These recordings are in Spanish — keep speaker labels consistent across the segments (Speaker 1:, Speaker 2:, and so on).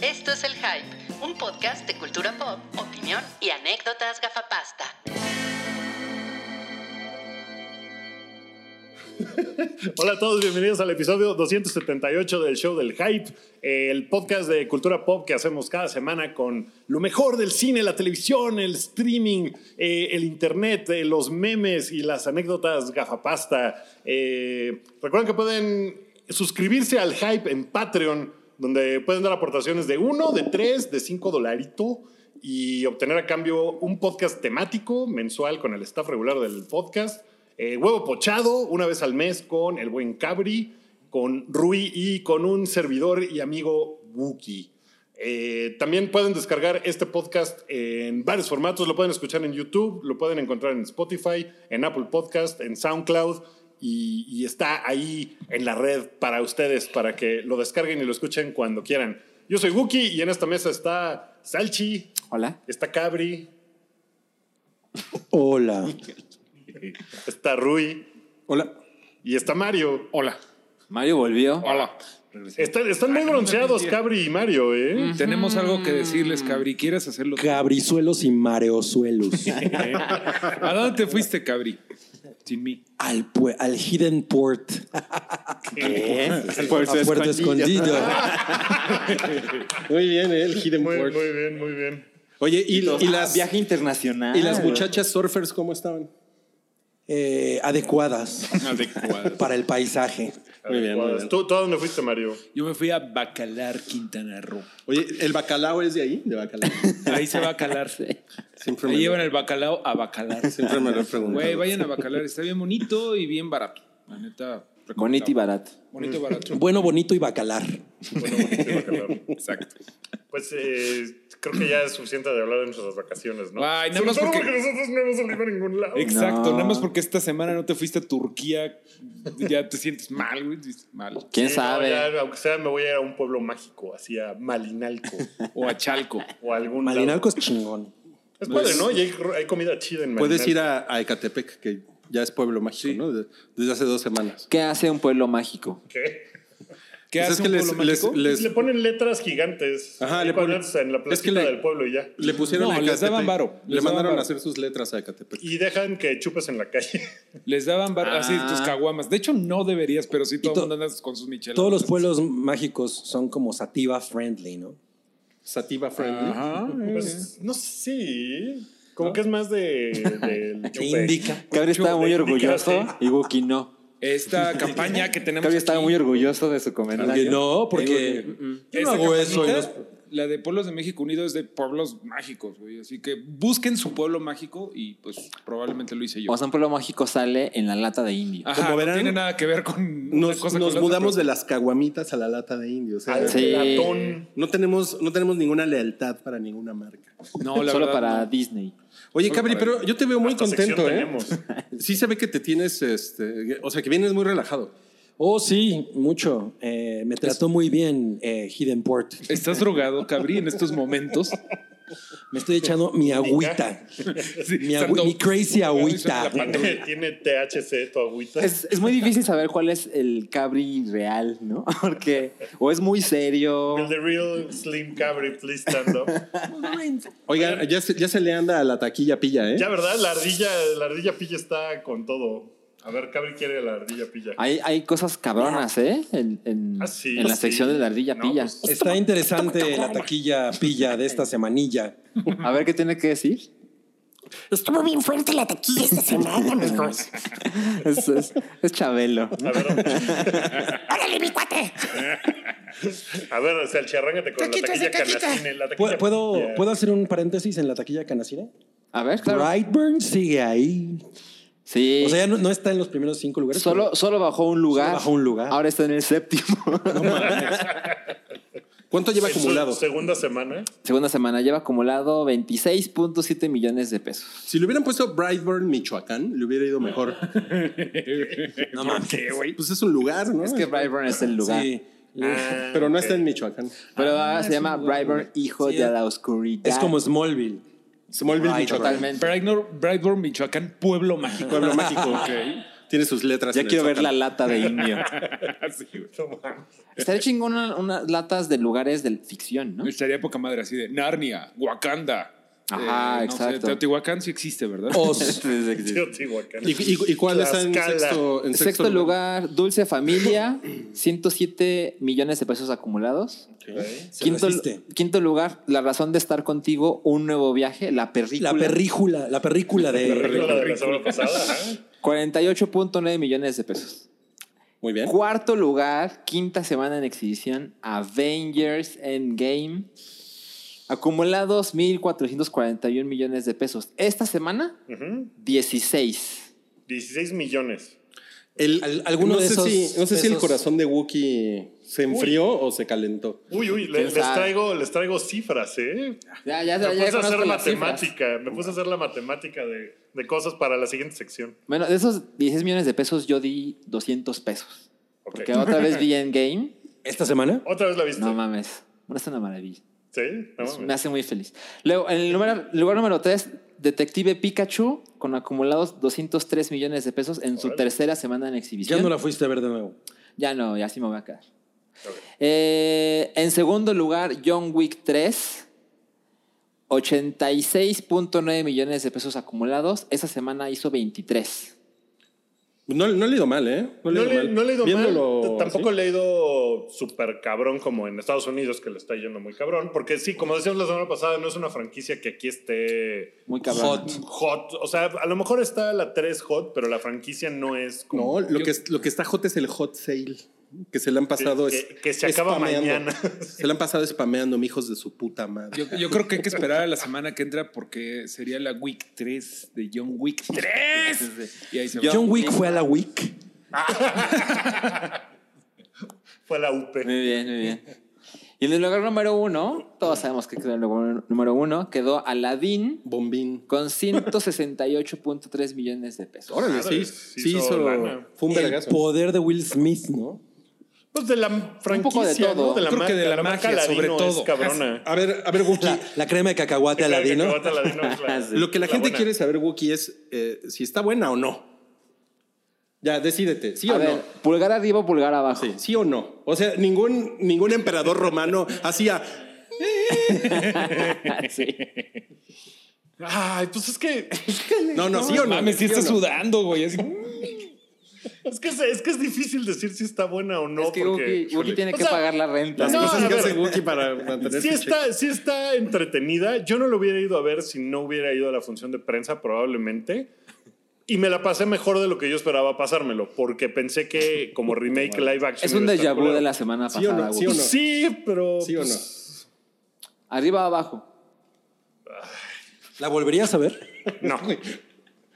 Speaker 1: Esto es El Hype, un podcast de cultura pop, opinión y anécdotas gafapasta.
Speaker 2: Hola a todos, bienvenidos al episodio 278 del show del Hype, el podcast de cultura pop que hacemos cada semana con lo mejor del cine, la televisión, el streaming, eh, el internet, eh, los memes y las anécdotas gafapasta. Eh, recuerden que pueden suscribirse al Hype en Patreon, donde pueden dar aportaciones de 1, de 3, de 5 dolarito y obtener a cambio un podcast temático mensual con el staff regular del podcast. Eh, huevo pochado una vez al mes con el buen Cabri, con Rui y con un servidor y amigo Wookie. Eh, también pueden descargar este podcast en varios formatos. Lo pueden escuchar en YouTube, lo pueden encontrar en Spotify, en Apple Podcast, en SoundCloud y, y está ahí en la red para ustedes, para que lo descarguen y lo escuchen cuando quieran. Yo soy Wookie y en esta mesa está Salchi,
Speaker 3: Hola.
Speaker 2: está Cabri,
Speaker 3: Hola.
Speaker 2: está Rui
Speaker 3: Hola.
Speaker 2: y está Mario.
Speaker 4: Hola.
Speaker 3: Mario volvió.
Speaker 4: Hola.
Speaker 2: Están, están muy bronceados, Cabri y Mario, ¿eh?
Speaker 4: Tenemos algo que decirles, Cabri. ¿Quieres hacerlo?
Speaker 5: Cabrizuelos y mareosuelos.
Speaker 4: ¿A dónde te fuiste, Cabri? Sin mí.
Speaker 5: al, pue- al Hidden Port.
Speaker 3: El
Speaker 5: a Puerto Escondido.
Speaker 6: Muy bien, ¿eh? el Hidden
Speaker 2: Muy,
Speaker 6: Port.
Speaker 2: muy bien, muy bien.
Speaker 6: Oye, y, y
Speaker 4: Ah,
Speaker 6: las,
Speaker 3: viaje internacional.
Speaker 6: y las muchachas surfers, ¿cómo estaban?
Speaker 5: Eh, adecuadas
Speaker 4: Adecuado.
Speaker 5: para el paisaje.
Speaker 6: Muy bien, muy bien.
Speaker 2: ¿Tú, tú a dónde fuiste, Mario?
Speaker 4: Yo me fui a Bacalar, Quintana Roo.
Speaker 6: Oye, ¿el bacalao es de ahí? De bacalao.
Speaker 4: Ahí se va a calar.
Speaker 6: Siempre
Speaker 4: Ahí
Speaker 6: me,
Speaker 4: llevan
Speaker 6: lo,
Speaker 4: el bacalao a Bacalar.
Speaker 6: siempre me lo he preguntado.
Speaker 4: Güey, vayan a Bacalar. Está bien bonito y bien barato. La neta.
Speaker 3: Bonito
Speaker 4: recomendable.
Speaker 3: y barato.
Speaker 4: Bonito y barato.
Speaker 5: Bueno, bonito y bacalar.
Speaker 2: Bueno, fuiste a Bacalar.
Speaker 4: Exacto.
Speaker 2: pues eh, creo que ya es suficiente de hablar de nuestras vacaciones, ¿no?
Speaker 4: Ay, nada
Speaker 2: Sobre
Speaker 4: más
Speaker 2: todo
Speaker 4: porque-
Speaker 2: nosotros no hemos salido a ningún lado.
Speaker 4: Exacto.
Speaker 3: No.
Speaker 4: Nada más porque esta semana no te fuiste a Turquía. Ya te sientes mal, güey. dices, Mal.
Speaker 3: ¿Quién
Speaker 2: Sí, no,
Speaker 3: sabe?
Speaker 2: ya, aunque sea, me voy a ir a un pueblo mágico, así a Malinalco
Speaker 4: O a Chalco.
Speaker 2: o a algún lado.
Speaker 5: Malinalco es chingón.
Speaker 2: Es padre, ¿no? Y hay, hay comida chida en Malinalco.
Speaker 6: pues- Puedes ir a, a Ecatepec, que ya es pueblo mágico, ¿no? De- desde hace dos semanas.
Speaker 3: ¿Qué hace un pueblo mágico?
Speaker 2: ¿Qué?
Speaker 4: ¿Qué
Speaker 6: Pues
Speaker 4: hace
Speaker 6: es que
Speaker 4: un
Speaker 6: les-
Speaker 4: pueblo
Speaker 6: les-
Speaker 4: mágico?
Speaker 6: les-
Speaker 2: Le ponen letras gigantes.
Speaker 6: Ajá,
Speaker 2: Ahí
Speaker 6: le ponen-
Speaker 2: cuando en la
Speaker 6: es que
Speaker 2: placita
Speaker 6: le-
Speaker 2: del pueblo y ya.
Speaker 6: Le pusieron
Speaker 4: No,
Speaker 6: a
Speaker 4: les
Speaker 6: Ecatepec.
Speaker 4: daban varo,
Speaker 6: Le
Speaker 4: les daban
Speaker 6: mandaron
Speaker 4: varo.
Speaker 6: a hacer sus letras a Ecatepec.
Speaker 2: Y dejan que chupes en la calle.
Speaker 4: Les daban bar-
Speaker 3: Ah.
Speaker 4: así tus caguamas. De hecho, no deberías, pero sí todo el
Speaker 5: to-
Speaker 4: mundo anda con sus micheladas.
Speaker 5: Todos los pueblos mágicos son como sativa friendly, ¿no?
Speaker 6: Sativa friendly.
Speaker 4: Ajá.
Speaker 2: Pues, no sé. Como que es más de. del chupe.
Speaker 5: Indica.
Speaker 3: Cabri estaba muy
Speaker 2: Indica,
Speaker 3: orgulloso
Speaker 2: sí.
Speaker 3: y Wookie no.
Speaker 4: Esta campaña que tenemos.
Speaker 3: Cabri estaba
Speaker 4: aquí,
Speaker 3: muy orgulloso de su
Speaker 5: Porque
Speaker 3: comentario.
Speaker 5: no, porque yo no
Speaker 4: esta
Speaker 5: hago eso. y
Speaker 4: campañita,
Speaker 5: no es-
Speaker 4: La de Pueblos de México Unido es de pueblos mágicos, güey. Así que busquen su pueblo mágico y pues probablemente lo hice yo.
Speaker 3: O sea, un pueblo mágico sale en la lata de India.
Speaker 4: Ajá,
Speaker 6: como
Speaker 4: no
Speaker 6: verán,
Speaker 4: tiene nada que ver con. una
Speaker 6: Nos,
Speaker 4: cosa con Ah,
Speaker 6: nos
Speaker 4: la otra,
Speaker 6: mudamos de
Speaker 4: pero-
Speaker 6: las caguamitas a la lata de indios. ¿eh?
Speaker 2: Al
Speaker 3: Sí.
Speaker 2: pelatón.
Speaker 6: No tenemos, no tenemos ninguna lealtad para ninguna marca.
Speaker 4: No, la
Speaker 3: Solo
Speaker 4: verdad,
Speaker 3: para
Speaker 4: no.
Speaker 3: Disney.
Speaker 6: Oye, Cabri,
Speaker 4: para-
Speaker 6: pero yo te veo muy
Speaker 2: Hasta
Speaker 6: contento,
Speaker 2: sección
Speaker 6: ¿eh?
Speaker 2: tenemos.
Speaker 6: Sí se ve que te tienes, este, o sea, que vienes muy relajado.
Speaker 5: Oh, sí, mucho. Eh, me trató muy bien eh, Hidden Port.
Speaker 4: ¿Estás drogado, Cabri, en estos momentos?
Speaker 5: Me estoy echando mi agüita.
Speaker 4: Sí,
Speaker 5: Mi, agü-
Speaker 4: estando-
Speaker 5: mi crazy agüita.
Speaker 2: Tiene THC tu agüita.
Speaker 3: Es, es muy difícil saber cuál es el Cabri real, ¿no? Porque o es muy serio.
Speaker 2: El The Real Slim Cabri, please stand up.
Speaker 6: Oiga, ya se, ya se le anda a la taquilla pilla, ¿eh?
Speaker 2: Ya, ¿verdad? La ardilla, la ardilla pilla está con todo. A ver, Cabri quiere la ardilla pilla.
Speaker 3: Hay, hay cosas cabronas, ¿eh? En, en-
Speaker 2: Ah, sí.
Speaker 3: en la
Speaker 2: Sí.
Speaker 3: sección de la ardilla
Speaker 2: No,
Speaker 3: pilla.
Speaker 2: pues-
Speaker 5: Está interesante la taquilla pilla de esta semanilla.
Speaker 3: A ver qué tiene que decir.
Speaker 7: Estuvo bien fuerte la taquilla esta semana, amigos.
Speaker 3: Es, es- es Chabelo.
Speaker 2: A ver,
Speaker 7: ¡Órale, mi cuate!
Speaker 2: a ver, Salchi, arrángate con
Speaker 7: Taquitos
Speaker 2: la
Speaker 7: de
Speaker 2: taquilla
Speaker 7: cajita.
Speaker 2: canacine. La taquilla
Speaker 5: ¿Puedo, puedo,
Speaker 2: pilla.
Speaker 5: puedo hacer un paréntesis en la taquilla canacina?
Speaker 3: A ver, claro.
Speaker 5: Brightburn sigue ahí.
Speaker 3: Sí.
Speaker 5: O sea, ya no, no está en los primeros cinco lugares.
Speaker 3: solo, solo bajó un lugar.
Speaker 5: Solo bajó un lugar.
Speaker 3: Ahora está en el séptimo.
Speaker 6: ¿Cuánto lleva
Speaker 2: En su
Speaker 6: acumulado?
Speaker 2: Segunda semana.
Speaker 3: Segunda semana lleva acumulado 26.7 millones de pesos.
Speaker 6: Si le hubieran puesto Brightburn, Michoacán, le hubiera ido mejor.
Speaker 5: pero- no mames.
Speaker 6: Pues es un lugar, ¿no? Este,
Speaker 3: Es que Brightburn es el lugar.
Speaker 5: Sí. Ah,
Speaker 6: Pero no está en Michoacán.
Speaker 3: Pero ahora se llama Brightburn, hijo
Speaker 5: Sí,
Speaker 3: de
Speaker 5: es-
Speaker 3: la oscuridad.
Speaker 5: Es como Smallville.
Speaker 6: Smallville, Michoacán.
Speaker 3: Totalmente.
Speaker 4: Brightburn, Brightburn, Michoacán, pueblo mágico.
Speaker 6: Pueblo mágico.
Speaker 4: Ok.
Speaker 6: Tiene sus letras. en
Speaker 3: Ya
Speaker 6: el
Speaker 3: quiero ver la
Speaker 6: zócalo.
Speaker 3: lata de indio.
Speaker 4: Sí, güey.
Speaker 3: Estaría chingón una- unas latas de lugares de ficción, ¿no?
Speaker 4: Estaría poca madre así de Narnia, Wakanda. Eh,
Speaker 3: Ajá,
Speaker 4: no sé,
Speaker 3: exacto.
Speaker 4: Teotihuacán sí existe, ¿verdad?
Speaker 6: Oz.
Speaker 2: Teotihuacán.
Speaker 6: ¿Y, y, y cuál está en
Speaker 2: Tlaxcala.
Speaker 6: sexto, en
Speaker 3: En sexto, lugar, Dulce Familia, 107 millones de pesos acumulados.
Speaker 5: Se
Speaker 3: Quinto,
Speaker 5: resiste.
Speaker 3: quinto lugar, La razón de estar contigo, un nuevo viaje, la
Speaker 5: La
Speaker 3: película.
Speaker 5: perrícula, la perrícula
Speaker 2: La película
Speaker 5: de.
Speaker 2: de la semana pasada. ¿eh? ajá.
Speaker 3: 48.9 millones de pesos.
Speaker 6: Muy bien.
Speaker 3: Cuarto lugar, quinta semana en exhibición, Avengers Endgame. Acumulados 1.441 millones de pesos. Esta semana,
Speaker 2: Ujú.
Speaker 3: 16.
Speaker 2: 16 millones.
Speaker 6: El-
Speaker 5: Al- alguno
Speaker 6: no
Speaker 5: de
Speaker 6: sé
Speaker 5: esos-
Speaker 6: si- no sé
Speaker 5: de
Speaker 6: si el
Speaker 5: esos-
Speaker 6: corazón de Wookiee se enfrió o se calentó.
Speaker 2: Uy, uy, le-
Speaker 3: ¿Quién
Speaker 2: les,
Speaker 3: sabe?
Speaker 2: traigo, les traigo cifras, ¿eh?
Speaker 3: Ya, ya,
Speaker 2: Me
Speaker 3: ya, ya
Speaker 2: puse a
Speaker 3: conozco
Speaker 2: hacer
Speaker 3: las cifras.
Speaker 2: matemática. Me puse a hacer la matemática de, de cosas para la siguiente sección.
Speaker 3: Bueno, de esos 16 millones de pesos yo di 200 pesos.
Speaker 2: Ok.
Speaker 3: Porque otra vez vi Endgame.
Speaker 5: ¿Esta semana?
Speaker 2: Otra vez la viste.
Speaker 3: No mames. Bueno, es una maravilla.
Speaker 2: sí, no
Speaker 3: Es-
Speaker 2: mames.
Speaker 3: Me hace muy feliz. Luego, en el número- lugar número 3, Detective Pikachu, con acumulados 203 millones de pesos en su
Speaker 2: Órale.
Speaker 3: tercera semana en exhibición.
Speaker 5: Ya no la fuiste a ver de nuevo.
Speaker 3: Ya no, ya sí me voy a quedar.
Speaker 2: Ok.
Speaker 3: Eh, en segundo lugar, John Wick 3. 86.9 millones de pesos acumulados. Esa semana hizo 23.
Speaker 6: No, no le he ido mal, ¿eh?
Speaker 2: No
Speaker 6: he ido
Speaker 2: le, no le he ido
Speaker 6: Viéndolo
Speaker 2: mal, t- tampoco
Speaker 6: así.
Speaker 2: le he ido súper cabrón como en Estados Unidos, que le está yendo muy cabrón. Porque sí, como decíamos la semana pasada, no es una franquicia que aquí esté
Speaker 3: Muy cabrón.
Speaker 2: hot. O sea, a lo mejor está la 3 hot, pero la franquicia no es como...
Speaker 6: No, lo, que, es- lo que está hot es el hot sale. Que se le han pasado.
Speaker 2: que-
Speaker 6: es-
Speaker 2: que se acaba
Speaker 6: spameando.
Speaker 2: mañana.
Speaker 6: Se le han pasado spameando, hijos de su puta madre.
Speaker 4: Yo, yo creo que hay que esperar a la semana que entra porque sería la week 3 de John Wick 3. Y ahí se va.
Speaker 5: John Wick fue a la Wick.
Speaker 2: Fue la UP.
Speaker 3: Muy bien, muy bien. Y en el lugar número uno, todos sabemos que quedó en el lugar número uno, quedó Aladdin
Speaker 6: Bombín.
Speaker 3: con 168.3 millones de pesos.
Speaker 6: Órale, sí.
Speaker 2: Madres,
Speaker 6: Sí,
Speaker 2: sí hizo
Speaker 6: hizo.
Speaker 2: lana.
Speaker 6: Fue un
Speaker 5: El
Speaker 6: vergazo.
Speaker 5: poder de Will Smith, ¿no?
Speaker 2: Pues de la franquicia,
Speaker 3: poco de todo.
Speaker 2: ¿no? De la
Speaker 4: Creo que
Speaker 2: marca,
Speaker 4: de la
Speaker 2: marca
Speaker 4: magia,
Speaker 2: Aladino
Speaker 4: sobre todo.
Speaker 2: Es cabrona.
Speaker 6: A ver, a ver, Wookie.
Speaker 5: La, la crema de cacahuate aladino.
Speaker 2: Creo que Aladino es la-
Speaker 3: Sí.
Speaker 6: Ah, Lo que la, gente
Speaker 2: buena.
Speaker 6: quiere saber, Wookie, es eh, si está buena o no. Ya, decídete, sí
Speaker 3: A
Speaker 6: o
Speaker 3: ver,
Speaker 6: no.
Speaker 3: pulgar arriba o pulgar abajo.
Speaker 6: Sí, sí o no. O sea, ningún, ningún emperador romano hacía.
Speaker 3: Sí.
Speaker 2: Ay, pues es que...
Speaker 6: No, no, sí o no.
Speaker 4: Mames, sí
Speaker 6: o
Speaker 4: está
Speaker 6: no.
Speaker 4: sudando, güey. así.
Speaker 2: Es que es, es que es difícil decir si está buena o no.
Speaker 3: es que
Speaker 2: porque,
Speaker 3: Wookie- Wookie tiene
Speaker 2: O
Speaker 3: que
Speaker 2: sea,
Speaker 3: pagar la renta.
Speaker 6: Las
Speaker 2: No,
Speaker 6: cosas
Speaker 2: a
Speaker 6: que
Speaker 2: ver.
Speaker 6: hace Wookie para mantener
Speaker 2: Sí
Speaker 6: su
Speaker 2: está, sí está entretenida. Yo no lo hubiera ido a ver si no hubiera ido a la función de prensa, probablemente. Y me la pasé mejor de lo que yo esperaba pasármelo, porque pensé que como remake live action.
Speaker 3: Es un
Speaker 2: iba a
Speaker 3: déjà
Speaker 2: estar
Speaker 3: vu
Speaker 2: culero.
Speaker 3: de la semana
Speaker 6: ¿Sí o
Speaker 3: pasada.
Speaker 6: no? ¿Sí o
Speaker 3: Wookie.
Speaker 6: no?
Speaker 2: Sí, pero.
Speaker 6: cheque. ¿Sí o no?
Speaker 2: pues,
Speaker 3: Arriba o abajo.
Speaker 5: ¿La volverías a ver?
Speaker 2: no.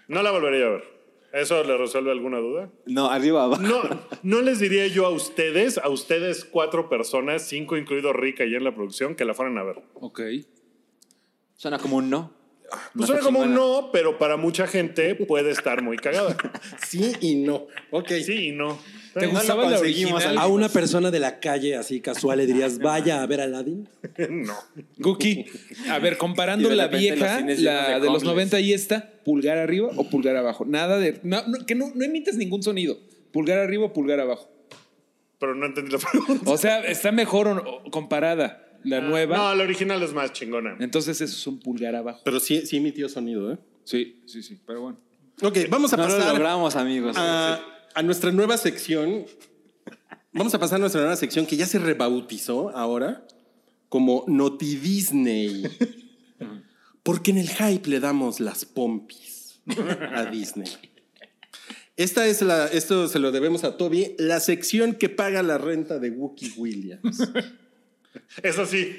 Speaker 2: No la volvería a ver. ¿Eso le resuelve alguna duda?
Speaker 3: No, arriba o abajo.
Speaker 2: No, no les diría yo a ustedes, a ustedes cuatro personas, cinco incluido Rick y en la producción, que la fueran a ver.
Speaker 4: Ok.
Speaker 3: Suena como un no.
Speaker 2: Pues
Speaker 3: No
Speaker 2: suena
Speaker 3: está
Speaker 2: como un
Speaker 3: chingona.
Speaker 2: no, pero para mucha gente puede estar muy cagada.
Speaker 6: Sí y no. Ok.
Speaker 2: Sí y no.
Speaker 4: ¿Te gustaba la original?
Speaker 5: A una persona de la calle así casual le dirías, vaya a ver a Aladdin.
Speaker 2: No.
Speaker 4: Guki, a ver, comparando
Speaker 3: Y de
Speaker 4: la
Speaker 3: repente los
Speaker 4: vieja,
Speaker 3: cines llenos
Speaker 4: la
Speaker 3: de
Speaker 4: de, los
Speaker 3: homeless.
Speaker 4: 90 y esta, pulgar arriba o pulgar abajo. Nada de. no, no, que no, no emites ningún sonido. Pulgar arriba o pulgar abajo.
Speaker 2: Pero no entendí la pregunta.
Speaker 4: O sea, está mejor o- o comparada la nueva.
Speaker 2: Ah, No, la original es más chingona.
Speaker 4: Entonces eso es un pulgar abajo.
Speaker 6: Pero sí, sí emitió sonido, ¿eh?
Speaker 4: Sí, sí, sí, pero bueno.
Speaker 6: Ok, vamos a
Speaker 3: No lo
Speaker 6: pasar
Speaker 3: logramos, amigos.
Speaker 2: Ah,
Speaker 6: a, a nuestra nueva sección. Vamos a pasar a nuestra nueva sección que ya se rebautizó ahora como Noti Disney. Porque en el hype le damos las pompis a Disney. Esta es la, esto se lo debemos a Toby, la sección que paga la renta de Wookie Williams.
Speaker 2: Es así.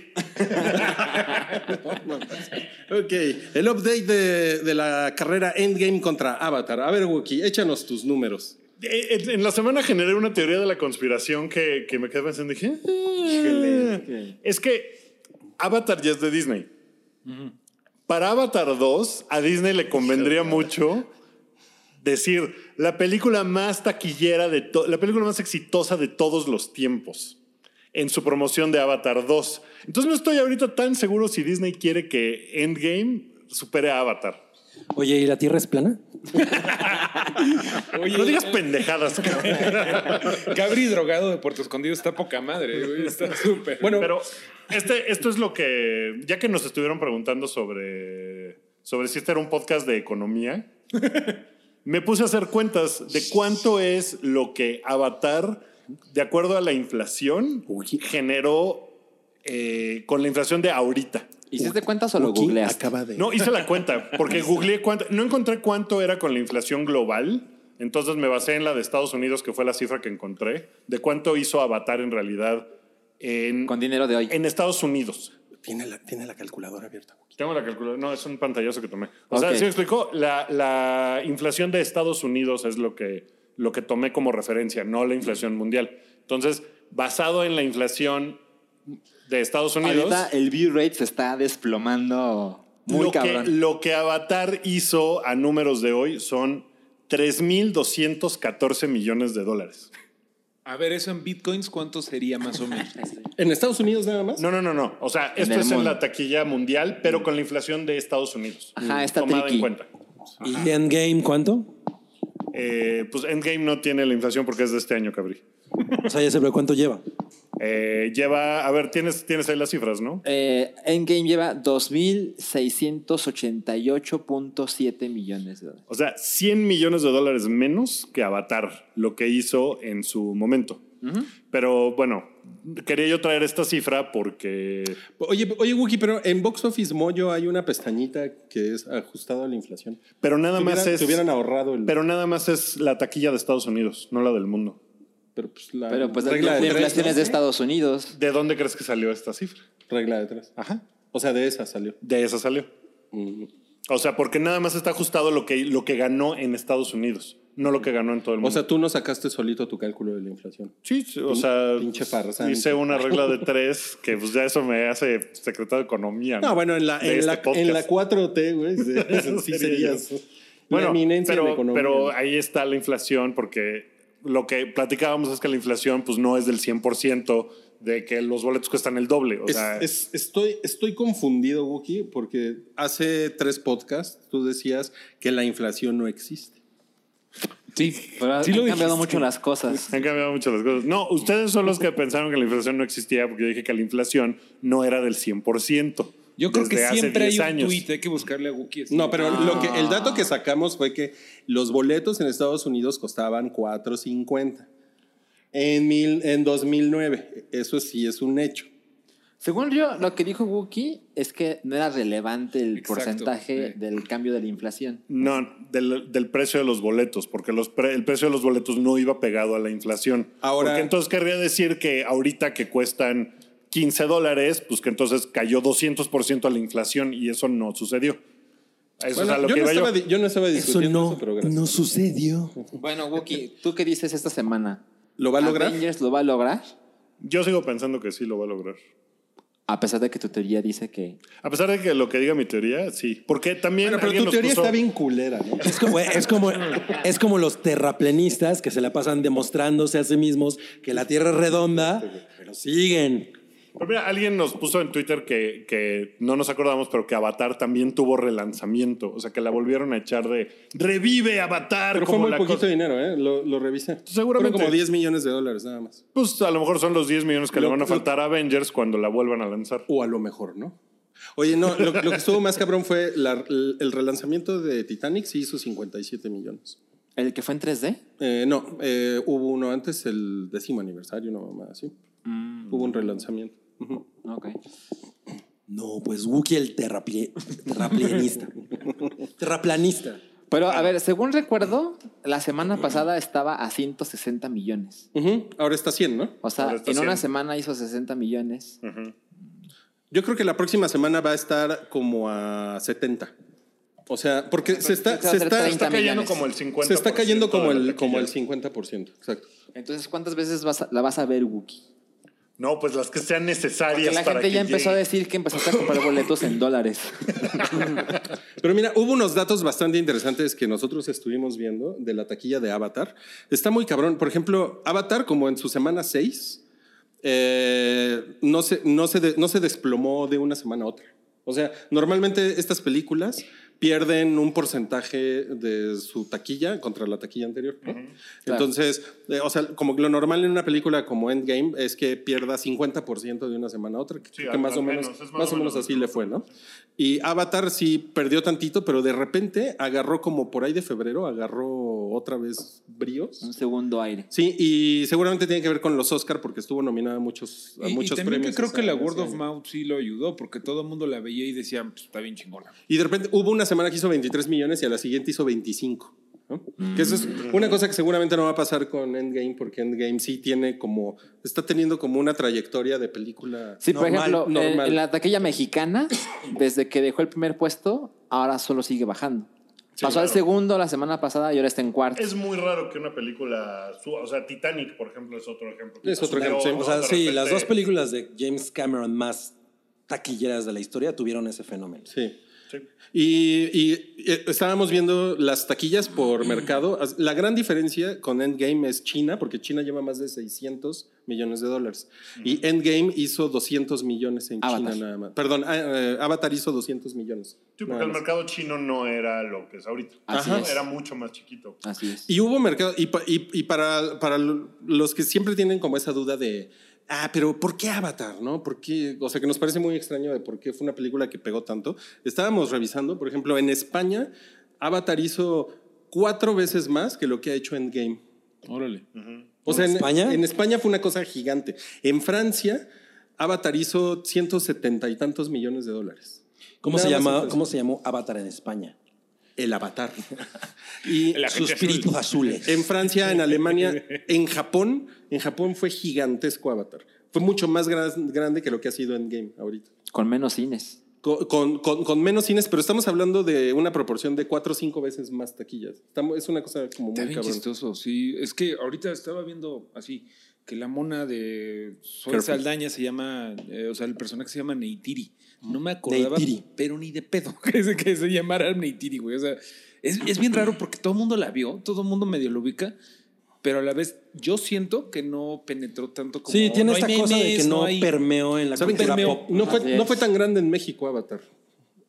Speaker 6: Ok, el update de, de la carrera Endgame contra Avatar. A ver, Wookie, échanos tus números.
Speaker 2: Eh, En en la semana generé una teoría de la conspiración que, que me quedé pensando. Dije, "Ah". es que Avatar ya es de Disney. Para Avatar 2, a Disney le convendría mucho decir la película más taquillera de to- la película más exitosa de todos los tiempos en su promoción de Avatar 2. Entonces no estoy ahorita tan seguro si Disney quiere que Endgame supere a Avatar.
Speaker 5: Oye, ¿y la Tierra es plana?
Speaker 4: Oye,
Speaker 2: No digas pendejadas, cabrón.
Speaker 4: Gabri drogado de Puerto Escondido está poca madre, güey. Está súper.
Speaker 2: Bueno, pero este, esto es lo que, ya que nos estuvieron preguntando sobre, sobre si este era un podcast de economía, me puse a hacer cuentas de cuánto es lo que Avatar, de acuerdo a la inflación, generó eh, con la inflación de ahorita.
Speaker 3: ¿Hiciste cuentas o lo
Speaker 5: Wookie
Speaker 3: googleaste?
Speaker 5: acaba de...
Speaker 2: No, hice la cuenta, porque googleé cuánto, no encontré cuánto era con la inflación global, entonces me basé en la de Estados Unidos, que fue la cifra que encontré, de cuánto hizo Avatar en realidad en,
Speaker 3: Con dinero de hoy.
Speaker 2: en Estados Unidos.
Speaker 6: Tiene la, tiene la calculadora abierta.
Speaker 2: Tengo la calculadora. No, es un pantallazo que tomé. O sea,
Speaker 3: Ok.
Speaker 2: si me explicó, la, la inflación de Estados Unidos es lo que, lo que tomé como referencia, no la inflación mundial. Entonces, basado en la inflación de Estados Unidos,
Speaker 3: Ahorita el view rate se está desplomando eh, muy
Speaker 2: lo, que,
Speaker 3: cabrón.
Speaker 2: lo que Avatar hizo a números de hoy son 3.214 millones de dólares.
Speaker 4: a ver, eso en bitcoins, ¿cuánto sería más o menos?
Speaker 6: ¿En Estados Unidos nada más?
Speaker 2: No, no, no, no. O sea,
Speaker 3: En
Speaker 2: esto
Speaker 3: el
Speaker 2: es en
Speaker 3: mundo.
Speaker 2: la taquilla mundial, pero con la inflación de Estados Unidos.
Speaker 3: Ajá, está
Speaker 2: Tomada
Speaker 3: tricky.
Speaker 2: en cuenta.
Speaker 5: ¿Y Endgame cuánto?
Speaker 2: Eh, pues Endgame no tiene la inflación porque es de este año, Cabri.
Speaker 5: O sea, ya sé, pero ¿cuánto lleva?
Speaker 2: Eh, lleva, a ver, tienes, tienes ahí las cifras, ¿no?
Speaker 3: Eh, Endgame lleva 2.688.7 millones de dólares.
Speaker 2: O sea, 100 millones de dólares menos que Avatar, lo que hizo en su momento. Pero bueno, quería yo traer esta cifra porque
Speaker 6: Oye, oye, Wookie, pero en Box Office Moyo hay una pestañita que es ajustado a la inflación.
Speaker 2: pero nada
Speaker 6: Te
Speaker 2: más
Speaker 6: hubieran-
Speaker 2: es
Speaker 6: te hubieran ahorrado el.
Speaker 2: pero nada más es la taquilla de Estados Unidos, no la del mundo.
Speaker 6: pero, pues, la
Speaker 3: Pero pues la,
Speaker 6: regla de
Speaker 3: la
Speaker 6: tres,
Speaker 3: inflación
Speaker 6: ¿no?
Speaker 3: es de Estados Unidos.
Speaker 2: ¿De dónde crees que salió esta cifra?
Speaker 6: Regla de tres.
Speaker 2: Ajá.
Speaker 6: O sea, de esa salió.
Speaker 2: De esa salió. O sea, porque nada más está ajustado lo que, lo que ganó en Estados Unidos, no lo que ganó en todo el
Speaker 6: O
Speaker 2: mundo.
Speaker 6: sea, tú no sacaste solito tu cálculo de la inflación.
Speaker 2: Sí, sí, o sea,
Speaker 6: pinche farsante.
Speaker 2: hice una regla de tres que pues ya eso me hace secretario de economía.
Speaker 6: No, bueno, en la,
Speaker 2: De
Speaker 6: en
Speaker 2: este
Speaker 6: la,
Speaker 2: podcast.
Speaker 6: en la 4T, güey, sí, sí
Speaker 2: sería
Speaker 6: serías
Speaker 2: yo.
Speaker 6: la
Speaker 2: Bueno,
Speaker 6: eminencia de
Speaker 2: pero,
Speaker 6: economía.
Speaker 2: pero ahí está la inflación porque lo que platicábamos es que la inflación pues no es del 100% de que los boletos cuestan el doble. O
Speaker 6: Es-
Speaker 2: sea,
Speaker 6: es- estoy, estoy confundido, Wookie, porque hace tres podcasts tú decías que la inflación no existe.
Speaker 4: Sí,
Speaker 3: Pero
Speaker 4: sí
Speaker 3: han
Speaker 4: lo
Speaker 3: cambiado
Speaker 4: dijiste.
Speaker 3: mucho las cosas.
Speaker 2: han cambiado muchas las cosas. No, ustedes son los que pensaron que la inflación no existía porque yo dije que la inflación no era del 100%.
Speaker 4: Yo creo
Speaker 2: desde
Speaker 4: que
Speaker 2: hace
Speaker 4: siempre hay
Speaker 2: 10
Speaker 4: un
Speaker 2: años.
Speaker 4: tweet, hay que buscarle a Wookiee. este.
Speaker 6: No, pero lo que, el dato que
Speaker 2: Ah.
Speaker 6: sacamos fue que los boletos en Estados Unidos costaban 4.50 en, mil, en 2009. Eso sí es un hecho.
Speaker 3: Según yo, lo que dijo Wookie es que no era relevante el
Speaker 4: Exacto,
Speaker 3: porcentaje
Speaker 4: sí.
Speaker 3: del cambio de la inflación.
Speaker 2: No, del, del precio de los boletos, porque los pre- el precio de los boletos no iba pegado a la inflación.
Speaker 6: Ahora-
Speaker 2: Porque entonces querría decir que ahorita que cuestan 15 dólares, pues que entonces cayó 200% a la inflación y eso no sucedió. Eso es
Speaker 6: Bueno,
Speaker 2: a lo
Speaker 6: yo,
Speaker 2: que
Speaker 6: no
Speaker 2: iba yo.
Speaker 6: estaba, di- yo no estaba
Speaker 5: Eso
Speaker 6: discutiendo eso,
Speaker 5: no,
Speaker 6: pero gracias.
Speaker 5: no sucedió.
Speaker 3: Bueno, Wookie, ¿tú qué dices esta semana?
Speaker 6: ¿Lo
Speaker 2: Ah,
Speaker 6: va a lograr?
Speaker 3: ¿Avengers lo va a lograr?
Speaker 2: Yo sigo pensando que sí lo va a lograr.
Speaker 3: A pesar de que tu teoría dice que...
Speaker 2: A pesar de que lo que diga mi teoría, sí. Porque también.
Speaker 6: Bueno, pero
Speaker 2: alguien
Speaker 6: tu
Speaker 2: nos
Speaker 6: teoría
Speaker 2: puso-
Speaker 6: está bien culera, ¿no?
Speaker 5: Es como, es, como, es como los terraplenistas que se la pasan demostrándose a sí mismos que la Tierra es redonda, pero siguen.
Speaker 2: Pero mira, alguien nos puso en Twitter que, que no nos acordamos, pero que Avatar también tuvo relanzamiento. O sea, que la volvieron a echar de revive Avatar.
Speaker 6: Pero fue
Speaker 2: como
Speaker 6: muy
Speaker 2: la
Speaker 6: poquito
Speaker 2: cosa-
Speaker 6: dinero, ¿eh? Lo, lo revisé.
Speaker 2: Seguramente.
Speaker 6: Fueron como 10 millones de dólares nada más.
Speaker 2: Pues a lo mejor son los 10 millones que
Speaker 6: Lo-
Speaker 2: le van a faltar a Avengers cuando la vuelvan a lanzar.
Speaker 6: O a lo mejor, ¿no? Oye, no, lo, lo que estuvo más cabrón fue la- el relanzamiento de Titanic, sí hizo 57 millones.
Speaker 3: ¿El que fue en 3D?
Speaker 6: Eh, no, eh, hubo uno antes, el décimo aniversario, no mamá, sí.
Speaker 2: Mm.
Speaker 6: Hubo un relanzamiento. Ujú.
Speaker 3: Ok.
Speaker 5: No, pues Wookie el terraplie- terraplenista. Terraplanista.
Speaker 3: Pero, a ver, según recuerdo, la semana pasada estaba a 160 millones.
Speaker 6: Ujú. Ahora está 100, ¿no?
Speaker 3: O sea,
Speaker 2: Ahora
Speaker 3: en
Speaker 2: está
Speaker 3: una
Speaker 2: 100.
Speaker 3: semana hizo 60 millones.
Speaker 2: Mm.
Speaker 6: Yo creo que la próxima semana va a estar como a 70. O sea, porque se
Speaker 3: se va
Speaker 6: está,
Speaker 3: a
Speaker 6: se
Speaker 3: hacer
Speaker 6: está,
Speaker 3: 30.
Speaker 2: Está cayendo
Speaker 3: millones.
Speaker 2: como el 50%.
Speaker 6: se está cayendo como
Speaker 2: de la
Speaker 6: el,
Speaker 2: taquilla.
Speaker 6: como el 50%. Exacto.
Speaker 3: Entonces, ¿cuántas veces vas a- la vas a ver, Wookie?
Speaker 2: No, pues las que sean
Speaker 3: Porque
Speaker 2: necesarias.
Speaker 3: la
Speaker 2: para
Speaker 3: gente
Speaker 2: que
Speaker 3: ya empezó a
Speaker 2: llegue.
Speaker 3: decir que empezaste a comprar boletos en dólares.
Speaker 6: Pero mira, hubo unos datos bastante interesantes que nosotros estuvimos viendo de la taquilla de Avatar. Está muy cabrón. Por ejemplo, Avatar, como en su semana 6, no, se, no, se de- no se desplomó de una semana a otra. O sea, normalmente estas películas pierden un porcentaje de su taquilla contra la taquilla anterior. ¿no? Entonces, eh, o sea, como lo normal en una película como Endgame es que pierda 50% de una semana a otra, que,
Speaker 2: Sí,
Speaker 6: que
Speaker 2: al-
Speaker 6: más,
Speaker 2: al
Speaker 6: o menos,
Speaker 2: menos, es
Speaker 6: más, o menos así le fue, ¿no? Y Avatar sí perdió tantito, pero de repente agarró como por ahí de febrero, agarró otra vez bríos.
Speaker 4: Mm.
Speaker 3: Un segundo aire.
Speaker 6: Sí, y seguramente tiene que ver con los Oscar porque estuvo nominada a muchos, a
Speaker 4: Y, y
Speaker 6: muchos
Speaker 4: también
Speaker 6: premios. ¿eh?
Speaker 4: que creo
Speaker 6: ese-
Speaker 4: que la
Speaker 6: ese
Speaker 4: Word of
Speaker 6: año.
Speaker 4: Mouth sí lo ayudó, porque todo el mundo la veía y decía, "Pues, está bien chingona.
Speaker 6: Y de repente hubo una semana que hizo 23 millones y a la siguiente hizo 25. ¿no?
Speaker 4: Mm.
Speaker 6: Que eso es una cosa que seguramente no va a pasar con Endgame porque Endgame sí tiene como, está teniendo como una trayectoria de película.
Speaker 3: Sí, por
Speaker 5: Normal,
Speaker 3: ejemplo, en- en,
Speaker 6: normal.
Speaker 3: la taquilla mexicana, desde que dejó el primer puesto, ahora solo sigue bajando. Pasó al
Speaker 2: claro.
Speaker 3: segundo la semana pasada y ahora está en cuarto.
Speaker 2: Es muy raro que una película suba. O sea, Titanic, por ejemplo, es otro ejemplo.
Speaker 6: Es otro
Speaker 2: Pero,
Speaker 6: ejemplo, sí.
Speaker 2: ¿no?
Speaker 5: O sea,
Speaker 2: De
Speaker 5: sí, las
Speaker 2: repente-
Speaker 5: dos películas de James Cameron más taquilleras de la historia tuvieron ese fenómeno.
Speaker 6: Sí.
Speaker 2: Sí.
Speaker 6: Y, y, eh, estábamos viendo las taquillas por mercado. As- La gran diferencia con Endgame es China, porque China lleva más de 600 millones de dólares. Y Endgame hizo 200 millones en
Speaker 3: Avatar.
Speaker 6: China nada más. Perdón, ah, eh, Avatar hizo 200 millones.
Speaker 2: Sí,
Speaker 6: nada
Speaker 2: porque el
Speaker 6: más.
Speaker 2: mercado chino no era lo que es ahorita.
Speaker 3: Así
Speaker 2: Ajá.
Speaker 3: es.
Speaker 2: Era mucho más chiquito.
Speaker 3: Así es.
Speaker 6: Y hubo mercado, y, pa- y- y para, para los que siempre tienen como esa duda de, ah, pero ¿por qué Avatar? ¿No? ¿Por qué? O sea, que nos parece muy extraño de por qué fue una película que pegó tanto. Estábamos revisando, por ejemplo, en España, Avatar hizo cuatro veces más que lo que ha hecho Endgame.
Speaker 4: Órale.
Speaker 6: O sea,
Speaker 5: ¿En
Speaker 6: en
Speaker 5: España?
Speaker 6: En España fue una cosa gigante. En Francia, Avatar hizo 170 y tantos millones de dólares.
Speaker 5: ¿Cómo,
Speaker 6: Nada
Speaker 5: se,
Speaker 6: más
Speaker 5: llama,
Speaker 6: entonces.
Speaker 5: ¿Cómo se llamó Avatar en España?
Speaker 6: El Avatar. y
Speaker 4: La
Speaker 5: Sus
Speaker 4: gente
Speaker 5: espíritus azules.
Speaker 6: En Francia, en Alemania, en Japón, en Japón fue gigantesco Avatar. Fue mucho más gran- grande que lo que ha sido Endgame ahorita.
Speaker 3: Con menos cines.
Speaker 6: Con, con- con- con menos cines, pero estamos hablando de una proporción de cuatro o cinco veces más taquillas. Estamos- es una cosa como
Speaker 4: Está
Speaker 6: muy
Speaker 4: bien
Speaker 6: cabrón.
Speaker 4: chistoso, sí. Es que ahorita estaba viendo así que la mona de Soy
Speaker 6: Perfect.
Speaker 4: Saldaña se llama, eh, o sea, el personaje se llama Neitiri. No me acordaba,
Speaker 5: Neytiri.
Speaker 4: pero ni de pedo que se, que se llamara Neitiri, güey. O sea, es, es bien raro porque todo el mundo la vio, todo el mundo medio lo ubica, pero a la vez yo siento que no penetró tanto como...
Speaker 5: Sí, tiene
Speaker 4: no hay
Speaker 5: esta cosa de
Speaker 4: memes,
Speaker 5: que no,
Speaker 4: hay-
Speaker 5: permeó en la
Speaker 6: ¿Saben
Speaker 5: cultura
Speaker 6: qué?
Speaker 5: pop.
Speaker 6: No fue,
Speaker 3: Así
Speaker 6: no fue
Speaker 3: es.
Speaker 6: tan grande en México Avatar.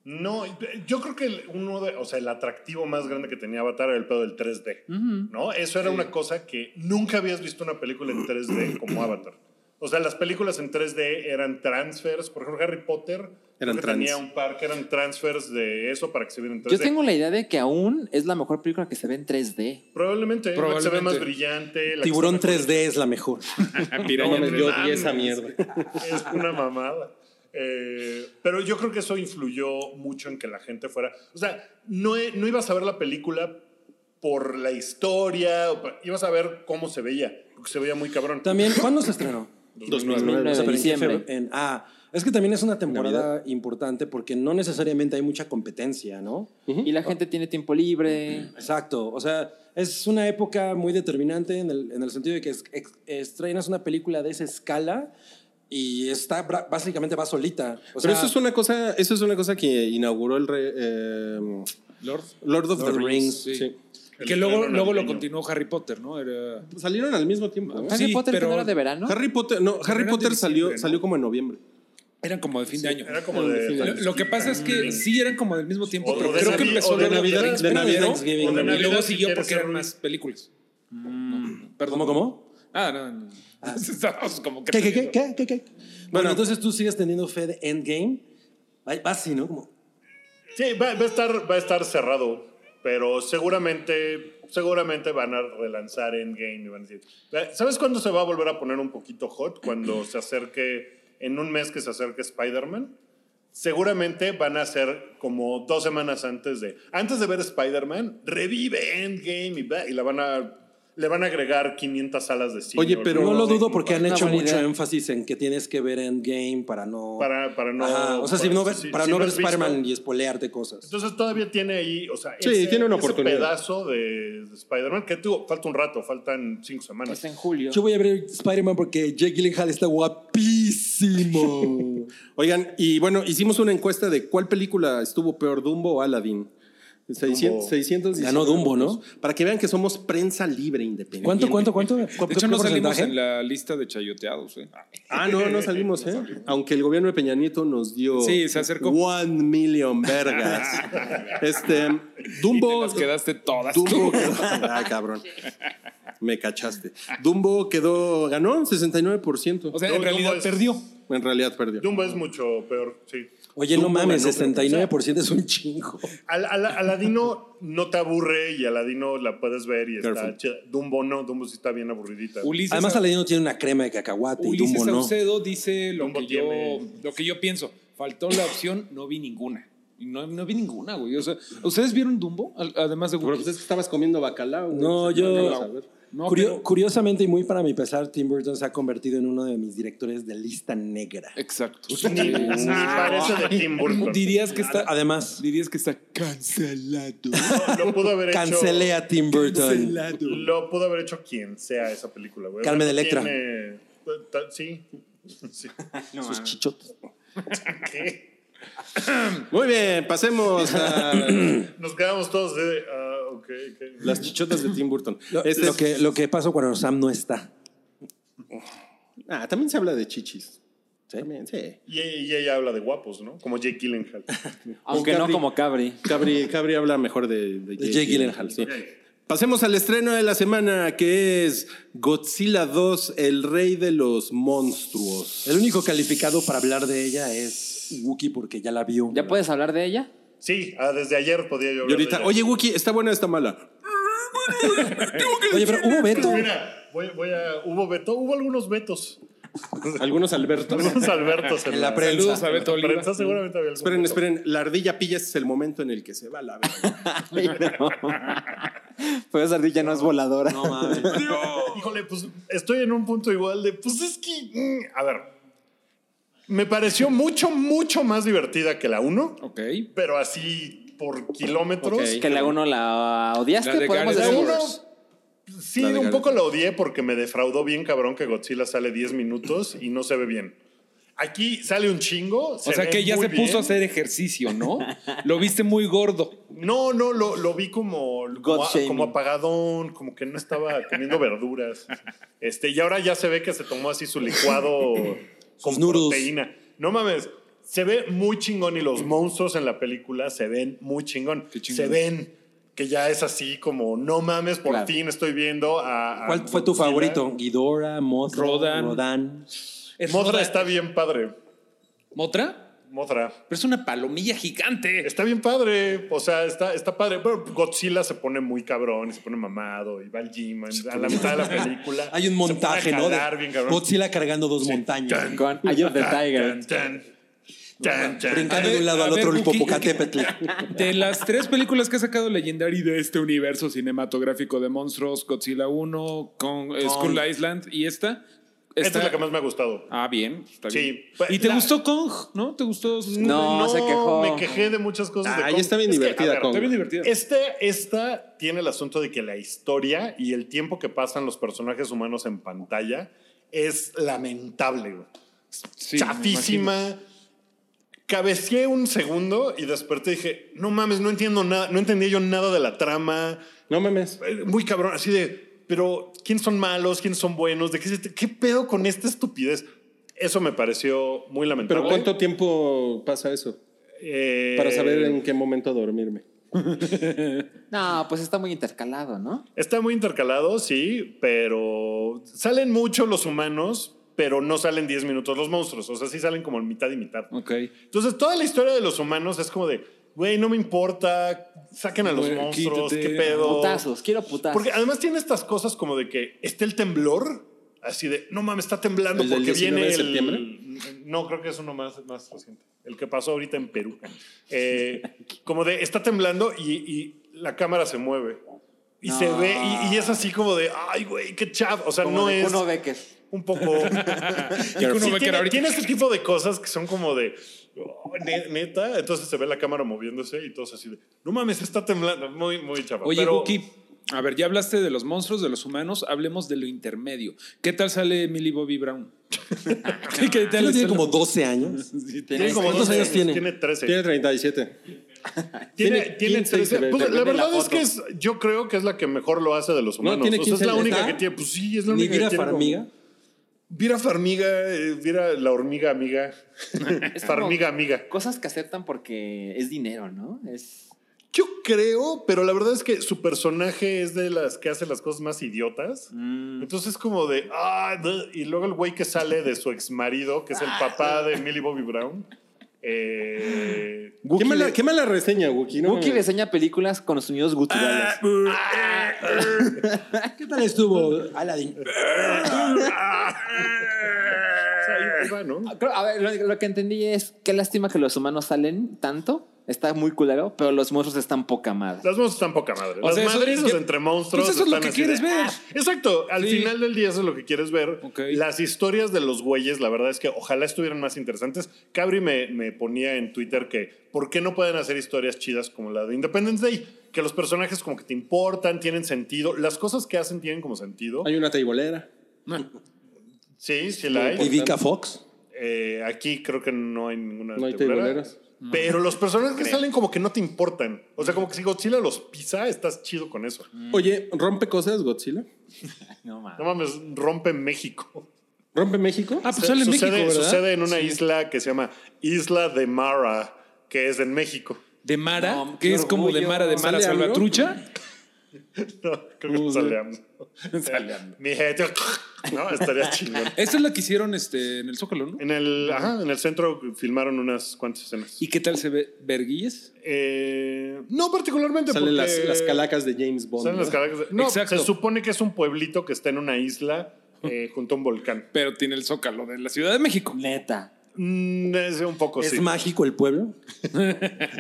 Speaker 2: No, yo creo que el- uno de, o sea, el atractivo más grande que tenía Avatar era el pedo del 3D, ¿no? Eso era una cosa que nunca habías visto una película en 3D como Avatar. O sea, las películas en 3D eran transfers, por ejemplo, Harry Potter creo
Speaker 6: Eran
Speaker 2: que tenía
Speaker 6: trans.
Speaker 2: un par que eran transfers de eso para que se viera en 3D.
Speaker 3: Yo tengo la idea de que aún es la mejor película que se ve en 3D.
Speaker 2: Probablemente, la que se ve más
Speaker 4: Probablemente.
Speaker 2: brillante. la que
Speaker 5: Tiburón
Speaker 2: está mejor
Speaker 5: 3D es la mejor.
Speaker 6: No mames, yo odié esa
Speaker 2: mames.
Speaker 6: mierda.
Speaker 2: Es una mamada. Eh, pero yo creo que eso influyó mucho en que la gente fuera. O sea, no, e- no ibas a ver la película por la historia, o pa- ibas a ver cómo se veía, porque se veía muy cabrón.
Speaker 5: También, ¿cuándo se estrenó?
Speaker 3: 2009,
Speaker 5: O sea, pero en qué
Speaker 3: diciembre.
Speaker 5: febr- en- ah, es que también es una temporada importante porque no necesariamente hay mucha competencia, ¿no?
Speaker 3: Y la gente tiene tiempo libre.
Speaker 5: Exacto, o sea, es una época muy determinante en el, en el sentido de que es- ex- estrenas una película de esa escala y está bra- básicamente va solita. O
Speaker 6: pero
Speaker 5: sea,
Speaker 6: eso es una cosa, eso es una cosa que inauguró el re- eh,
Speaker 4: Lord.
Speaker 6: Lord of
Speaker 5: Lord
Speaker 6: the
Speaker 5: of the
Speaker 6: Rings.
Speaker 5: Rings,
Speaker 4: Sí.
Speaker 6: Sí.
Speaker 4: Y Que
Speaker 2: El
Speaker 4: luego,
Speaker 2: estreno
Speaker 4: luego lo
Speaker 2: navideño.
Speaker 4: continuó Harry Potter, ¿no? Era...
Speaker 6: Salieron al mismo tiempo. ¿no?
Speaker 4: Ah,
Speaker 3: Harry
Speaker 4: Sí,
Speaker 3: Potter
Speaker 4: pero-
Speaker 3: primero de verano.
Speaker 6: Harry Potter, no, Harry
Speaker 4: Eran
Speaker 6: Potter
Speaker 4: de
Speaker 6: salió,
Speaker 4: diciembre, ¿no?
Speaker 6: salió como en noviembre.
Speaker 4: Eran como de fin de año.
Speaker 2: Era como
Speaker 6: Era
Speaker 2: de.
Speaker 6: un
Speaker 4: Lo, lo que pasa es que sí eran como del mismo tiempo,
Speaker 2: O
Speaker 4: pero
Speaker 2: de
Speaker 4: creo que
Speaker 2: Navi-
Speaker 4: empezó
Speaker 2: o de
Speaker 4: Lord of the
Speaker 2: Navidad,
Speaker 4: Rings
Speaker 5: de
Speaker 4: primero,
Speaker 5: Navidad,
Speaker 2: Thanksgiving,
Speaker 4: y
Speaker 2: o de Navidad,
Speaker 4: luego
Speaker 2: si
Speaker 4: siguió
Speaker 2: quieres
Speaker 4: porque
Speaker 2: ser Mm.
Speaker 4: eran
Speaker 2: un-
Speaker 4: más películas. Perdón.
Speaker 5: ¿Cómo, cómo?
Speaker 4: Ah, no, no. Estábamos como que
Speaker 5: ¿Qué, qué, qué, qué, qué, qué? Bueno, entonces tú sigues teniendo fe de Endgame. Ay, Va así, ¿no? Como,
Speaker 2: Sí, va, va a estar, va a estar cerrado, pero seguramente, seguramente van a relanzar Endgame y van a decir. ¿Sabes cuándo se va a volver a poner un poquito hot? Cuando se acerque, en un mes que se acerque Spider-Man. Seguramente van a ser como dos semanas antes de. Antes de ver Spider-Man, revive Endgame y, va- y la van a. Le van a agregar 500 salas de cine.
Speaker 6: Oye,
Speaker 2: o
Speaker 6: pero-
Speaker 5: no
Speaker 2: algo
Speaker 5: lo
Speaker 2: así,
Speaker 5: dudo
Speaker 2: como
Speaker 5: porque han
Speaker 3: Una
Speaker 5: hecho
Speaker 3: buena
Speaker 5: mucho
Speaker 3: idea.
Speaker 5: énfasis en que tienes que ver Endgame para no...
Speaker 2: Para- para no-
Speaker 5: Ajá, O sea, si
Speaker 2: para-
Speaker 5: no ves-
Speaker 2: si-
Speaker 5: para
Speaker 2: si
Speaker 5: no
Speaker 2: no
Speaker 5: ver
Speaker 2: has visto-
Speaker 5: Spider-Man y espolearte cosas.
Speaker 2: Entonces todavía tiene ahí, o sea,
Speaker 6: Sí, tiene una oportunidad.
Speaker 2: pedazo de, de Spider-Man que tuvo, falta un rato, faltan cinco semanas.
Speaker 3: Está
Speaker 5: Pues
Speaker 3: en julio.
Speaker 5: Yo voy a ver Spider-Man porque Jake Gyllenhaal está guapísimo.
Speaker 6: Oigan, y bueno, hicimos una encuesta de cuál película estuvo peor, Dumbo o Aladdin.
Speaker 2: Dumbo.
Speaker 6: 600, 619
Speaker 5: Ganó Dumbo, ¿no?
Speaker 6: votos. Para que vean que somos prensa libre independiente.
Speaker 5: ¿Cuánto, cuánto, cuánto? ¿Cu-
Speaker 4: De
Speaker 5: qué
Speaker 4: hecho, no salimos
Speaker 5: porcentaje?
Speaker 4: en la lista de chayoteados. ¿eh?
Speaker 6: Ah, no, no salimos, ¿eh? Aunque el gobierno de Peña Nieto nos dio.
Speaker 4: Sí, se acercó.
Speaker 6: One million vergas. este.
Speaker 4: Y
Speaker 6: Dumbo.
Speaker 4: te las quedaste todas.
Speaker 6: Dumbo quedó. Ay, cabrón. Me cachaste. Dumbo quedó. Ganó 69%.
Speaker 4: O sea, en
Speaker 2: Dumbo
Speaker 4: realidad
Speaker 2: es-
Speaker 4: perdió.
Speaker 6: en realidad perdió.
Speaker 2: Dumbo es mucho peor, sí.
Speaker 5: Oye, no mames, 69% es un chingo.
Speaker 2: Al- al- Aladino no te aburre y Aladino la puedes ver y está
Speaker 6: Careful.
Speaker 2: chida. Dumbo no, Dumbo sí está bien aburridita.
Speaker 4: Ulises,
Speaker 5: Además, Aladino tiene una crema de cacahuate y
Speaker 4: Ulises
Speaker 5: Dumbo no.
Speaker 4: Saucedo dice lo
Speaker 2: Dumbo
Speaker 4: que, yo,
Speaker 2: tiene-
Speaker 4: lo que yo pienso. Faltó la opción, no vi ninguna. Y No, no vi ninguna, güey. O sea, ¿ustedes vieron Dumbo? Al- Además de
Speaker 6: Pero pues es que estabas comiendo bacalao. güey.
Speaker 5: No, pues, yo-
Speaker 6: vas a ver.
Speaker 4: No,
Speaker 5: Curio-
Speaker 4: pero-
Speaker 5: Curiosamente y muy para mi pesar, Tim Burton se ha convertido en uno de mis directores de lista negra.
Speaker 4: Exacto.
Speaker 2: Ni, ni parece de Tim Burton.
Speaker 4: Dirías que está.
Speaker 5: Además,
Speaker 4: Dirías que está cancelado.
Speaker 2: Lo pudo haber hecho.
Speaker 5: cancelé a Tim Burton.
Speaker 2: Lo pudo haber hecho quien sea esa película, güey.
Speaker 5: Carmen
Speaker 2: No
Speaker 5: Electra.
Speaker 2: tiene- ta- Sí. Sí.
Speaker 5: Sus chichotes.
Speaker 2: ¿Qué?
Speaker 6: Muy bien, pasemos a
Speaker 2: Nos quedamos todos de. ah, ok, ok.
Speaker 6: las chichotas de Tim Burton.
Speaker 5: Lo,
Speaker 6: Este
Speaker 5: lo
Speaker 6: es-
Speaker 5: que, lo que pasó cuando Sam no está.
Speaker 6: Ah, también se habla de chichis. También, sí.
Speaker 2: Y, y ella habla de guapos, ¿no? Como Jake Gyllenhaal.
Speaker 3: Aunque
Speaker 6: Un
Speaker 3: no
Speaker 6: Cabri.
Speaker 3: como Cabri.
Speaker 6: Cabri, Cabri habla mejor de, de
Speaker 5: Jake Gyllenhaal,
Speaker 6: sí. Pasemos al estreno de la semana, que es Godzilla 2, el rey de los monstruos.
Speaker 5: El único calificado para hablar de ella es Wookie porque ya la vio.
Speaker 3: ¿Ya puedes hablar de ella?
Speaker 2: Sí, ah, desde ayer podía yo hablar
Speaker 6: Y
Speaker 2: de
Speaker 6: ahorita,
Speaker 2: ella.
Speaker 6: oye, Wookie, ¿está buena o está mala?
Speaker 5: Oye, pero hubo veto.
Speaker 2: Pues Mira, voy, voy a. Hubo veto, hubo algunos vetos.
Speaker 6: Algunos Albertos.
Speaker 2: Algunos Albertos en,
Speaker 5: En la prensa.
Speaker 4: Saludos a Beto
Speaker 2: la
Speaker 4: Oliva.
Speaker 2: prensa seguramente había algún
Speaker 6: esperen,
Speaker 2: veto.
Speaker 6: esperen, la ardilla pilla es el momento en el que se va la verga.
Speaker 3: Pero esa ardilla no es voladora.
Speaker 5: No mames.
Speaker 2: Híjole, pues estoy en un punto igual de. Pues es que. mm, A ver. Me pareció mucho, mucho más divertida que la 1,
Speaker 4: Ok.
Speaker 2: pero así por kilómetros.
Speaker 6: Ok.
Speaker 3: Que la uno la odiaste,
Speaker 4: La de
Speaker 3: podemos
Speaker 4: Gareth
Speaker 2: La
Speaker 3: decir.
Speaker 4: Edwards.
Speaker 2: 1. Sí,
Speaker 6: La de
Speaker 2: un
Speaker 6: Gareth.
Speaker 2: poco la odié porque me defraudó bien, cabrón, que Godzilla sale 10 minutos y no se ve bien. Aquí sale un chingo.
Speaker 4: O sea que ya se puso a hacer ejercicio, ¿no? Lo viste muy gordo.
Speaker 2: No, no, lo, lo vi como,
Speaker 3: God
Speaker 2: como, a-
Speaker 3: shaming.
Speaker 2: como apagadón, como que no estaba comiendo verduras. Este, y ahora ya se ve que se tomó así su licuado con
Speaker 5: Sus noodles.
Speaker 2: proteína. No mames, se ve muy chingón y los monstruos en la película se ven muy chingón.
Speaker 4: Qué chingón.
Speaker 2: Se ven que ya es así como, no mames, por
Speaker 3: Claro.
Speaker 2: fin estoy viendo a... a
Speaker 5: ¿Cuál fue tu
Speaker 2: Godzilla.
Speaker 5: favorito? Guidora, Mothra,
Speaker 4: Rodan.
Speaker 5: Rodan.
Speaker 2: Mothra está bien padre.
Speaker 4: ¿Motra?
Speaker 2: Mothra.
Speaker 4: Pero es una palomilla gigante.
Speaker 2: Está bien padre, o sea, está, está padre. Pero Godzilla se pone muy cabrón, y se pone mamado y va al gym a la mitad de la película.
Speaker 5: Hay un
Speaker 2: Se
Speaker 5: montaje,
Speaker 2: pone a
Speaker 5: ¿no?
Speaker 2: jalar bien
Speaker 5: De
Speaker 2: cabrón.
Speaker 5: Godzilla cargando dos montañas.
Speaker 3: Con Eye of the Tiger.
Speaker 2: Tan, tan, tan, tan.
Speaker 5: Brincando
Speaker 4: A
Speaker 5: de
Speaker 4: ver,
Speaker 5: un lado
Speaker 4: a
Speaker 5: al
Speaker 4: ver,
Speaker 5: otro el
Speaker 4: Wookie.
Speaker 5: Popocatépetl.
Speaker 4: De las tres películas que ha sacado Legendary de este universo cinematográfico de monstruos, Godzilla 1, con Skull Island y esta.
Speaker 2: Esta
Speaker 4: está-
Speaker 2: es la que más me ha gustado.
Speaker 4: Ah, bien. Está
Speaker 2: Sí,
Speaker 4: bien.
Speaker 2: pues,
Speaker 4: ¿Y te
Speaker 2: la- Mm,
Speaker 4: gustó Kong? ¿No? ¿Te gustó?
Speaker 3: No, se quejó.
Speaker 2: Me quejé de muchas cosas. de
Speaker 6: Ah, ya
Speaker 2: Kong.
Speaker 6: está bien
Speaker 2: Es que,
Speaker 6: divertida,
Speaker 2: a ver,
Speaker 6: Kong.
Speaker 4: Está bien divertida.
Speaker 2: Este, esta tiene el asunto de que la historia y el tiempo que pasan los personajes humanos en pantalla es lamentable. güey.
Speaker 4: Sí, me
Speaker 2: chafísima. Cabeceé un segundo y desperté y dije, no mames, no entiendo nada, no entendía yo nada de la trama.
Speaker 6: No mames.
Speaker 2: Eh, Muy cabrón, así de, pero ¿quiénes son malos? ¿Quiénes son buenos? ¿De qué, se- qué pedo con esta estupidez? Eso me pareció muy lamentable.
Speaker 6: ¿Pero cuánto tiempo pasa eso?
Speaker 2: Eh,
Speaker 6: Para saber en qué momento dormirme.
Speaker 3: No, pues está muy intercalado, ¿no?
Speaker 2: Está muy intercalado, sí, pero salen mucho los humanos, pero no salen 10 minutos los monstruos. O sea, sí salen como en mitad y mitad.
Speaker 4: imagino. Ok.
Speaker 2: Entonces, toda la historia de los humanos es como de, güey, no me importa, saquen a los
Speaker 4: Güey,
Speaker 2: monstruos,
Speaker 4: quítate.
Speaker 2: qué pedo.
Speaker 3: Putazos, quiero putazos.
Speaker 2: Porque además tiene estas cosas como de que está el temblor, así de, no mames, está temblando
Speaker 6: ¿El del
Speaker 2: porque
Speaker 6: 19
Speaker 2: viene
Speaker 6: de
Speaker 2: el...
Speaker 6: septiembre?
Speaker 2: No, creo que es uno más, más reciente, el que pasó ahorita en Perú. Eh, como de, está temblando y, y la cámara se mueve. Y se
Speaker 3: No.
Speaker 2: ve, y, y es así como de, ay, güey, qué chav. O sea,
Speaker 3: Como
Speaker 2: no
Speaker 3: de
Speaker 2: es
Speaker 3: Kuno Becker.
Speaker 2: un poco...
Speaker 4: Uno
Speaker 2: Sí,
Speaker 4: ve que
Speaker 2: tiene,
Speaker 4: ahorita-
Speaker 2: tiene ese tipo de cosas que son como de "Oh, ne- neta, entonces se ve la cámara moviéndose y todos así de no mames, está temblando, muy, muy chapa.
Speaker 4: Oye,
Speaker 2: Pero
Speaker 4: Wookie, a ver, ya hablaste de los monstruos, de los humanos, hablemos de lo intermedio. ¿Qué tal sale Millie Bobby Brown? ¿Qué
Speaker 5: Él
Speaker 4: tal
Speaker 5: tiene
Speaker 4: está
Speaker 5: como
Speaker 4: la-
Speaker 5: 12 años.
Speaker 2: tiene como
Speaker 5: ¿Cuántos
Speaker 2: 12,
Speaker 5: años tiene?
Speaker 2: Tiene 13.
Speaker 6: Tiene 37.
Speaker 2: Tiene,
Speaker 6: Tiene
Speaker 2: tiene
Speaker 6: 15 y
Speaker 2: tres-
Speaker 6: se ve-
Speaker 2: pues,
Speaker 6: se ve
Speaker 2: la
Speaker 6: la
Speaker 2: verdad es
Speaker 6: foto.
Speaker 2: que es, yo creo que es la que mejor lo hace de los humanos.
Speaker 6: tiene
Speaker 2: O sea, es
Speaker 6: 15
Speaker 2: la única
Speaker 6: ¿Está?
Speaker 2: que tiene. Pues sí, es la
Speaker 5: Ni
Speaker 2: única
Speaker 5: Vira
Speaker 2: que tiene. como-
Speaker 5: Farmiga.
Speaker 2: Vira Farmiga, eh, Vira la hormiga amiga. Farmiga amiga.
Speaker 3: Cosas que aceptan porque es dinero, ¿no? Es.
Speaker 2: Yo creo, pero la verdad es que su personaje es de las que hace las cosas más idiotas. Entonces como de, ah, duh. y luego el güey que sale de su ex marido, que es el papá de Millie Bobby Brown. Eh,
Speaker 6: ¿Qué mala, qué mala reseña, Wookie? No
Speaker 3: Wookie
Speaker 6: mames.
Speaker 3: reseña películas con sonidos
Speaker 2: Ah,
Speaker 3: guturales.
Speaker 5: ¿Qué tal estuvo Aladdin?
Speaker 2: o sea, ahí- ahí va, ¿no?
Speaker 3: Ah, Creo- a ver, lo, lo que entendí es qué lástima que los humanos salen tanto. Está muy culero, pero los monstruos están poca madre.
Speaker 2: Las monstruos están poca madre.
Speaker 4: O
Speaker 2: Las
Speaker 4: sea, eso-
Speaker 2: madres
Speaker 4: ya-
Speaker 2: entre monstruos.
Speaker 4: Pues eso es lo
Speaker 2: están
Speaker 4: que
Speaker 2: así "Ah,
Speaker 4: quieres ver.
Speaker 2: Exacto. Al
Speaker 4: Sí.
Speaker 2: final del día eso es lo que quieres ver.
Speaker 4: Ok.
Speaker 2: Las historias de los güeyes, la verdad es que ojalá estuvieran más interesantes. Cabri me, me ponía en Twitter que ¿por qué no pueden hacer historias chidas como la de Independence Day? Que los personajes como que te importan, tienen sentido. Las cosas que hacen tienen como sentido.
Speaker 6: Hay una teibolera.
Speaker 2: Sí, sí la
Speaker 5: ¿Y
Speaker 2: hay.
Speaker 5: Vika Fox?
Speaker 2: Eh, aquí creo que no hay ninguna
Speaker 6: No hay
Speaker 2: temporada.
Speaker 6: teiboleras.
Speaker 2: Pero los personajes que salen como que no te importan. O sea, como que si Godzilla los pisa, estás chido con eso.
Speaker 6: Oye, ¿rompe cosas Godzilla?
Speaker 3: No
Speaker 2: No
Speaker 3: mames.
Speaker 2: mames, rompe México.
Speaker 6: ¿Rompe México?
Speaker 4: Ah, pues sale en México,
Speaker 2: sucede,
Speaker 4: ¿verdad?
Speaker 2: sucede en una isla que se llama Isla de Mara, que es en México.
Speaker 4: De Mara,
Speaker 3: No,
Speaker 4: que
Speaker 3: qué
Speaker 4: es como de
Speaker 3: orgullo.
Speaker 4: Mara, de Mara
Speaker 6: ¿Sale algo?
Speaker 4: Salvatrucha.
Speaker 2: No, creo que
Speaker 4: Uh,
Speaker 2: sale AMLO. Mi gente, no, estaría chingón.
Speaker 4: Esa es la que hicieron este, en el Zócalo, ¿no?
Speaker 2: En el, ajá, en el centro filmaron unas cuantas escenas.
Speaker 4: ¿Y qué tal se ve? ¿Verguillas?
Speaker 2: Eh, no particularmente
Speaker 6: Salen
Speaker 2: porque-
Speaker 6: las, las calacas de James Bond.
Speaker 2: Salen las
Speaker 6: ¿verdad?
Speaker 2: calacas. No,
Speaker 4: Exacto.
Speaker 2: se supone que es un pueblito que está en una isla eh, junto a un volcán.
Speaker 4: Pero tiene el Zócalo de la Ciudad de México.
Speaker 3: Neta.
Speaker 2: Mm, es un poco,
Speaker 5: ¿Es
Speaker 2: sí.
Speaker 5: mágico el pueblo?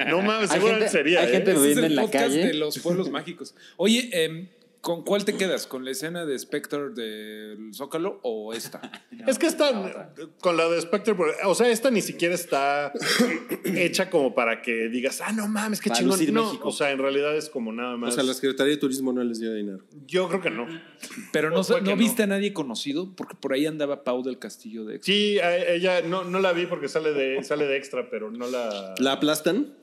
Speaker 2: No mames,
Speaker 3: Hay
Speaker 2: seguramente
Speaker 3: gente-
Speaker 2: sería.
Speaker 3: hay
Speaker 2: ¿eh?
Speaker 3: gente-
Speaker 4: Ese
Speaker 3: viviendo
Speaker 4: es el
Speaker 3: en la
Speaker 4: podcast
Speaker 3: calle.
Speaker 4: de los pueblos mágicos. Oye, em, ¿con cuál te quedas? ¿Con la escena de Spectre del Zócalo o esta?
Speaker 2: es que están con la de Spectre, pero, o sea, esta ni siquiera está hecha como para que digas, ah, no mames, qué
Speaker 3: Para
Speaker 2: chingón.
Speaker 3: lucir
Speaker 2: No,
Speaker 3: México.
Speaker 2: o sea, en realidad es como nada
Speaker 6: O
Speaker 2: más.
Speaker 6: sea, la Secretaría de Turismo no les dio dinero.
Speaker 2: Yo creo que no.
Speaker 4: Pero no,
Speaker 2: Pues fue
Speaker 4: no
Speaker 2: que
Speaker 4: viste a nadie conocido porque por ahí andaba Pau del Castillo de Ex.
Speaker 2: Sí, a- ella no, no la vi porque sale de, sale de extra, pero no la.
Speaker 6: ¿La aplastan?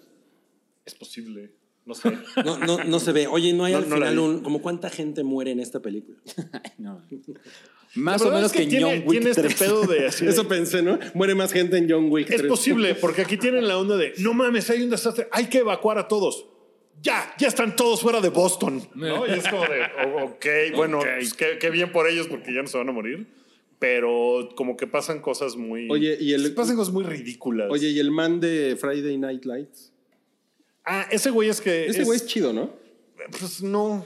Speaker 2: Es posible. No sé.
Speaker 5: No, no, no se ve. Oye, no hay
Speaker 2: No,
Speaker 5: al
Speaker 2: no la
Speaker 5: final
Speaker 2: vi.
Speaker 5: un. Como cuánta gente muere en esta película?
Speaker 3: No.
Speaker 2: La
Speaker 3: Más o
Speaker 2: verdad
Speaker 3: menos
Speaker 2: es
Speaker 3: que, en
Speaker 2: tiene,
Speaker 3: John Wick
Speaker 2: tiene este
Speaker 3: 3.
Speaker 2: pedo de así. de-
Speaker 6: Eso pensé, ¿no? Muere más gente en John Wick.
Speaker 2: Es
Speaker 6: 3.
Speaker 2: posible, porque aquí tienen la onda de no mames, hay un desastre, hay que evacuar a todos. Ya, ya están todos fuera de Boston. ¿no? Y es como de, o- ok, bueno, pues, qué, qué bien por ellos porque ya no se van a morir. Pero como que pasan cosas muy.
Speaker 6: Oye, y el-
Speaker 2: Pasan cosas muy ridículas.
Speaker 6: Oye, ¿y el man de Friday Night Lights?
Speaker 2: Ah, ese güey es que.
Speaker 6: Ese
Speaker 2: es-
Speaker 6: güey es chido, ¿no?
Speaker 2: Pues no.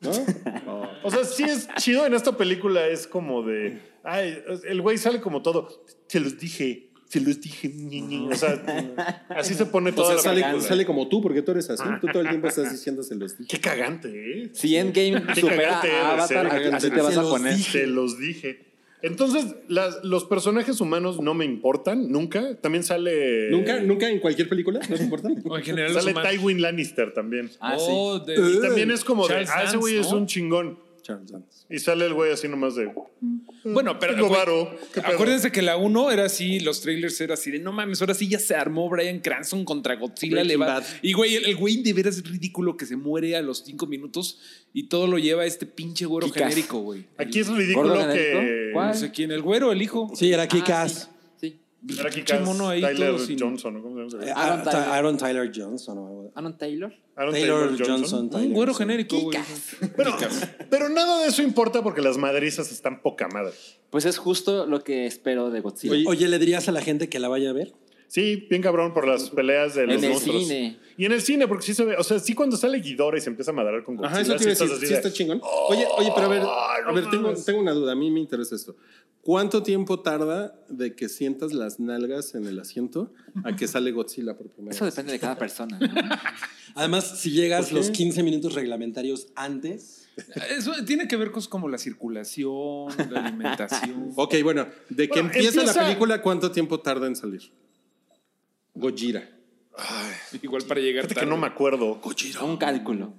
Speaker 6: ¿No?
Speaker 2: O sea, sí es chido en esta película, es como de. Ay, el güey sale como todo. Se los dije, se los dije. ñi, ñi". O sea, así se pone
Speaker 6: O
Speaker 2: toda
Speaker 6: sea,
Speaker 2: la
Speaker 6: sale,
Speaker 2: película. Ah.
Speaker 6: sale como tú, porque tú eres así. Tú todo el tiempo estás diciéndoselos.
Speaker 2: Qué cagante, ¿eh?
Speaker 3: Si Endgame
Speaker 2: Qué
Speaker 3: supera
Speaker 2: cagante
Speaker 3: a
Speaker 2: debe ser,
Speaker 3: Avatar,
Speaker 2: cagante.
Speaker 3: así te vas
Speaker 5: Se
Speaker 3: a
Speaker 5: los
Speaker 3: poner.
Speaker 5: dije.
Speaker 2: Se este, los dije. Entonces, las- los personajes humanos no me importan nunca. También sale.
Speaker 6: ¿Nunca, ¿Nunca en cualquier película? ¿No te importa?
Speaker 4: O en general los
Speaker 2: Sale
Speaker 4: humanos.
Speaker 2: Tywin Lannister también.
Speaker 3: Ah, sí.
Speaker 4: O Oh, de-
Speaker 2: Y también es como
Speaker 4: Charles
Speaker 2: de. Ah, ese güey
Speaker 4: Dance,
Speaker 2: es
Speaker 4: ¿no?
Speaker 2: un chingón.
Speaker 6: Charles Dance.
Speaker 2: Y sale el güey así nomás de.
Speaker 4: Bueno, pero.
Speaker 2: Es lo
Speaker 4: güey,
Speaker 2: varo. ¿Qué pedo?
Speaker 4: Acuérdense que la 1 era así, los trailers era así de no mames, ahora sí ya se armó Brian Cranston contra Godzilla.
Speaker 6: Breaking
Speaker 4: le va-
Speaker 6: Bad.
Speaker 4: Y güey, el, el güey de veras es ridículo que se muere a los 5 minutos y todo lo lleva este pinche güero
Speaker 3: Kick-Ass.
Speaker 4: genérico, güey.
Speaker 2: Aquí
Speaker 4: El-
Speaker 2: es ridículo
Speaker 3: Gordon
Speaker 2: que.
Speaker 3: Enrico. ¿Cuál?
Speaker 4: No sé quién, el güero, el hijo.
Speaker 5: Sí, era Kikas.
Speaker 3: Ah, sí. sí.
Speaker 2: Era aquí
Speaker 4: Pinche
Speaker 2: Cass,
Speaker 4: mono ahí,
Speaker 2: Tyler
Speaker 4: todo sin-
Speaker 2: Johnson, ¿no? ¿Cómo se
Speaker 6: Eh,
Speaker 2: llama? ese?
Speaker 5: Aaron,
Speaker 3: Aaron Tyler.
Speaker 5: Ty- Aaron Tyler Johnson. o algo.
Speaker 3: Aaron Taylor.
Speaker 2: Aaron
Speaker 5: Taylor Johnson. Tyler
Speaker 4: Un güero
Speaker 5: Johnson.
Speaker 4: genérico, güey.
Speaker 2: Pero, pero nada de eso importa porque las madrizas están poca madre.
Speaker 3: Pues es justo lo que espero de Godzilla.
Speaker 6: Oye,
Speaker 5: Oye, ¿le dirías a la gente que la vaya a ver?
Speaker 2: Sí, bien cabrón por las peleas de los
Speaker 3: En el
Speaker 2: monstruos.
Speaker 3: cine.
Speaker 2: Y en el cine, porque sí se ve. O sea, sí cuando sale Guidora y se empieza a madrar con Godzilla.
Speaker 6: Ajá, eso te iba a
Speaker 2: sí
Speaker 6: decir.
Speaker 2: estás así
Speaker 6: Sí
Speaker 2: de,
Speaker 6: está chingón. Oye, oye, pero a ver,
Speaker 2: no
Speaker 6: a ver tengo,
Speaker 2: mames.
Speaker 6: tengo una duda. A mí me interesa esto. ¿Cuánto tiempo tarda de que sientas las nalgas en el asiento a que sale Godzilla por primera
Speaker 3: Eso
Speaker 6: vez?
Speaker 3: depende de cada persona. ¿no?
Speaker 5: Además, si llegas
Speaker 6: ¿Por qué?
Speaker 5: los 15 minutos reglamentarios antes,
Speaker 4: Eso tiene que ver cosas como la circulación, la alimentación.
Speaker 6: Ok, bueno, de que
Speaker 2: Bueno,
Speaker 6: empieza,
Speaker 2: empieza-
Speaker 6: la película, ¿cuánto tiempo tarda en salir? Gojira.
Speaker 4: Igual para llegar
Speaker 2: Fíjate
Speaker 4: tarde.
Speaker 2: que no me acuerdo.
Speaker 3: Un cálculo.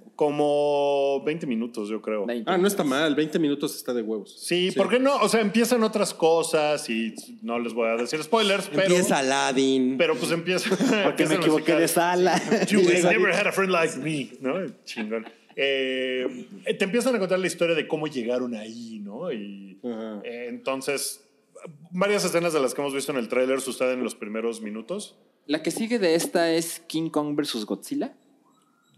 Speaker 2: Como 20 minutos, yo creo.
Speaker 3: 20.
Speaker 6: Ah, no está mal, 20 minutos está de huevos.
Speaker 2: Sí, ¿por qué no? O sea, empiezan otras cosas y no les voy a decir spoilers, pero.
Speaker 5: Empieza Aladdin.
Speaker 2: Pero pues empieza.
Speaker 3: Porque
Speaker 2: empieza
Speaker 3: me
Speaker 2: el
Speaker 3: equivoqué
Speaker 2: musical.
Speaker 3: de sala.
Speaker 2: You has never had a friend like me, ¿no? Chingón. Eh, te empiezan a contar la historia de cómo llegaron ahí, ¿no? Y
Speaker 6: Ajá.
Speaker 2: eh, entonces, varias escenas de las que hemos visto en el tráiler suceden en los primeros minutos.
Speaker 3: La que sigue de esta es King Kong versus Godzilla.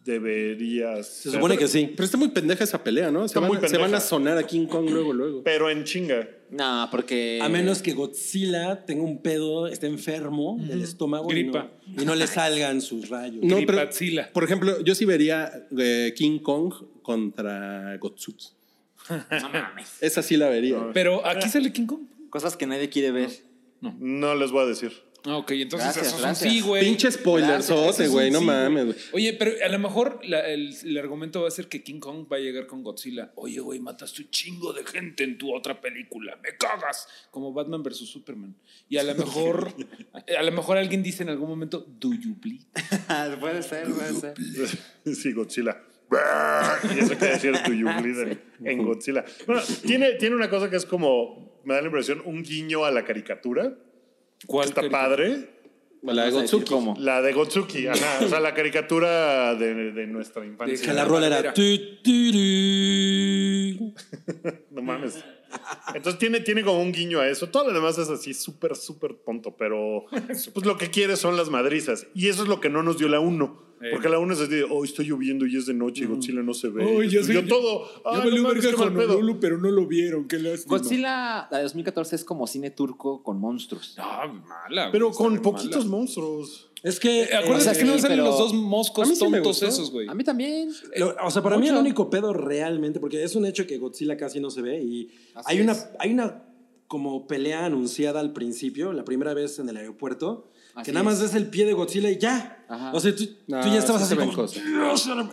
Speaker 2: Deberías.
Speaker 5: Se supone que sí.
Speaker 6: Pero está muy pendeja esa pelea, ¿no?
Speaker 2: Está
Speaker 6: se, van,
Speaker 2: muy
Speaker 6: se van
Speaker 2: pendeja.
Speaker 6: a sonar a King Kong luego, luego.
Speaker 2: Pero en chinga.
Speaker 3: No, porque.
Speaker 5: A
Speaker 4: eh,
Speaker 5: menos que Godzilla tenga un pedo, esté enfermo del estómago
Speaker 4: Gripa.
Speaker 5: Y, no, y no le salgan sus rayos.
Speaker 6: No, pero,
Speaker 4: Gripatzila.
Speaker 6: por ejemplo, yo sí vería eh, King Kong contra Gotsuki.
Speaker 3: No mames.
Speaker 6: Esa sí la vería.
Speaker 4: Pero aquí sale King Kong.
Speaker 3: Cosas que nadie quiere ver.
Speaker 2: No les voy a decir.
Speaker 4: Ah, ok, entonces
Speaker 3: Gracias,
Speaker 4: esos son
Speaker 3: gracias.
Speaker 4: sí, güey.
Speaker 6: Pinche spoiler,
Speaker 4: Esos son
Speaker 6: güey, no
Speaker 4: sí,
Speaker 6: mames. güey.
Speaker 4: Oye, pero a lo mejor la- el, el argumento va a ser que King Kong va a llegar con Godzilla. Oye, güey, mataste un chingo de gente en tu otra película. Me cagas. Como Batman versus Superman. Y a lo mejor, a lo mejor alguien dice en algún momento, do you bleed?
Speaker 3: Ah, puede ser, puede ser.
Speaker 2: Sí, Godzilla. Y eso quiere decir tu en, en Godzilla. Bueno, tiene, tiene una cosa que es como, me da la impresión, un guiño a la caricatura.
Speaker 4: ¿Cuál
Speaker 2: Está
Speaker 4: caricatura?
Speaker 2: padre.
Speaker 6: La de
Speaker 3: Vas a decir
Speaker 6: Gotsuki.
Speaker 3: ¿Cómo?
Speaker 2: La de Gotsuki, ajá. O sea, la caricatura de, de nuestra
Speaker 4: De
Speaker 2: infancia.
Speaker 5: Que la rola
Speaker 4: Mira.
Speaker 5: era. tu, tu, ru.
Speaker 2: No mames. Entonces tiene, tiene como un guiño a eso. Todo lo demás es así súper, súper tonto, pero pues lo que quiere son las madrizas. Y eso es lo que no nos dio la 1.
Speaker 4: Eh.
Speaker 2: Porque la 1 es así de, oh, estoy lloviendo y es de noche y Godzilla no se ve.
Speaker 4: Ay, ya
Speaker 2: yo,
Speaker 4: sé,
Speaker 2: yo
Speaker 4: ya-
Speaker 2: todo. ay, no
Speaker 4: valió
Speaker 2: mames,
Speaker 4: verga
Speaker 2: qué mal pedo.
Speaker 4: Honolulu, pero no lo vieron. Qué lástima.
Speaker 3: Godzilla, la de 2014, es como cine turco con monstruos.
Speaker 4: No, mala. güey,
Speaker 2: Pero
Speaker 4: está
Speaker 2: con
Speaker 4: bien
Speaker 2: poquitos
Speaker 4: mala.
Speaker 2: monstruos.
Speaker 5: Es que.
Speaker 4: Eh, Acuérdate
Speaker 3: o sea,
Speaker 4: que no
Speaker 3: sí,
Speaker 4: salen
Speaker 3: pero-
Speaker 4: los dos moscos
Speaker 6: A mí sí me
Speaker 4: tontos
Speaker 6: gustó.
Speaker 4: esos, güey.
Speaker 3: A mí también.
Speaker 5: Lo- o sea, para mí
Speaker 3: Mucho.
Speaker 5: el único pedo realmente, porque es un hecho que Godzilla casi no se ve y
Speaker 3: Así
Speaker 5: hay una,
Speaker 3: es.
Speaker 5: hay una como pelea anunciada al principio, la primera vez en el aeropuerto,
Speaker 3: Así
Speaker 5: que nada más
Speaker 3: es.
Speaker 5: es el pie de Godzilla y ya.
Speaker 3: Ajá.
Speaker 5: O sea, tú,
Speaker 6: No,
Speaker 5: tú ya estabas
Speaker 6: sí se
Speaker 5: así
Speaker 6: ven
Speaker 5: como...
Speaker 6: cosas.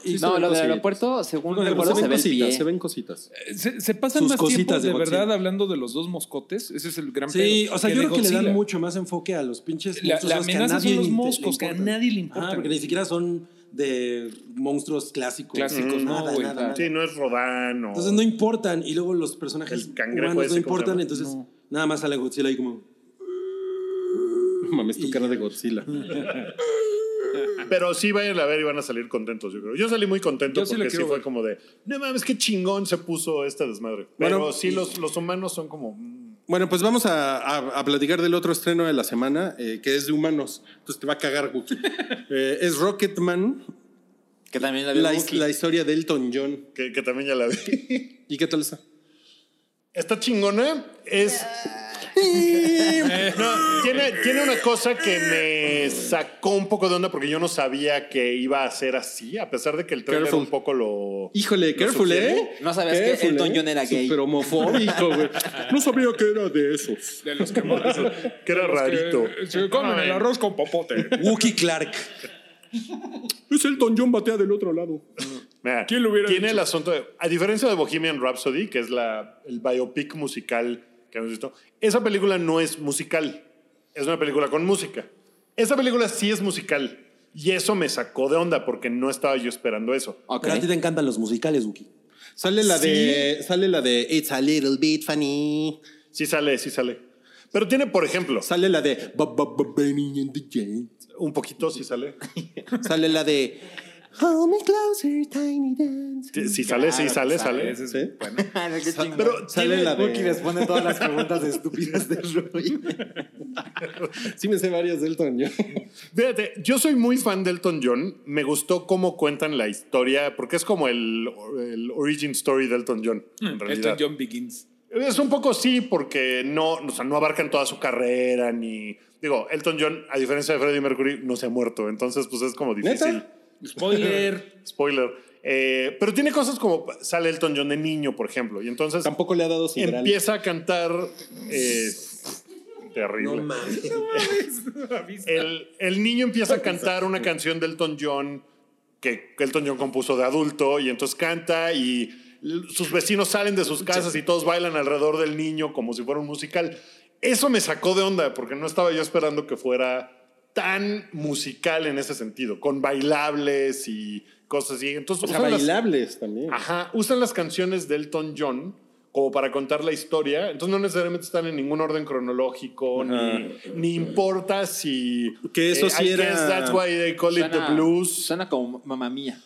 Speaker 5: Y-
Speaker 6: Sí se
Speaker 3: No,
Speaker 6: ven
Speaker 3: lo del
Speaker 6: cositas.
Speaker 3: aeropuerto, según
Speaker 5: Con el
Speaker 3: recuerdo,
Speaker 6: se
Speaker 3: se
Speaker 6: ven
Speaker 3: ve el
Speaker 6: cositas,
Speaker 3: pie.
Speaker 6: se ven cositas.
Speaker 4: Se, se pasan
Speaker 5: Sus
Speaker 4: más tiempo,
Speaker 5: cositas de
Speaker 4: de
Speaker 5: Godzilla.
Speaker 4: verdad, hablando de los dos moscotes. Ese es el gran
Speaker 5: Sí,
Speaker 4: pedo.
Speaker 5: o sea,
Speaker 4: Que
Speaker 5: yo
Speaker 4: de
Speaker 5: creo que le dan
Speaker 4: Godzilla-
Speaker 5: mucho más enfoque a los pinches
Speaker 4: La,
Speaker 5: monstruos
Speaker 4: la
Speaker 5: esos que a
Speaker 4: amenaza
Speaker 5: nadie
Speaker 4: son los
Speaker 5: inte- le
Speaker 4: moscos, que a
Speaker 5: importan.
Speaker 4: nadie le
Speaker 5: Ajá,
Speaker 4: importa.
Speaker 5: porque ni siquiera son de monstruos clásicos.
Speaker 4: Clásicos, no,
Speaker 5: Nada,
Speaker 4: güey,
Speaker 5: nada,
Speaker 4: claro.
Speaker 5: nada.
Speaker 2: Sí, no es Rodán o...
Speaker 5: Entonces no importan y luego los personajes
Speaker 2: El cangrejo
Speaker 5: humanos
Speaker 2: ese,
Speaker 5: no
Speaker 2: ¿cómo se
Speaker 5: importan,
Speaker 2: llama?
Speaker 5: entonces nada más sale Godzilla ahí como...
Speaker 6: No Mames, tu cara de Godzilla.
Speaker 3: Mm.
Speaker 2: Pero sí vayan a ver y van a salir contentos, yo creo. Yo salí muy contento
Speaker 4: Yo sí la
Speaker 2: porque sí
Speaker 4: quiero
Speaker 2: fue
Speaker 4: ver.
Speaker 2: como de, no mames, qué chingón se puso esta desmadre. Pero
Speaker 6: Bueno,
Speaker 2: sí, los, los humanos son como... mm,
Speaker 6: Bueno, pues vamos a, a- a platicar del otro estreno de la semana, eh, que es de humanos. Entonces te va a cagar, Wookie. Eh, es Rocketman,
Speaker 3: Que también la
Speaker 6: la,
Speaker 3: vio
Speaker 6: his-
Speaker 3: Wookie.
Speaker 6: la historia de Elton John.
Speaker 2: Que, que también ya la vi.
Speaker 6: ¿Y qué tal está?
Speaker 2: Esta chingona es... Eh, No, tiene, tiene una cosa que me sacó un poco de onda porque yo no sabía que iba a ser así, a pesar de que el trailer
Speaker 6: Careful.
Speaker 2: un poco lo...
Speaker 6: Híjole, careful,
Speaker 2: sugiere?
Speaker 6: ¿eh?
Speaker 3: No sabías que
Speaker 6: Careful,
Speaker 3: Elton
Speaker 6: ¿eh?
Speaker 3: John era gay.
Speaker 6: Súper homofóbico, güey. No sabía que era de esos.
Speaker 4: De los que que
Speaker 2: Que era rarito.
Speaker 4: Se comen el arroz con popote.
Speaker 5: Wookie Clark.
Speaker 6: Es Elton John batea del otro lado.
Speaker 2: Mira,
Speaker 4: ¿Quién lo hubiera
Speaker 2: tiene
Speaker 4: dicho?
Speaker 2: el asunto de- a diferencia de Bohemian Rhapsody, que es la, el biopic musical que hemos visto, esa película no es musical, es una película con música. Esta película sí es musical y eso me sacó de onda porque no estaba yo esperando eso.
Speaker 3: Ok.
Speaker 5: Pero a ti te encantan los musicales, Wookie.
Speaker 6: Sale la de. Sale la de It's a little bit funny.
Speaker 2: Sí sale, sí sale. Pero tiene, por ejemplo,
Speaker 6: Sale la de Ba- Ba- Ba- Benny and the Jets.
Speaker 2: un poquito sí sale.
Speaker 6: Sale la de Hold me closer, tiny dance.
Speaker 2: Sí, sí sale, sí sale, sale.
Speaker 4: Ese es
Speaker 6: ¿Sí?
Speaker 4: bueno.
Speaker 3: Qué chingón.
Speaker 2: Pero
Speaker 6: Sale
Speaker 2: tiene-
Speaker 6: la de.
Speaker 3: Wookie responde todas las preguntas estúpidas de Roy.
Speaker 6: Sí me sé varias del Elton John.
Speaker 2: Fíjate, yo soy muy fan de Elton John. Me gustó cómo cuentan la historia, porque es como el, el origin story de Elton John. En realidad.
Speaker 4: Mm, Elton John Begins.
Speaker 2: Es un poco sí, porque no, o sea, no abarcan toda su carrera, ni. Digo, Elton John, a diferencia de Freddie Mercury, no se ha muerto. Entonces, pues es como difícil.
Speaker 6: ¿Neta?
Speaker 4: Spoiler.
Speaker 2: Spoiler. Eh, pero tiene cosas como sale Elton John de niño, por ejemplo. Y entonces
Speaker 6: Tampoco le ha dado sidral.
Speaker 2: empieza a cantar. eh, terrible. el, el niño empieza a cantar una canción de Elton John que Elton John compuso de adulto y entonces canta y l- sus vecinos salen de sus casas y todos bailan alrededor del niño como si fuera un musical. Eso me sacó de onda porque no estaba yo esperando que fuera tan musical en ese sentido, con bailables y cosas así. Entonces,
Speaker 6: O sea,
Speaker 2: usan las-
Speaker 6: bailables también.
Speaker 2: Ajá, usan las canciones de Elton John como para contar la historia, entonces no necesariamente están en ningún orden cronológico, ni, ni importa si... eh,
Speaker 6: Que eso sí
Speaker 2: I
Speaker 6: era-
Speaker 2: guess that's why they call it the blues.
Speaker 3: Suena como mamá mía.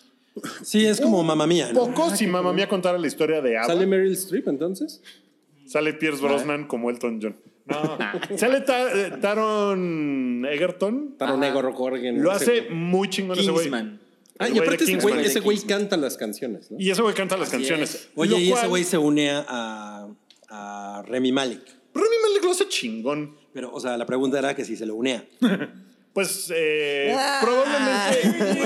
Speaker 5: Sí, es como mamá mía, ¿no?
Speaker 2: Poco si mamá mía contara la historia de ABBA.
Speaker 6: ¿Sale
Speaker 2: Sale,
Speaker 6: Meryl Streep entonces?
Speaker 2: Pierce Brosnan como Elton John. No. Sale Ta- eh, Taron Egerton.
Speaker 6: Para Negro Corgan.
Speaker 2: Lo hace muy chingón ese güey.
Speaker 3: Kingsman.
Speaker 6: Ah,
Speaker 2: El
Speaker 6: y
Speaker 2: güey de
Speaker 6: aparte ese güey,
Speaker 2: Kingsman.
Speaker 6: ese güey canta las canciones, ¿no?
Speaker 2: Y ese güey canta las canciones.
Speaker 3: es.
Speaker 5: Oye,
Speaker 2: Lo
Speaker 5: y ese
Speaker 2: cual-
Speaker 5: güey se une a, a Remy Malik.
Speaker 2: Rami Malek lo hace chingón.
Speaker 5: Pero, o sea, la pregunta era que si se lo unea.
Speaker 2: Pues eh, probablemente.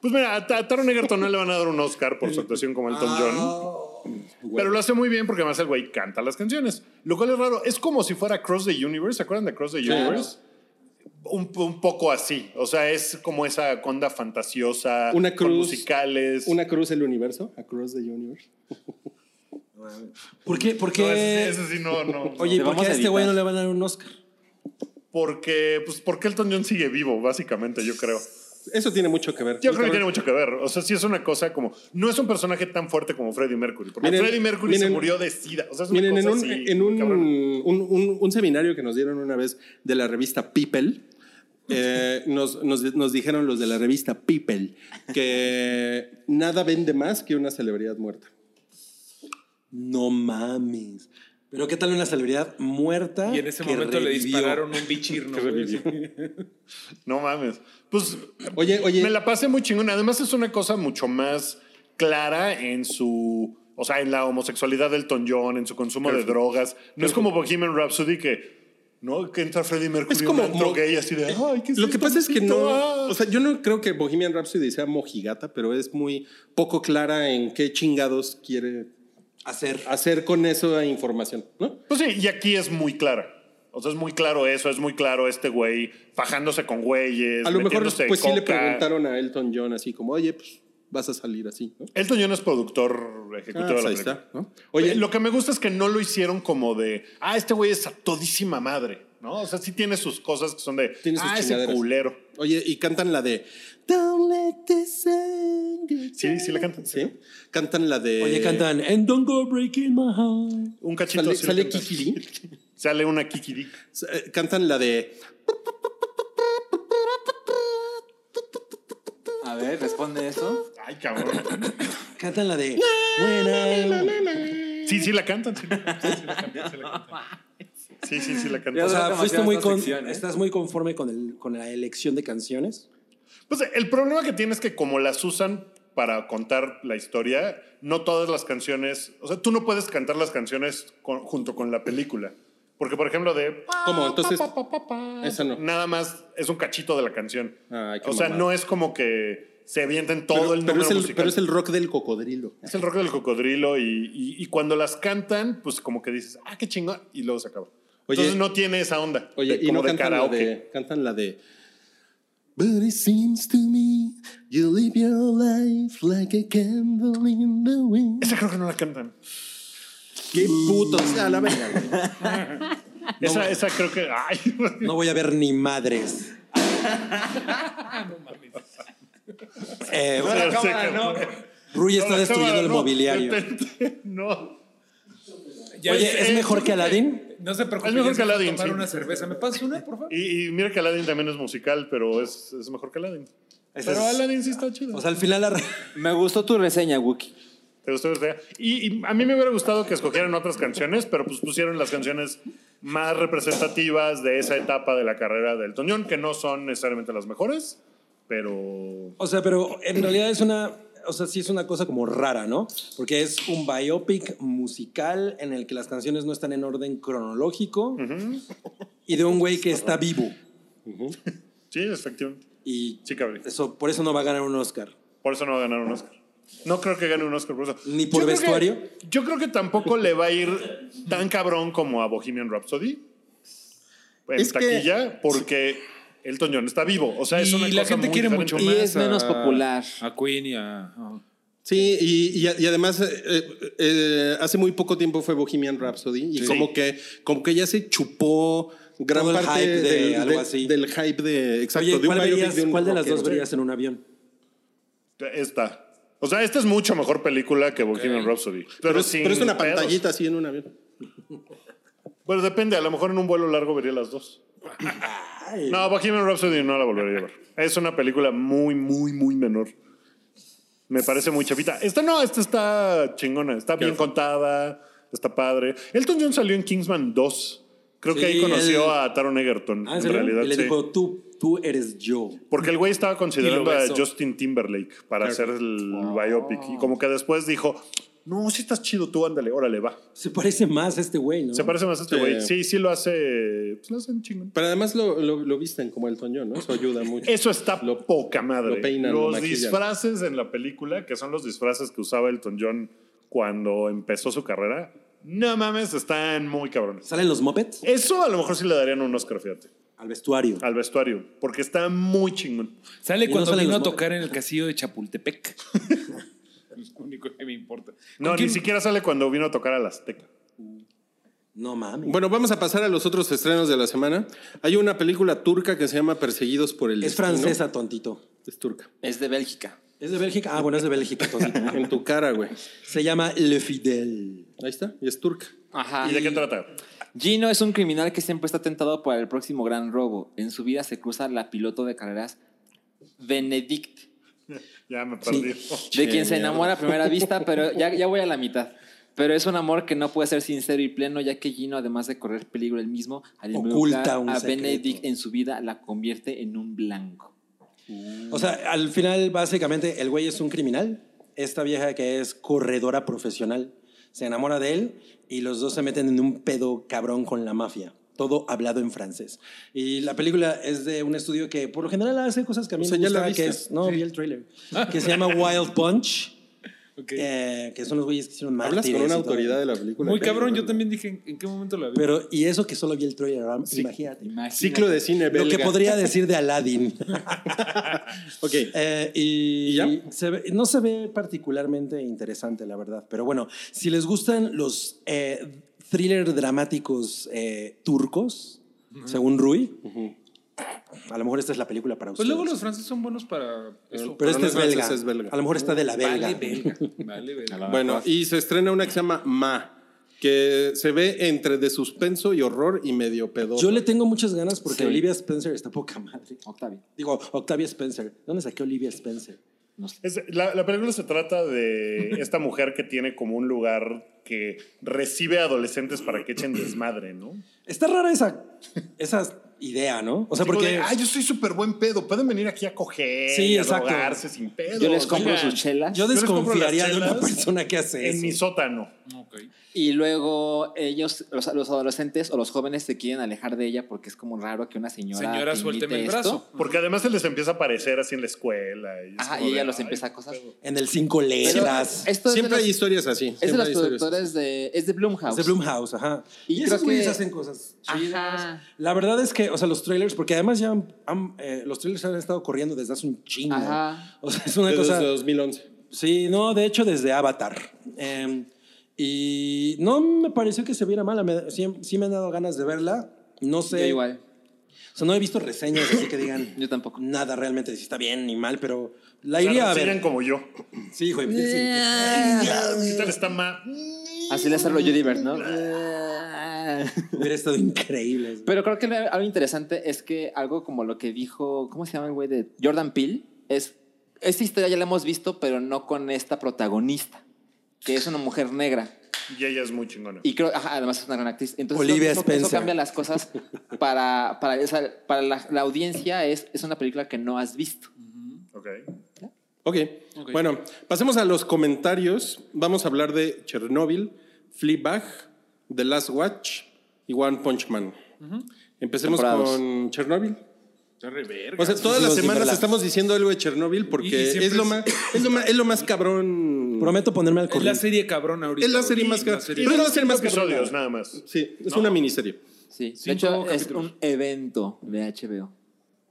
Speaker 2: pues mira, a Ta- a Taron Egerton no le van a dar un Oscar por su actuación como Elton John. Pero lo hace muy bien porque además el güey canta las canciones. Lo cual es raro. Es como si fuera Cross the Universe. ¿Se acuerdan de Cross the Universe? Un, un poco así. O sea, es como esa onda fantasiosa.
Speaker 6: Una
Speaker 2: con
Speaker 6: cruz,
Speaker 2: musicales.
Speaker 6: Una cruz del universo, Across the Universe.
Speaker 5: ¿Por qué? ¿Por
Speaker 2: No,
Speaker 5: qué?
Speaker 2: ese, ese sí no, no.
Speaker 5: Oye, ¿y
Speaker 3: Te
Speaker 5: ¿por
Speaker 3: vamos
Speaker 5: qué a
Speaker 3: a
Speaker 5: este güey no
Speaker 3: editar.
Speaker 5: le van a dar un Oscar?
Speaker 2: Porque, pues, porque Elton John sigue vivo, básicamente, yo creo.
Speaker 6: Eso tiene mucho que ver.
Speaker 2: Yo creo que tiene mucho que ver. O sea, sí es una cosa como. No es un personaje tan fuerte como Freddie Mercury. Porque
Speaker 6: Miren,
Speaker 2: Freddie Mercury se
Speaker 6: miren,
Speaker 2: murió de SIDA. O sea, es una
Speaker 6: Miren, en
Speaker 2: cosa
Speaker 6: un,
Speaker 2: así,
Speaker 6: en un,
Speaker 2: cabrón.
Speaker 6: un- un- un seminario que nos dieron una vez de la revista People, eh, nos, nos- nos dijeron los de la revista People que nada vende más que una celebridad muerta.
Speaker 5: No mames. Pero ¿qué tal una celebridad muerta?
Speaker 4: Y en ese
Speaker 5: que
Speaker 4: momento le
Speaker 5: Ah, revivió?
Speaker 4: dispararon un bichirno. güey.
Speaker 2: No mames. Pues
Speaker 6: Oye, oye.
Speaker 2: me la pasé muy chingón. Además, es una cosa mucho más clara en su. O sea, en la homosexualidad del Elton John, en su consumo de drogas. No es como Bohemian Rhapsody que. ¿No? Que entra Freddie Mercury
Speaker 6: Es
Speaker 2: en
Speaker 6: como
Speaker 2: un antro
Speaker 6: mo-
Speaker 2: gay así de. Ay, ¿qué es
Speaker 6: Lo que
Speaker 2: esto,
Speaker 6: pasa es que
Speaker 2: mijito?
Speaker 6: no,
Speaker 2: Ah".
Speaker 6: o sea, yo no creo que Bohemian Rhapsody sea mojigata, pero es muy poco clara en qué chingados quiere
Speaker 5: Hacer.
Speaker 6: hacer con esa información, ¿no?
Speaker 2: Pues sí, y aquí es muy clara. O sea, es muy claro eso, es muy claro este güey fajándose con güeyes.
Speaker 6: A lo mejor
Speaker 2: metiéndose
Speaker 6: pues sí le
Speaker 2: coca.
Speaker 6: preguntaron a Elton John así como, "Oye, pues vas a salir así", ¿no?
Speaker 2: Elton John es productor
Speaker 6: Ah,
Speaker 2: ejecutivo de
Speaker 6: pues
Speaker 2: la
Speaker 6: ahí
Speaker 2: película.
Speaker 6: está, ¿no?
Speaker 2: Oye,
Speaker 6: Oye,
Speaker 2: lo que me gusta es que no lo hicieron como de, ah, este güey es a todísima madre, ¿no? O sea, sí tiene sus cosas que son de,
Speaker 6: Tiene sus
Speaker 2: ah, ese
Speaker 6: chingaderas".
Speaker 2: culero.
Speaker 6: oye, y cantan la de Don't let this anger
Speaker 2: Sí, sí la cantan.
Speaker 6: Sí. Cantan la de
Speaker 5: Oye, cantan And don't go breaking my heart.
Speaker 2: Un cachito.
Speaker 6: Sale,
Speaker 2: sí la
Speaker 6: sale
Speaker 2: cantan.
Speaker 6: Kikiri.
Speaker 2: Sale una Kikiri.
Speaker 6: Eh, Cantan la de
Speaker 3: A ver, responde eso.
Speaker 2: Ay, cabrón.
Speaker 5: Cantan la de When I-
Speaker 2: Sí, sí la cantan. Sí, la cantan, sí, la cantan, sí, la cantan. Sí, sí, sí la cantan.
Speaker 5: O sea,
Speaker 3: Demasiado
Speaker 5: fuiste muy
Speaker 3: esta
Speaker 5: con-
Speaker 3: sección, ¿eh?
Speaker 5: ¿Estás muy conforme con, el, con la elección de canciones?
Speaker 2: Pues el problema que tiene es que como las usan para contar la historia, no todas las canciones, o sea, tú no puedes cantar las canciones con- junto con la película. Porque, por ejemplo, de...
Speaker 6: ¿Cómo? Entonces esa no.
Speaker 2: Nada más es un cachito de la canción.
Speaker 6: Ah, Ay, qué
Speaker 2: o sea,
Speaker 6: mamada.
Speaker 2: no es como que se avienten todo
Speaker 6: pero,
Speaker 2: el
Speaker 6: pero
Speaker 2: número
Speaker 6: es el,
Speaker 2: musical.
Speaker 6: pero es el rock del cocodrilo.
Speaker 2: Es el rock del cocodrilo y, y- y cuando las cantan, pues como que dices, ah, qué chingón, y luego se acaba.
Speaker 6: Oye.
Speaker 2: Entonces no tiene esa onda.
Speaker 6: Oye,
Speaker 2: de-
Speaker 6: y
Speaker 2: como
Speaker 6: no
Speaker 2: de
Speaker 6: cantan la
Speaker 2: karaoke.
Speaker 6: de, cantan la de But it seems to me you live your life like a candle in the wind.
Speaker 2: Esa creo que no la cantan.
Speaker 6: Qué puto, o sea, la verga. güey.
Speaker 2: esa, esa creo que... Ay,
Speaker 5: No voy a ver ni madres. Eh,
Speaker 2: No, la cámara,
Speaker 5: Rui está
Speaker 2: No, la
Speaker 5: destruyendo
Speaker 2: cámara,
Speaker 5: el
Speaker 2: no. Este,
Speaker 5: mobiliario.
Speaker 2: No.
Speaker 4: Ya
Speaker 5: Oye,
Speaker 4: hice-
Speaker 5: ¿es mejor que Aladdin?
Speaker 4: No se preocupen,
Speaker 2: Es mejor
Speaker 4: ya se
Speaker 2: que
Speaker 4: fue a
Speaker 2: Aladdin,
Speaker 4: tomar
Speaker 2: sí.
Speaker 4: una cerveza. ¿Me pasas una, por favor?
Speaker 2: Y, y mira que Aladdin también es musical, pero es, es mejor que Aladdin.
Speaker 5: Ese
Speaker 2: pero
Speaker 5: es-
Speaker 2: Aladdin sí está chido.
Speaker 5: O sea, al final la... re-
Speaker 3: Me gustó tu reseña, Wookie.
Speaker 2: ¿Te gustó esa idea? Y, y a mí me hubiera gustado que escogieran otras canciones, pero pues pusieron las canciones más representativas de esa etapa de la carrera del Toñón, que no son necesariamente las mejores, pero...
Speaker 5: O sea, pero en realidad es una... O sea, sí es una cosa como rara, ¿no? Porque es un biopic musical en el que las canciones no están en orden cronológico y de un güey que está vivo.
Speaker 2: Sí, efectivamente.
Speaker 5: Y
Speaker 2: Sí, cabrón.
Speaker 5: eso, por eso no va a ganar un Oscar.
Speaker 2: Por eso no va a ganar un Oscar. No creo que gane un Oscar por eso.
Speaker 5: ¿Ni por
Speaker 2: creo
Speaker 5: vestuario?
Speaker 2: que- yo creo que tampoco le va a ir tan cabrón como a Bohemian Rhapsody en
Speaker 6: Es que-
Speaker 2: taquilla, porque el Toñón está vivo. O sea, es
Speaker 4: Y
Speaker 2: una
Speaker 4: la
Speaker 2: cosa
Speaker 4: gente
Speaker 2: muy
Speaker 4: quiere
Speaker 2: diferente.
Speaker 4: mucho
Speaker 3: Y es menos popular.
Speaker 4: A Queen y a... a-
Speaker 6: Sí, y, y- y además eh, eh, eh, hace muy poco tiempo fue Bohemian Rhapsody y como que como que ya se chupó gran
Speaker 5: Todo el
Speaker 6: parte
Speaker 5: hype de
Speaker 6: del,
Speaker 5: algo
Speaker 6: de-
Speaker 5: así.
Speaker 6: del hype de. Exacto,
Speaker 5: Oye,
Speaker 6: de un
Speaker 5: ¿cuál,
Speaker 6: biopic
Speaker 5: verías-
Speaker 6: de un
Speaker 5: cuál de las
Speaker 6: rockero.
Speaker 5: dos verías en un avión?
Speaker 2: Esta. O sea, esta es mucho mejor película que Bohemian Rhapsody. Pero,
Speaker 6: Pero,
Speaker 2: Pues
Speaker 6: es-
Speaker 2: sin
Speaker 6: pero es una
Speaker 2: pedos.
Speaker 6: pantallita así en un avión.
Speaker 2: Bueno, depende. A lo mejor en un vuelo largo vería las dos. No, Bohemian Rhapsody no la volvería a ver. Es una película muy, muy, muy menor. Me parece muy chapita. Esta no, esta está chingona. Está bien contada, está padre. Elton John salió en Kingsman 2. Creo que
Speaker 5: Sí,
Speaker 2: ahí conoció
Speaker 5: él-
Speaker 2: a Taron Egerton.
Speaker 5: Ah, ¿en
Speaker 2: en
Speaker 5: serio?
Speaker 2: realidad,
Speaker 5: y le
Speaker 2: sí.
Speaker 5: dijo, tú, tú eres yo.
Speaker 2: Porque el güey estaba considerando
Speaker 4: Y lo
Speaker 2: a
Speaker 4: besó.
Speaker 2: Justin Timberlake para
Speaker 6: Claro.
Speaker 2: hacer el biopic. Y como que después dijo, no, si estás chido tú, ándale, órale, va.
Speaker 5: Se parece más a este güey, ¿no?
Speaker 2: Se parece más a este
Speaker 6: Sí.
Speaker 2: güey. Sí, sí lo hace. Pues lo hacen chingón.
Speaker 6: Pero además lo, lo, lo visten como Elton John, ¿no? Eso ayuda mucho.
Speaker 2: Eso está
Speaker 6: Lo-
Speaker 2: poca madre.
Speaker 6: lo peinan, lo
Speaker 2: los
Speaker 6: maquillan.
Speaker 2: disfraces en la película, que son los disfraces que usaba Elton John cuando empezó su carrera, no mames, están muy cabrones.
Speaker 5: ¿Salen los Muppets?
Speaker 2: Eso a lo mejor sí Ah. le darían un Oscar, fíjate,
Speaker 5: Al vestuario.
Speaker 2: al vestuario, porque está muy chingón.
Speaker 4: Sale
Speaker 5: no
Speaker 4: cuando
Speaker 5: salen
Speaker 4: vino a
Speaker 5: los
Speaker 4: tocar en el castillo de Chapultepec. es lo único que me importa.
Speaker 2: No,
Speaker 4: ¿Con
Speaker 2: ni
Speaker 4: quién-
Speaker 2: siquiera sale cuando vino a tocar a la Azteca.
Speaker 5: No mames.
Speaker 6: Bueno, vamos a pasar a los otros estrenos de la semana. Hay una película turca que se llama Perseguidos por el
Speaker 5: es
Speaker 6: Destino.
Speaker 5: francesa, tontito.
Speaker 6: Es turca.
Speaker 3: Es de Bélgica.
Speaker 5: ¿Es de Bélgica? Ah, bueno, es de Bélgica, tontito.
Speaker 6: En tu cara, güey.
Speaker 5: Se llama Le Fidel.
Speaker 6: Ahí está. Y es turca.
Speaker 3: Ajá.
Speaker 2: ¿Y de qué trata?
Speaker 3: Gino es un criminal que siempre está tentado por el próximo gran robo. En su vida se cruza la piloto de carreras Benedict,
Speaker 2: Ya me perdí.
Speaker 3: de quien se
Speaker 6: mierda.
Speaker 3: enamora a primera vista, pero ya, ya voy a la mitad. Pero es un amor que no puede ser sincero y pleno, ya que Gino, además de correr peligro él mismo, al
Speaker 5: Oculta
Speaker 3: involucrar
Speaker 5: un
Speaker 3: a
Speaker 5: secreto.
Speaker 3: Benedict en su vida, la convierte en un blanco.
Speaker 5: O sea, al final, básicamente, el güey es un criminal. Esta vieja que es corredora profesional se enamora de él y los dos se meten en un pedo cabrón con la mafia. Todo hablado en francés. Y la película es de un estudio que por lo general hace cosas que a mí
Speaker 6: O sea,
Speaker 5: me
Speaker 6: ya la
Speaker 5: gusta, que
Speaker 6: viste.
Speaker 5: es, no, vi el trailer, que se llama Wild Punch,
Speaker 4: Ok.
Speaker 5: eh, que son los güeyes que hicieron más
Speaker 6: Hablas con una autoridad de la película.
Speaker 4: Muy
Speaker 6: que-
Speaker 4: cabrón, yo también dije en, en qué momento la vi.
Speaker 5: Pero, y eso que solo vi el trailer, imagínate.
Speaker 6: Ciclo de cine
Speaker 5: Lo
Speaker 6: belga.
Speaker 5: que podría decir de Aladdin.
Speaker 6: Ok.
Speaker 5: Eh, y
Speaker 6: ¿Y ya?
Speaker 5: se ve- no se ve particularmente interesante, la verdad. Pero bueno, si les gustan los eh, thriller dramáticos eh, turcos, según Rui, a lo mejor esta es la película para
Speaker 4: pues
Speaker 5: ustedes.
Speaker 4: luego los franceses son buenos para eso.
Speaker 5: pero
Speaker 6: Pero
Speaker 5: esta
Speaker 6: no
Speaker 5: es,
Speaker 6: es
Speaker 5: belga.
Speaker 6: francesa, es belga.
Speaker 5: A lo mejor está de la belga.
Speaker 4: Vale, belga. Vale, belga.
Speaker 6: Bueno, y se estrena una que se llama Ma, que se ve entre de suspenso y horror y medio pedo.
Speaker 5: Yo le tengo muchas ganas porque
Speaker 3: Sí.
Speaker 5: Olivia Spencer está poca madre.
Speaker 3: Octavio.
Speaker 5: Digo, Octavia Spencer. ¿Dónde saqué Olivia Spencer?
Speaker 2: Es- la, la película se trata de esta mujer que tiene como un lugar que recibe adolescentes para que echen desmadre, ¿no?
Speaker 5: Está rara esa, esa idea, ¿no? O sea,
Speaker 2: Tipo
Speaker 5: porque...
Speaker 2: de, "Ay, yo soy súper buen pedo, pueden venir aquí a coger,
Speaker 5: Sí,
Speaker 2: y a
Speaker 5: exacto.
Speaker 2: drogarse sin pedo.
Speaker 3: Yo les compro
Speaker 2: Oigan,
Speaker 3: sus chelas.
Speaker 5: Yo
Speaker 2: Yo les compro las
Speaker 5: desconfiaría de una
Speaker 2: chelas
Speaker 5: persona que hace
Speaker 2: En
Speaker 5: eso.
Speaker 2: mi sótano.
Speaker 4: Ok.
Speaker 3: Y luego ellos, los, los adolescentes o los jóvenes se quieren alejar de ella porque es como raro que una señora.
Speaker 4: Señora,
Speaker 3: te invite
Speaker 4: suélteme el
Speaker 3: esto.
Speaker 4: brazo.
Speaker 2: Porque además se les empieza a aparecer así en la escuela. Y es
Speaker 3: Ajá,
Speaker 2: como
Speaker 3: y ella
Speaker 2: de,
Speaker 3: los
Speaker 2: "Ay,
Speaker 3: empieza a
Speaker 2: qué
Speaker 3: cosas.
Speaker 2: pedo".
Speaker 5: En el cinco
Speaker 3: Pero
Speaker 5: letras.
Speaker 3: esto es de
Speaker 6: Siempre
Speaker 3: los-
Speaker 6: hay historias así.
Speaker 3: Es de
Speaker 6: siempre
Speaker 3: los
Speaker 6: hay historias.
Speaker 3: productores de. Es de
Speaker 5: Es
Speaker 3: Blumhouse.
Speaker 5: de Blumhouse, ajá.
Speaker 3: Y
Speaker 5: Y,
Speaker 3: creo
Speaker 5: esos güeyes
Speaker 3: que-
Speaker 5: hacen cosas
Speaker 3: Ajá.
Speaker 5: chidas. La verdad es que, o sea, los trailers, porque además ya han- han, eh, los trailers han estado corriendo desde hace un chingo.
Speaker 3: Ajá.
Speaker 5: O sea, es una
Speaker 6: Desde
Speaker 5: cosa.
Speaker 6: 2011.
Speaker 5: Sí, no, de hecho, desde Avatar. Eh, y no me pareció que se viera mala. me- sí, sí me han dado ganas de verla. No
Speaker 3: Yo
Speaker 5: sé.
Speaker 3: igual.
Speaker 5: O sea, no he visto reseñas así que digan.
Speaker 3: Yo tampoco.
Speaker 5: Nada realmente, si está bien ni mal, pero la
Speaker 2: O sea,
Speaker 5: iría a
Speaker 2: reseñan
Speaker 5: ver.
Speaker 2: como yo.
Speaker 5: Sí, hijo de sí.
Speaker 2: ¿Qué tal está ma?
Speaker 3: Así le hace Roger Ebert, ¿no?
Speaker 5: Hubiera estado increíble. güey.
Speaker 3: Pero creo que algo interesante es que algo como lo que dijo, ¿cómo se llama el güey de Jordan Peele? Es, esta historia ya la hemos visto, pero no con esta protagonista, que es una mujer negra.
Speaker 2: Y ella es muy chingona.
Speaker 3: Y creo, ajá, además es una gran actriz. Entonces,
Speaker 5: Olivia
Speaker 3: eso, eso- eso
Speaker 5: Spencer.
Speaker 3: cambia las cosas para, para, esa- para la, la audiencia. Es, es una película que no has visto.
Speaker 2: Ok.
Speaker 6: ok.
Speaker 4: Ok.
Speaker 6: Bueno, pasemos a los comentarios. Vamos a hablar de Chernobyl, Fleabag, The Last Watch y One Punch Man. Empecemos
Speaker 3: Temporadas.
Speaker 6: con Chernobyl.
Speaker 4: Está re verga.
Speaker 6: O sea, todas las
Speaker 5: Los
Speaker 6: semanas
Speaker 5: Timberland.
Speaker 6: estamos diciendo algo de Chernobyl
Speaker 4: Y- y
Speaker 6: porque
Speaker 4: siempre
Speaker 6: es lo
Speaker 4: es-
Speaker 6: más, es lo más, es lo más cabrón.
Speaker 5: Prometo ponerme al
Speaker 4: es la
Speaker 5: corriente.
Speaker 4: serie cabrón ahorita.
Speaker 6: Es la serie
Speaker 4: güey.
Speaker 6: más
Speaker 4: La
Speaker 6: cara.
Speaker 4: serie-
Speaker 6: Pero es la
Speaker 2: Son
Speaker 6: serie más
Speaker 2: episodios,
Speaker 6: cara.
Speaker 2: nada más.
Speaker 6: Sí, es
Speaker 2: No.
Speaker 6: una miniserie.
Speaker 3: Sí. De
Speaker 4: Cinco
Speaker 3: hecho, es
Speaker 4: capítulos.
Speaker 3: un evento de HBO.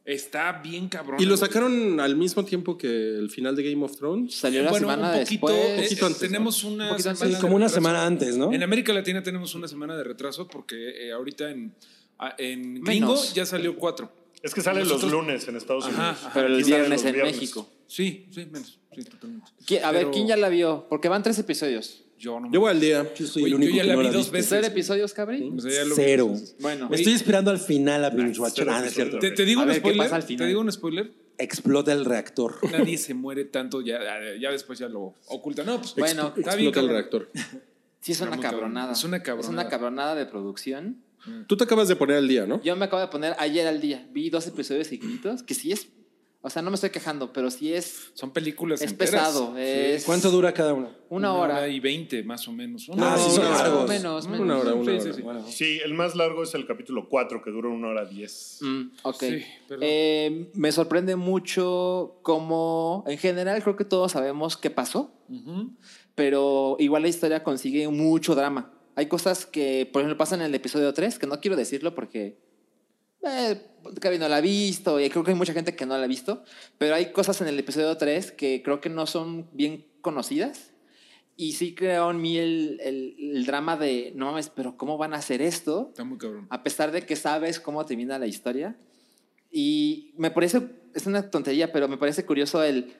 Speaker 4: Está bien cabrón.
Speaker 6: Y lo
Speaker 4: güey.
Speaker 6: sacaron al mismo tiempo que el final de Game of Thrones.
Speaker 3: Salió la
Speaker 4: Bueno,
Speaker 3: semana
Speaker 4: un poquito,
Speaker 3: después.
Speaker 6: poquito
Speaker 4: eh,
Speaker 6: antes,
Speaker 4: Tenemos una
Speaker 3: poquito
Speaker 4: semana
Speaker 3: antes.
Speaker 5: Sí,
Speaker 4: de
Speaker 5: como una
Speaker 4: retraso.
Speaker 5: semana antes, ¿no?
Speaker 4: En América Latina tenemos una semana de retraso porque eh, ahorita en Ah, En gringo
Speaker 3: Menos.
Speaker 4: ya salió cuatro.
Speaker 2: Es que sale
Speaker 4: Nosotros-
Speaker 2: los lunes en Estados
Speaker 4: Ajá,
Speaker 2: Unidos.
Speaker 4: ajá.
Speaker 3: Pero el
Speaker 2: Aquí sale
Speaker 3: viernes
Speaker 2: los
Speaker 3: en
Speaker 2: viernes.
Speaker 3: México.
Speaker 4: Sí, sí, menos. Sí, totalmente.
Speaker 3: ¿Qui- A ver,
Speaker 4: Pero
Speaker 3: ¿quién ya la vio? Porque van tres episodios.
Speaker 4: Yo no me-
Speaker 6: Yo voy al día. Yo soy
Speaker 4: Oye,
Speaker 6: el único
Speaker 4: yo ya
Speaker 6: que
Speaker 4: la
Speaker 6: no
Speaker 4: vi
Speaker 6: la
Speaker 4: dos
Speaker 6: viste.
Speaker 3: ¿Tres
Speaker 4: veces.
Speaker 3: episodios, Cabri?
Speaker 4: O sea, ya lo vi
Speaker 5: Cero.
Speaker 4: dos veces.
Speaker 3: Bueno,
Speaker 5: Me estoy esperando al final a Binge Watcher.
Speaker 2: cero
Speaker 5: Ah, no es cierto.
Speaker 4: Te, te digo
Speaker 3: A
Speaker 4: un
Speaker 3: ver, ¿qué
Speaker 4: spoiler.
Speaker 3: pasa al final?
Speaker 4: Te digo un spoiler.
Speaker 5: Explota el reactor.
Speaker 4: Nadie se muere tanto, ya, ya después ya lo oculta. No, pues
Speaker 3: Bueno,
Speaker 4: está bien,
Speaker 6: Explota el
Speaker 4: cabrón.
Speaker 6: reactor.
Speaker 3: sí es una
Speaker 4: muy cabrón.
Speaker 3: cabronada.
Speaker 4: Es una
Speaker 3: Es una
Speaker 4: cabronada.
Speaker 3: cabronada de producción.
Speaker 6: Tú te acabas de poner al día, ¿no?
Speaker 3: Yo me acabo de poner ayer al día. Vi dos episodios seguiditos, que sí es... O sea, no me estoy quejando, pero sí es...
Speaker 4: Son películas
Speaker 3: Es
Speaker 4: Pues enteras.
Speaker 3: pesado.
Speaker 4: Sí.
Speaker 3: es
Speaker 5: ¿Cuánto dura cada uno?
Speaker 3: Una hora.
Speaker 4: y veinte, más o menos.
Speaker 5: Ah, sí, son
Speaker 6: hora.
Speaker 5: largos.
Speaker 3: Menos, menos.
Speaker 6: Una hora, una
Speaker 4: Sí,
Speaker 6: hora.
Speaker 4: sí, sí.
Speaker 2: Sí, el más largo es el capítulo 4, que dura una hora 10.
Speaker 3: Mm, ok.
Speaker 4: Sí, perdón.
Speaker 3: Eh, me sorprende mucho cómo, en general, creo que todos sabemos qué pasó,
Speaker 4: Ujú.
Speaker 3: pero igual la historia consigue mucho drama. Hay cosas que, por ejemplo, pasan en el episodio 3, que no quiero decirlo porque eh, Gaby no la ha visto y creo que hay mucha gente que no la ha visto, pero hay cosas en el episodio 3 que creo que no son bien conocidas y sí creó en mí el, el- el drama de, no mames, pero ¿cómo van a hacer esto?
Speaker 4: Está muy cabrón.
Speaker 3: a pesar de que sabes cómo termina la historia. Y me parece, es una tontería, pero me parece curioso el...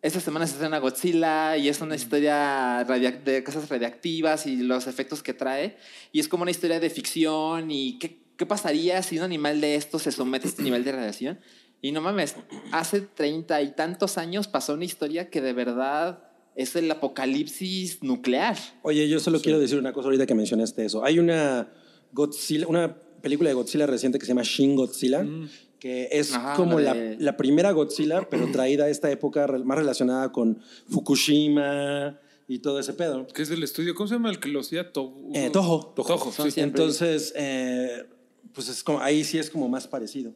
Speaker 3: Esta semana se estrena Godzilla y es una historia radia- de casas radiactivas y los efectos que trae. Y es como una historia de ficción y qué, qué pasaría si un animal de estos se somete a este nivel de radiación. Y no mames, hace treinta y tantos años pasó una historia que de verdad es el apocalipsis nuclear.
Speaker 5: Oye, yo solo quiero decir una cosa ahorita que mencionaste eso. Hay una Godzilla, una película de Godzilla reciente que se llama Shin Godzilla,
Speaker 4: Mm.
Speaker 5: que es
Speaker 3: Ajá,
Speaker 5: como
Speaker 3: la
Speaker 5: la,
Speaker 3: de-
Speaker 5: la primera Godzilla, pero traída a esta época re- más relacionada con Fukushima y todo ese pedo.
Speaker 4: Que es del estudio, ¿cómo se llama el que lo hacía? To-
Speaker 5: Eh, Toho.
Speaker 4: Toho,
Speaker 3: Son
Speaker 4: sí.
Speaker 3: cien- Siempre.
Speaker 5: Entonces, eh, pues es como, ahí sí es como más parecido,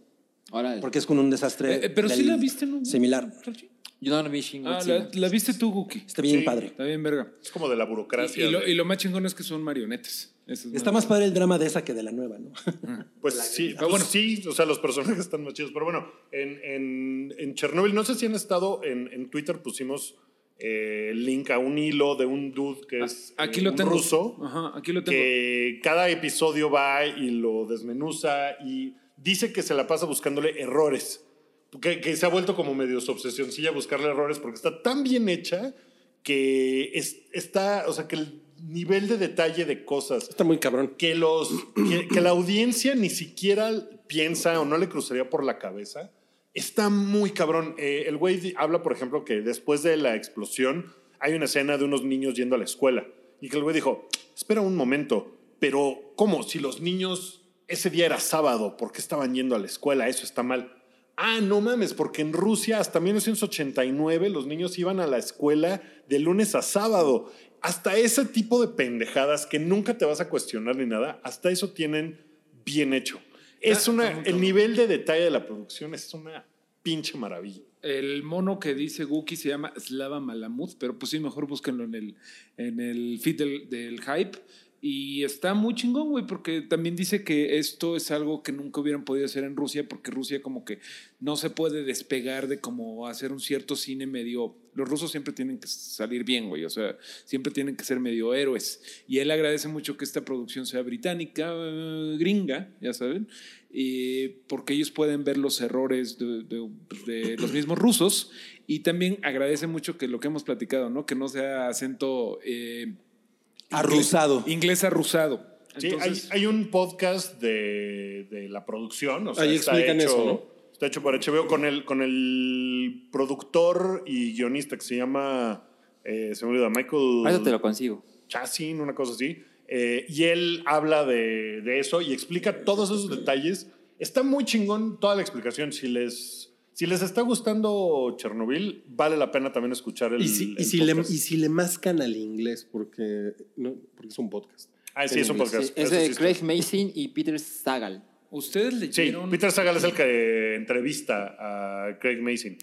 Speaker 3: Órale.
Speaker 5: porque es con un desastre
Speaker 4: Eh, eh, pero sí
Speaker 5: del-
Speaker 4: la viste, ¿no?
Speaker 5: similar.
Speaker 4: Salchi?
Speaker 3: Yo no lo vi Shin
Speaker 4: Ah,
Speaker 3: Godzilla.
Speaker 4: la, la viste tú, Guki.
Speaker 5: Está bien
Speaker 2: Sí.
Speaker 5: padre.
Speaker 4: Está bien, verga.
Speaker 2: Es como de la burocracia.
Speaker 4: Y, y lo,
Speaker 2: de-
Speaker 4: y lo más chingón es que son marionetas. Eso es
Speaker 5: Está
Speaker 4: más-
Speaker 5: más padre el drama de esa que de la nueva, ¿no?
Speaker 2: Pues sí,
Speaker 4: Ah, bueno.
Speaker 2: pues sí, o sea, los personajes están más chidos. Pero bueno, en, en, en Chernobyl, no sé si han estado, en, en Twitter pusimos eh, el link a un hilo de un dude que es
Speaker 4: Ah, Aquí
Speaker 2: eh,
Speaker 4: lo
Speaker 2: un
Speaker 4: tengo.
Speaker 2: ruso,
Speaker 4: Ajá, aquí lo tengo.
Speaker 2: que cada episodio va y lo desmenuza y dice que se la pasa buscándole errores, que, que se ha vuelto como medio su obsesioncilla buscarle errores porque está tan bien hecha que es- está, o sea, que el nivel de detalle de cosas
Speaker 6: Está muy cabrón.
Speaker 2: que los que, que la audiencia ni siquiera piensa o no le cruzaría por la cabeza está muy cabrón Eh, el güey di- habla por ejemplo que después de la explosión hay una escena de unos niños yendo a la escuela y que el güey dijo espera un momento pero cómo si los niños ese día era sábado por qué estaban yendo a la escuela eso está mal Ah, no mames, porque en Rusia hasta 1989 los niños iban a la escuela de lunes a sábado. Hasta ese tipo de pendejadas que nunca te vas a cuestionar ni nada, hasta eso tienen bien hecho. Es
Speaker 4: Ah,
Speaker 2: una,
Speaker 4: está muy
Speaker 2: el
Speaker 4: cabrón.
Speaker 2: nivel de detalle de la producción es una pinche maravilla.
Speaker 4: El mono que dice Guki se llama Slava Malamud, pero pues sí, mejor búsquenlo en el, en el feed del, del hype. Y está muy chingón, güey, porque también dice que esto es algo que nunca hubieran podido hacer en Rusia, porque Rusia como que no se puede despegar de como hacer un cierto cine medio... Los rusos siempre tienen que salir bien, güey, o sea, siempre tienen que ser medio héroes. Y él agradece mucho que esta producción sea británica, eh, gringa, ya saben, y porque ellos pueden ver los errores de, de- de los mismos rusos y también agradece mucho que lo que hemos platicado, ¿no? Que no sea acento eh,
Speaker 5: Arrusado.
Speaker 4: inglés arrusado.
Speaker 2: Sí,
Speaker 4: Entonces,
Speaker 2: hay, hay un podcast de, de la producción. O sea,
Speaker 6: Ahí
Speaker 2: está
Speaker 6: explican
Speaker 2: hecho,
Speaker 6: eso, ¿no?
Speaker 2: Está hecho por HBO con el, con el productor y guionista que se llama, eh, se me olvida, Michael...
Speaker 3: Ahorita te lo consigo.
Speaker 2: Chassin, una cosa así. Eh, y él habla de, de eso y explica todos esos detalles. Está muy chingón toda la explicación. Si les, si les está gustando Chernobyl, vale la pena también escuchar el.
Speaker 6: Y si, y
Speaker 2: el
Speaker 6: si le,
Speaker 2: podcast.
Speaker 6: y si le mascan al inglés, porque, no, porque es un podcast.
Speaker 2: Ah, sí, es un podcast.
Speaker 3: Sí, es
Speaker 2: eso sí
Speaker 3: de
Speaker 2: está.
Speaker 3: Craig Mason y Peter Sagal.
Speaker 4: Ah, ustedes
Speaker 2: Sí,
Speaker 4: leyeron,
Speaker 2: Peter Sagal es el que entrevista a Craig Mason.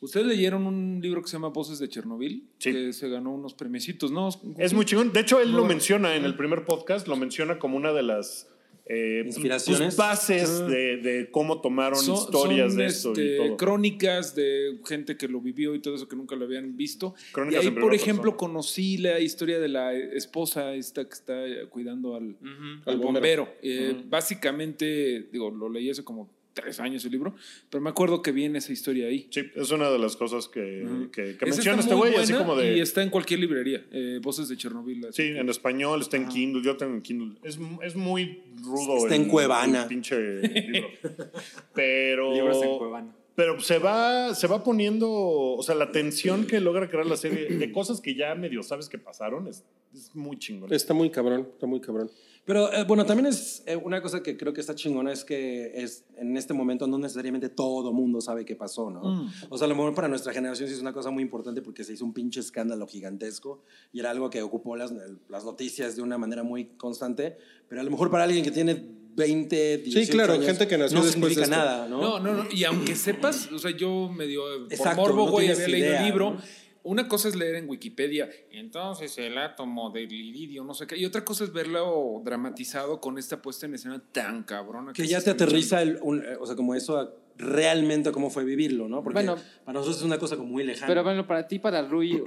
Speaker 4: ustedes leyeron un libro que se llama Voces de Chernobyl,
Speaker 2: Sí.
Speaker 4: que se ganó unos premiecitos, ¿no?
Speaker 2: Es muy chingón. De hecho, él
Speaker 4: Muy
Speaker 2: lo
Speaker 4: bueno.
Speaker 2: menciona en el primer podcast, lo menciona como una de las eh, eh,
Speaker 5: Inspiraciones.
Speaker 2: pues, bases de, de cómo tomaron
Speaker 4: Son-
Speaker 2: historias
Speaker 4: son,
Speaker 2: de esto
Speaker 4: este,
Speaker 2: y todo.
Speaker 4: crónicas de gente que lo vivió y todo eso que nunca lo habían visto.
Speaker 2: Crónicas
Speaker 4: y
Speaker 2: en
Speaker 4: ahí, por
Speaker 2: primera
Speaker 4: ejemplo,
Speaker 2: persona.
Speaker 4: conocí la historia de la esposa esta que está cuidando al, al
Speaker 6: Al
Speaker 4: bombero.
Speaker 6: bombero.
Speaker 4: Eh, Básicamente, digo, lo leí hace como tres años el libro, pero me acuerdo que viene esa historia ahí.
Speaker 2: Sí, es una de las cosas que, que, que
Speaker 4: Esa
Speaker 2: menciona
Speaker 4: está
Speaker 2: este
Speaker 4: muy
Speaker 2: güey, así
Speaker 4: buena
Speaker 2: como de...
Speaker 4: Y está en cualquier librería, eh, Voces de Chernobyl. así
Speaker 2: Sí,
Speaker 4: que-
Speaker 2: en español, está en Kindle, yo tengo en Kindle. Es, es muy rudo.
Speaker 5: Está en
Speaker 2: el-
Speaker 5: Cuevana.
Speaker 2: el pinche libro.
Speaker 3: Libros en
Speaker 2: Pero,
Speaker 3: Cuevana.
Speaker 2: pero se, va, se va poniendo, o sea, la tensión que logra crear la serie de cosas que ya medio sabes que pasaron es, es muy chingón.
Speaker 6: Está muy cabrón, está muy cabrón.
Speaker 5: Pero eh, bueno, también es eh, una cosa que creo que está chingona es que es, en este momento no necesariamente todo mundo sabe qué pasó, ¿no?
Speaker 6: Mm.
Speaker 5: O sea, a lo mejor para nuestra generación sí es una cosa muy importante porque se hizo un pinche escándalo gigantesco y era algo que ocupó las, las noticias de una manera muy constante, pero a lo mejor para alguien que tiene 20, 18
Speaker 6: claro,
Speaker 5: años,
Speaker 6: gente que nació
Speaker 5: no
Speaker 6: después
Speaker 5: significa
Speaker 6: de esto.
Speaker 5: nada, ¿no?
Speaker 4: No, no, no. Y aunque sepas, o sea, yo medio eh, por
Speaker 5: Exacto,
Speaker 4: morbo,
Speaker 5: no
Speaker 4: güey,
Speaker 5: tienes
Speaker 4: había leído el
Speaker 5: idea,
Speaker 4: libro.
Speaker 5: ¿no?
Speaker 4: Una cosa es leer en Wikipedia, entonces el átomo del iridio, no sé qué. Y otra cosa es verlo dramatizado con esta puesta en escena tan cabrona.
Speaker 5: Que
Speaker 4: se
Speaker 5: ya te
Speaker 4: está
Speaker 5: aterriza, el, un- eh, o sea, como eso a- realmente a cómo fue vivirlo, ¿no? Porque
Speaker 3: Bueno.
Speaker 5: para nosotros es una cosa como muy lejana.
Speaker 3: Pero bueno, para ti, para Rui,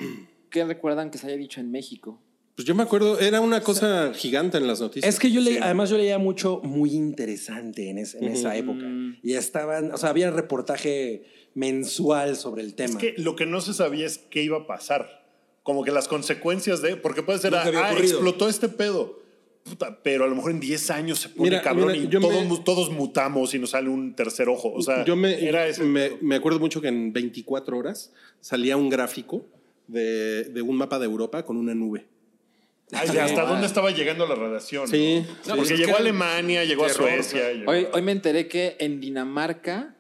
Speaker 3: ¿qué recuerdan que se haya dicho en México?
Speaker 6: Pues yo me acuerdo, era una cosa gigante en las noticias.
Speaker 5: Es que yo leí, además yo leía mucho muy interesante en, es- en esa época. Y estaban, o sea, había reportaje mensual sobre el tema.
Speaker 2: Es que lo que no se sabía es qué iba a pasar. Como que las consecuencias de. Porque puede ser,
Speaker 5: Lo que había
Speaker 2: ah,
Speaker 5: ocurrido".
Speaker 2: explotó este pedo. Puta, pero a lo mejor en 10 años se pone
Speaker 6: Mira,
Speaker 2: cabrón
Speaker 6: mira,
Speaker 2: y
Speaker 6: yo
Speaker 2: todos,
Speaker 6: me-
Speaker 2: mu- todos mutamos y nos sale un tercer ojo. O sea,
Speaker 6: yo me,
Speaker 2: era ese
Speaker 6: me, me acuerdo mucho que en 24 horas salía un gráfico de, de un mapa de Europa con una nube.
Speaker 2: Ay, de hasta dónde estaba llegando la radiación.
Speaker 6: Sí.
Speaker 2: ¿no?
Speaker 6: Sí.
Speaker 4: No, pues
Speaker 2: Porque
Speaker 4: es
Speaker 2: llegó a
Speaker 4: que-
Speaker 2: Alemania, llegó
Speaker 4: terror,
Speaker 2: a Suecia.
Speaker 4: claro.
Speaker 2: llegó
Speaker 3: Hoy,
Speaker 2: a-
Speaker 3: hoy me enteré que en Dinamarca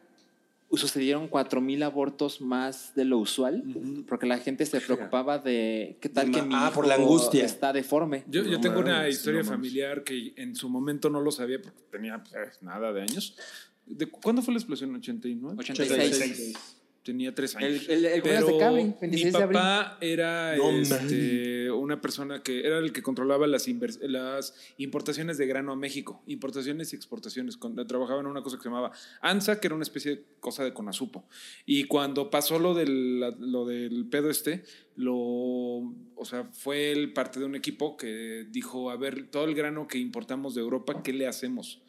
Speaker 3: sucedieron 4.000 abortos más de lo usual, porque la gente se preocupaba de qué tal que mi
Speaker 5: Ah, por
Speaker 3: hijo
Speaker 5: la angustia.
Speaker 3: está deforme.
Speaker 4: Yo, yo
Speaker 6: No
Speaker 4: tengo una
Speaker 6: mames,
Speaker 4: historia
Speaker 6: no mames.
Speaker 4: familiar que en su momento no lo sabía porque tenía pues, nada de años. ¿De cu- ¿Cuándo fue la explosión? ¿89?
Speaker 3: 86.
Speaker 4: Tenía tres años.
Speaker 3: El, el, el jueves eh, de
Speaker 4: Pero
Speaker 3: Cabe,
Speaker 4: mi
Speaker 3: 26 de abril.
Speaker 4: papá era este, una persona que era el que controlaba las, invers- las importaciones de grano a México, importaciones y exportaciones. Con- trabajaba en una cosa que se llamaba ANSA, que era una especie de cosa de Conazupo. Y cuando pasó lo del, lo del pedo este, lo, o sea, fue el parte de un equipo que dijo, a ver, todo el grano que importamos de Europa, ¿qué le hacemos?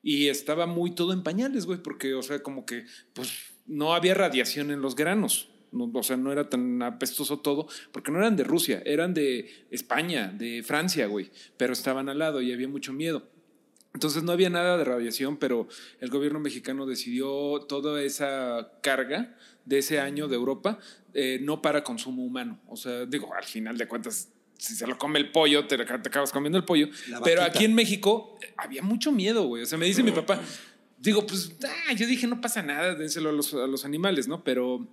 Speaker 4: Y estaba muy todo en pañales, güey, porque, o sea, como que, pues, no había radiación en los granos. No, o sea, no era tan apestoso todo, porque no eran de Rusia, eran de España, de Francia, güey, pero estaban al lado y había mucho miedo. Entonces no había nada de radiación, pero el gobierno mexicano decidió toda esa carga de ese año de Europa eh, no para consumo humano. O sea, digo, al final de cuentas, si se lo come el pollo, te, te acabas comiendo el pollo.
Speaker 5: La
Speaker 4: Pero
Speaker 5: vaquita.
Speaker 4: aquí en México eh, había mucho miedo, güey. O sea, me dice mi papá, digo, pues ah, yo dije, no pasa nada, dénselo a los, a los animales, ¿no? Pero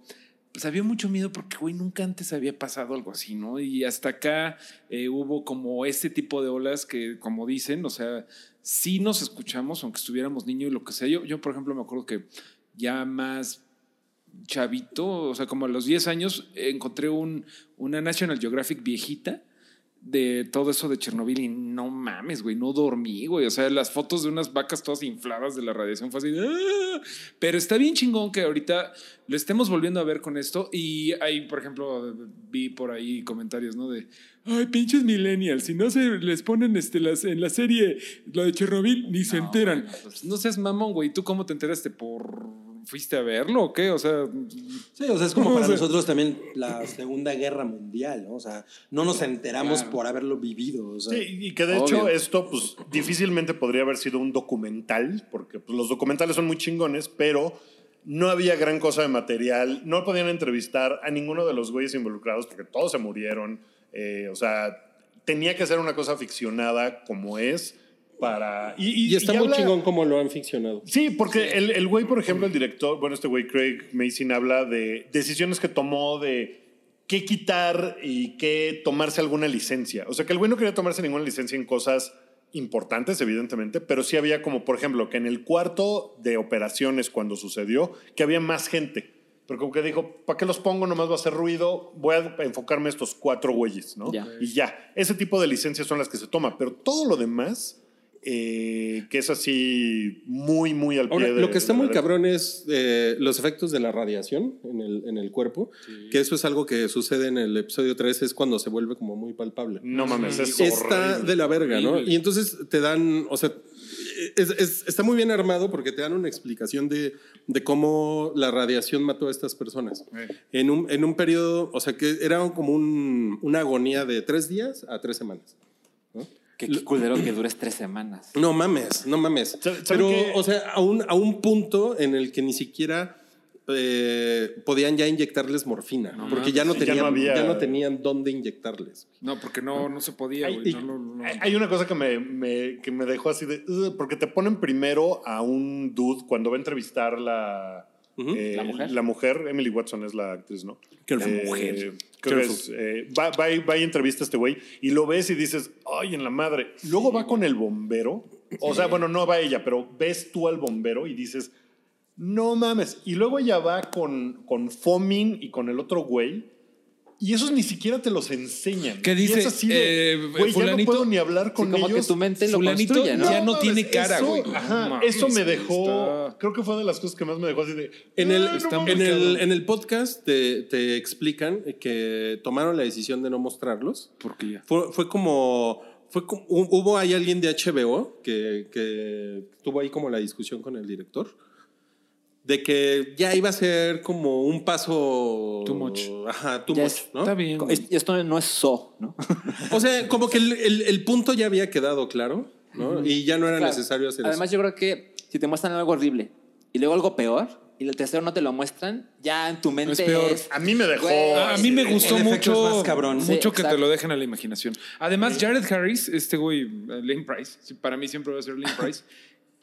Speaker 4: pues había mucho miedo porque, güey, nunca antes había pasado algo así, ¿no? Y hasta acá eh, hubo como ese tipo de olas que, como dicen, o sea, sí nos escuchamos, aunque estuviéramos niños y lo que sea. Yo, yo, por ejemplo, me acuerdo que ya más chavito, o sea, como a los 10 años, eh, encontré un, una National Geographic viejita de todo eso de Chernobyl y no mames, güey, no dormí, güey. O sea, las fotos de unas vacas todas infladas de la radiación fue así. de, "Ah". Pero está bien chingón que ahorita lo estemos volviendo a ver con esto. Y hay, por ejemplo, vi por ahí comentarios, ¿no? De, ay, pinches millennials, si no se les ponen este, las, en la serie lo de Chernobyl, ni se enteran. no seas mamón, güey. ¿Tú cómo te enteraste? ¿Por fuiste a verlo o qué? O sea,
Speaker 5: Sí, o sea, es como
Speaker 4: O
Speaker 5: para
Speaker 4: sea-
Speaker 5: nosotros también la Segunda Guerra Mundial, ¿no? O sea, no nos enteramos
Speaker 3: Claro.
Speaker 5: por haberlo vivido. O sea,
Speaker 2: Sí, y que de
Speaker 3: Obvio.
Speaker 2: hecho esto pues difícilmente podría haber sido un documental, porque pues, los documentales son muy chingones, pero no había gran cosa de material, no podían entrevistar a ninguno de los güeyes involucrados porque todos se murieron, eh, o sea, tenía que ser una cosa ficcionada como es para... Y, y-
Speaker 6: Y está
Speaker 2: y
Speaker 6: muy
Speaker 2: habla-
Speaker 6: chingón como lo han ficcionado.
Speaker 2: Sí, porque El, el güey, por ejemplo, el director, bueno, este güey Craig Mason habla de decisiones que tomó de qué quitar y qué tomarse alguna licencia. O sea, que el güey no quería tomarse ninguna licencia en cosas importantes, evidentemente, pero sí había como, por ejemplo, que en el cuarto de operaciones cuando sucedió, que había más gente. Pero como que dijo, ¿para qué los pongo? Nomás va a hacer ruido. Voy a enfocarme a estos cuatro güeyes, ¿no?
Speaker 3: Ya.
Speaker 2: Y ya. Ese tipo de licencias son las que se toma, pero todo lo demás eh, que es así muy, muy al pie
Speaker 6: Ahora,
Speaker 2: de-
Speaker 6: lo que está
Speaker 2: de la
Speaker 6: muy
Speaker 2: letra.
Speaker 6: cabrón es eh, los efectos de la radiación en el, en el cuerpo, que eso es algo que sucede en el episodio 3, es cuando se vuelve como muy palpable.
Speaker 2: No mames, Mm, es
Speaker 6: Está
Speaker 2: horrible.
Speaker 6: de la verga, ¿no?
Speaker 4: Horrible.
Speaker 6: Y entonces te dan, o sea, es- es- está muy bien armado porque te dan una explicación de, de cómo la radiación mató a estas personas.
Speaker 2: Eh.
Speaker 6: En un, en un periodo, o sea, que era como un- una agonía de tres días a tres semanas.
Speaker 3: Qué, qué culero que dures tres semanas.
Speaker 6: No mames, no mames.
Speaker 2: ¿Sabe- sabe
Speaker 6: Pero,
Speaker 2: qué?
Speaker 6: o sea, a un, a un punto en el que ni siquiera eh, podían ya inyectarles morfina, porque ya no,
Speaker 2: mames, ya
Speaker 6: tenían,
Speaker 2: no había-
Speaker 6: ya no tenían dónde inyectarles.
Speaker 4: No, porque no, no se podía,
Speaker 2: Hay,
Speaker 4: güey.
Speaker 2: y-
Speaker 4: No, no, no.
Speaker 2: hay- hay una cosa que me, me- que me dejó así de. "Ugh", porque te ponen primero a un dude cuando va a entrevistar la.
Speaker 6: Ujú.
Speaker 2: eh,
Speaker 3: ¿La mujer?
Speaker 2: mujer, Emily Watson es la actriz, ¿no?
Speaker 6: Creo que fue
Speaker 2: Eh,
Speaker 6: mujer.
Speaker 2: Creo que
Speaker 6: Careful.
Speaker 2: es, eh, va, va y- va y entrevista a este güey y lo ves y dices, ay, en la madre. Luego va con el bombero. O sea, bueno, no va ella, pero ves tú al bombero y dices, no mames. Y luego ella va con, con Fomin y con el otro güey. Y esos ni siquiera te los enseñan.
Speaker 4: ¿Qué
Speaker 2: Y es
Speaker 4: dice?
Speaker 2: así de,
Speaker 4: Eh,
Speaker 2: güey, ya no
Speaker 4: fulanito-
Speaker 2: puedo ni hablar
Speaker 3: Sí,
Speaker 2: con
Speaker 3: como
Speaker 2: ellos.
Speaker 3: que tu mente lo
Speaker 4: Fulanito
Speaker 3: construye, ¿no?
Speaker 4: ya- no
Speaker 2: mames,
Speaker 4: tiene cara,
Speaker 2: eso-
Speaker 4: güey.
Speaker 2: ajá,
Speaker 4: No mames,
Speaker 2: eso me
Speaker 4: güey,
Speaker 2: dejó.
Speaker 4: está-
Speaker 2: Creo que fue de las cosas que más me dejó así de.
Speaker 6: En el,
Speaker 2: "Ah, no
Speaker 6: está-
Speaker 2: mames,
Speaker 6: en,
Speaker 2: cabrón".
Speaker 6: el, en el podcast te, te explican que tomaron la decisión de no mostrarlos.
Speaker 4: Porque ya.
Speaker 6: Fue, fue como. Fue como- hu- hubo ahí alguien de HBO que, que tuvo ahí como la discusión con el director de que ya iba a ser como un paso.
Speaker 4: Too much.
Speaker 6: Ajá, too
Speaker 3: Ya
Speaker 6: much,
Speaker 3: es-
Speaker 6: ¿no?
Speaker 4: Está bien. güey.
Speaker 3: Es- Esto no es so, ¿no?
Speaker 6: O sea, como que el, el- el punto ya había quedado claro, ¿no? Y ya no era
Speaker 3: Claro.
Speaker 6: necesario hacer
Speaker 3: Además, yo creo que si te muestran algo horrible y luego algo peor y el tercero no te lo muestran, ya en tu mente es.
Speaker 4: Es peor.
Speaker 2: A mí me dejó.
Speaker 3: Güey.
Speaker 4: Ah, a mí me gustó
Speaker 5: El efecto
Speaker 4: mucho,
Speaker 5: es más cabrón.
Speaker 4: mucho
Speaker 3: Sí,
Speaker 4: que te
Speaker 3: exacto.
Speaker 4: lo dejen a la imaginación. Además, Jared Harris, este güey, eh, Lane Price, sí, para mí siempre va a ser Lane Price.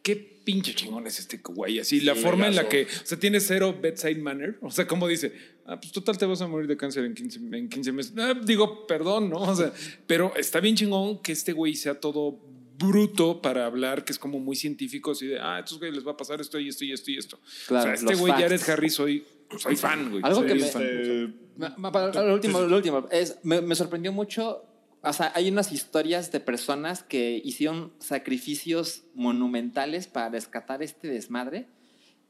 Speaker 4: Qué pinche chingón es este güey. Así, la forma en la que, o sea, tiene cero bedside manner. O sea, como dice, ah, pues total te vas a morir de cáncer en 15, en 15 meses. Ah, digo, perdón, ¿no? O sea, pero está bien chingón que este güey sea todo bruto para hablar, que es como muy científico, así de, ah, a estos güeyes les va a pasar esto y esto y esto y esto.
Speaker 3: Claro,
Speaker 4: o sea, este
Speaker 3: los
Speaker 4: güey, Jared
Speaker 3: facts.
Speaker 4: Harris, soy, soy fan, güey.
Speaker 3: Algo
Speaker 4: Soy
Speaker 3: que me-
Speaker 4: fan.
Speaker 2: Eh,
Speaker 3: Ma- ma- para- lo último, lo último. Es, me, me sorprendió mucho. O sea, hay unas historias de personas que hicieron sacrificios monumentales para rescatar este desmadre.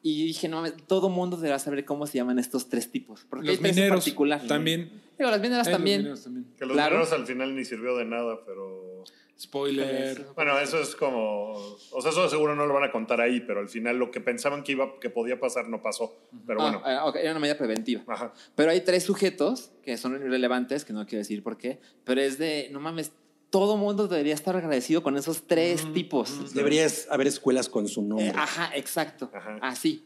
Speaker 3: Y dije, no, mames, todo mundo deberá saber cómo se llaman estos tres tipos. Porque
Speaker 4: Los
Speaker 3: hay tres en
Speaker 4: mineros
Speaker 3: Este particular.
Speaker 4: también.
Speaker 3: Digo, las mineras
Speaker 4: Ay, los
Speaker 3: también.
Speaker 4: mineros también.
Speaker 2: que los
Speaker 3: Claro.
Speaker 2: mineros al final ni sirvió de nada, pero.
Speaker 4: Spoiler.
Speaker 2: Bueno, eso es como. O sea, eso seguro no lo van a contar ahí, pero al final lo que pensaban que iba que podía pasar no pasó. Pero
Speaker 3: Ah,
Speaker 2: bueno.
Speaker 3: ah, ok, era una medida preventiva.
Speaker 2: Ajá.
Speaker 3: Pero hay tres sujetos que son relevantes, que no quiero decir por qué, pero es de, no mames, todo mundo debería estar agradecido con esos tres tipos.
Speaker 5: Deberías haber escuelas con su nombre.
Speaker 3: Eh,
Speaker 6: ah,
Speaker 3: ajá, exacto.
Speaker 2: Ajá.
Speaker 3: Así.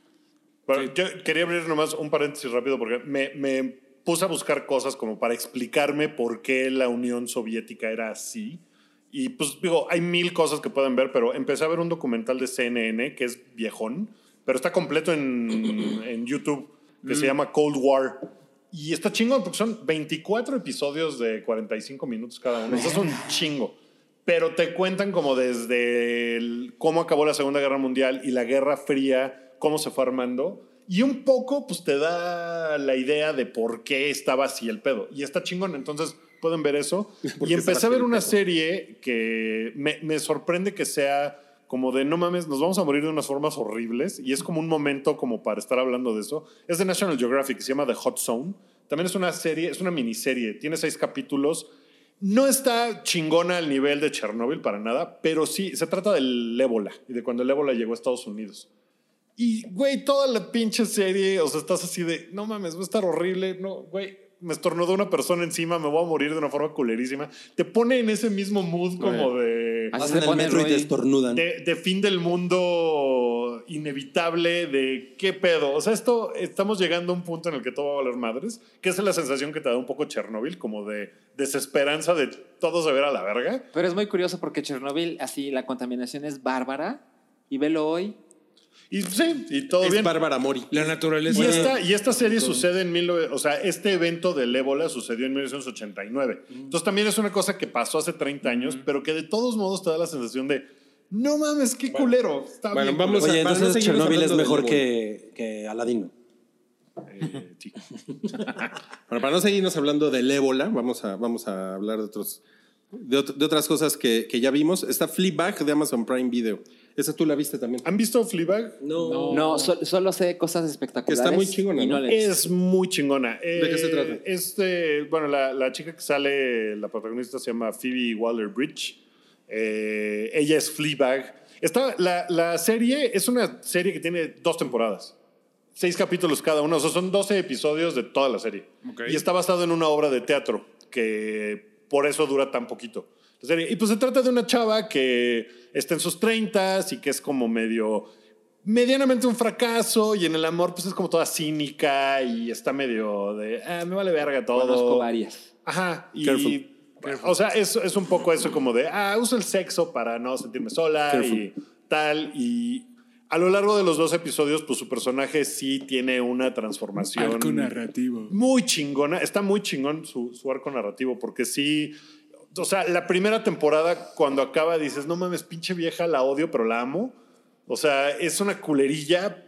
Speaker 2: Bueno, yo quería abrir nomás un paréntesis rápido porque me, me puse a buscar cosas como para explicarme por qué la Unión Soviética era así. Y pues digo, hay mil cosas que pueden ver, pero empecé a ver un documental de CNN que es viejón, pero está completo en, en YouTube, que se llama Cold War. Y está chingón porque son 24 episodios de 45 minutos cada uno. Eso es un chingo. Pero te cuentan como desde el- cómo acabó la Segunda Guerra Mundial y la Guerra Fría, cómo se fue armando. Y un poco, pues te da la idea de por qué estaba así el pedo. Y está chingón. Entonces pueden ver eso.
Speaker 6: ¿Por
Speaker 2: Y empecé
Speaker 6: qué
Speaker 2: a
Speaker 6: estaba así
Speaker 2: ver
Speaker 6: el
Speaker 2: una
Speaker 6: pedo?
Speaker 2: serie que me, me sorprende que sea como de no mames, nos vamos a morir de unas formas horribles. Y es como un momento como para estar hablando de eso. Es de National Geographic, se llama The Hot Zone. También es una serie, es una miniserie, tiene seis capítulos. No está chingona al nivel de Chernóbil para nada, pero sí, se trata del ébola y de cuando el ébola llegó a Estados Unidos. Y, güey, toda la pinche serie, o sea, estás así de, no mames, va a estar horrible, no, güey, me estornudó una persona encima, me voy a morir de una forma culerísima. Te pone en ese mismo mood como de,
Speaker 3: Así
Speaker 5: Vas
Speaker 3: se
Speaker 5: en el
Speaker 3: pone
Speaker 5: metro y
Speaker 3: Roy.
Speaker 5: te estornudan.
Speaker 2: de, de fin del mundo inevitable, de qué pedo. O sea, esto, estamos llegando a un punto en el que todo va a valer madres, que esa es la sensación que te da un poco Chernóbil, como de desesperanza de todo se ver a la verga.
Speaker 3: Pero es muy curioso porque Chernobyl, así, la contaminación es bárbara y velo hoy.
Speaker 2: Y sí, y todo
Speaker 6: Es
Speaker 2: bien.
Speaker 6: Bárbara Mori.
Speaker 4: La naturaleza.
Speaker 2: Y esta, y esta serie sucede en 19... O sea, este evento del ébola sucedió en 1989. Entonces también es una cosa que pasó hace 30 años, pero que de todos modos te da la sensación de, no mames, qué culero. Está
Speaker 6: Bueno,
Speaker 2: bien
Speaker 6: vamos
Speaker 2: culero".
Speaker 5: Oye,
Speaker 6: para no
Speaker 5: entonces
Speaker 6: seguirnos
Speaker 5: Chernobyl es
Speaker 6: hablando del
Speaker 5: mejor
Speaker 6: Ebola.
Speaker 5: que, que Aladino.
Speaker 2: Eh, sí.
Speaker 6: Bueno, para no seguirnos hablando del ébola, vamos a, vamos a hablar de otros de, ot- de otras cosas que, que ya vimos. Está Fleabag de Amazon Prime Video. Esa tú la viste también.
Speaker 2: ¿Han visto Fleabag?
Speaker 5: No.
Speaker 3: No, sol- solo sé cosas espectaculares.
Speaker 6: Está muy chingona,
Speaker 3: y no
Speaker 6: ¿no?
Speaker 3: le-
Speaker 2: Es muy chingona.
Speaker 6: ¿De qué se
Speaker 2: Eh,
Speaker 6: trata?
Speaker 2: Este, bueno, la, la chica que sale, la protagonista se llama Phoebe Waller-Bridge. Eh, ella es Fleabag. Está, la, la serie es una serie que tiene dos temporadas. Seis capítulos cada uno. O sea, son 12 episodios de toda la serie.
Speaker 4: Ok.
Speaker 2: Y está basado en una obra de teatro que por eso dura tan poquito. La serie. Y pues se trata de una chava que está en sus 30 y que es como medio medianamente un fracaso y en el amor pues es como toda cínica y está medio de ah, me vale verga todo.
Speaker 3: Conozco varias.
Speaker 2: Ajá. Y,
Speaker 6: Careful.
Speaker 2: O sea, es, es un poco eso como de, ah, uso el sexo para no sentirme sola
Speaker 6: Careful.
Speaker 2: y tal. Y a lo largo de los dos episodios, pues su personaje sí tiene una transformación.
Speaker 4: Arco narrativo.
Speaker 2: Muy chingona. Está muy chingón su, su arco narrativo porque sí... O sea, la primera temporada cuando acaba dices, no mames, pinche vieja, la odio, pero la amo. O sea, es una culerilla,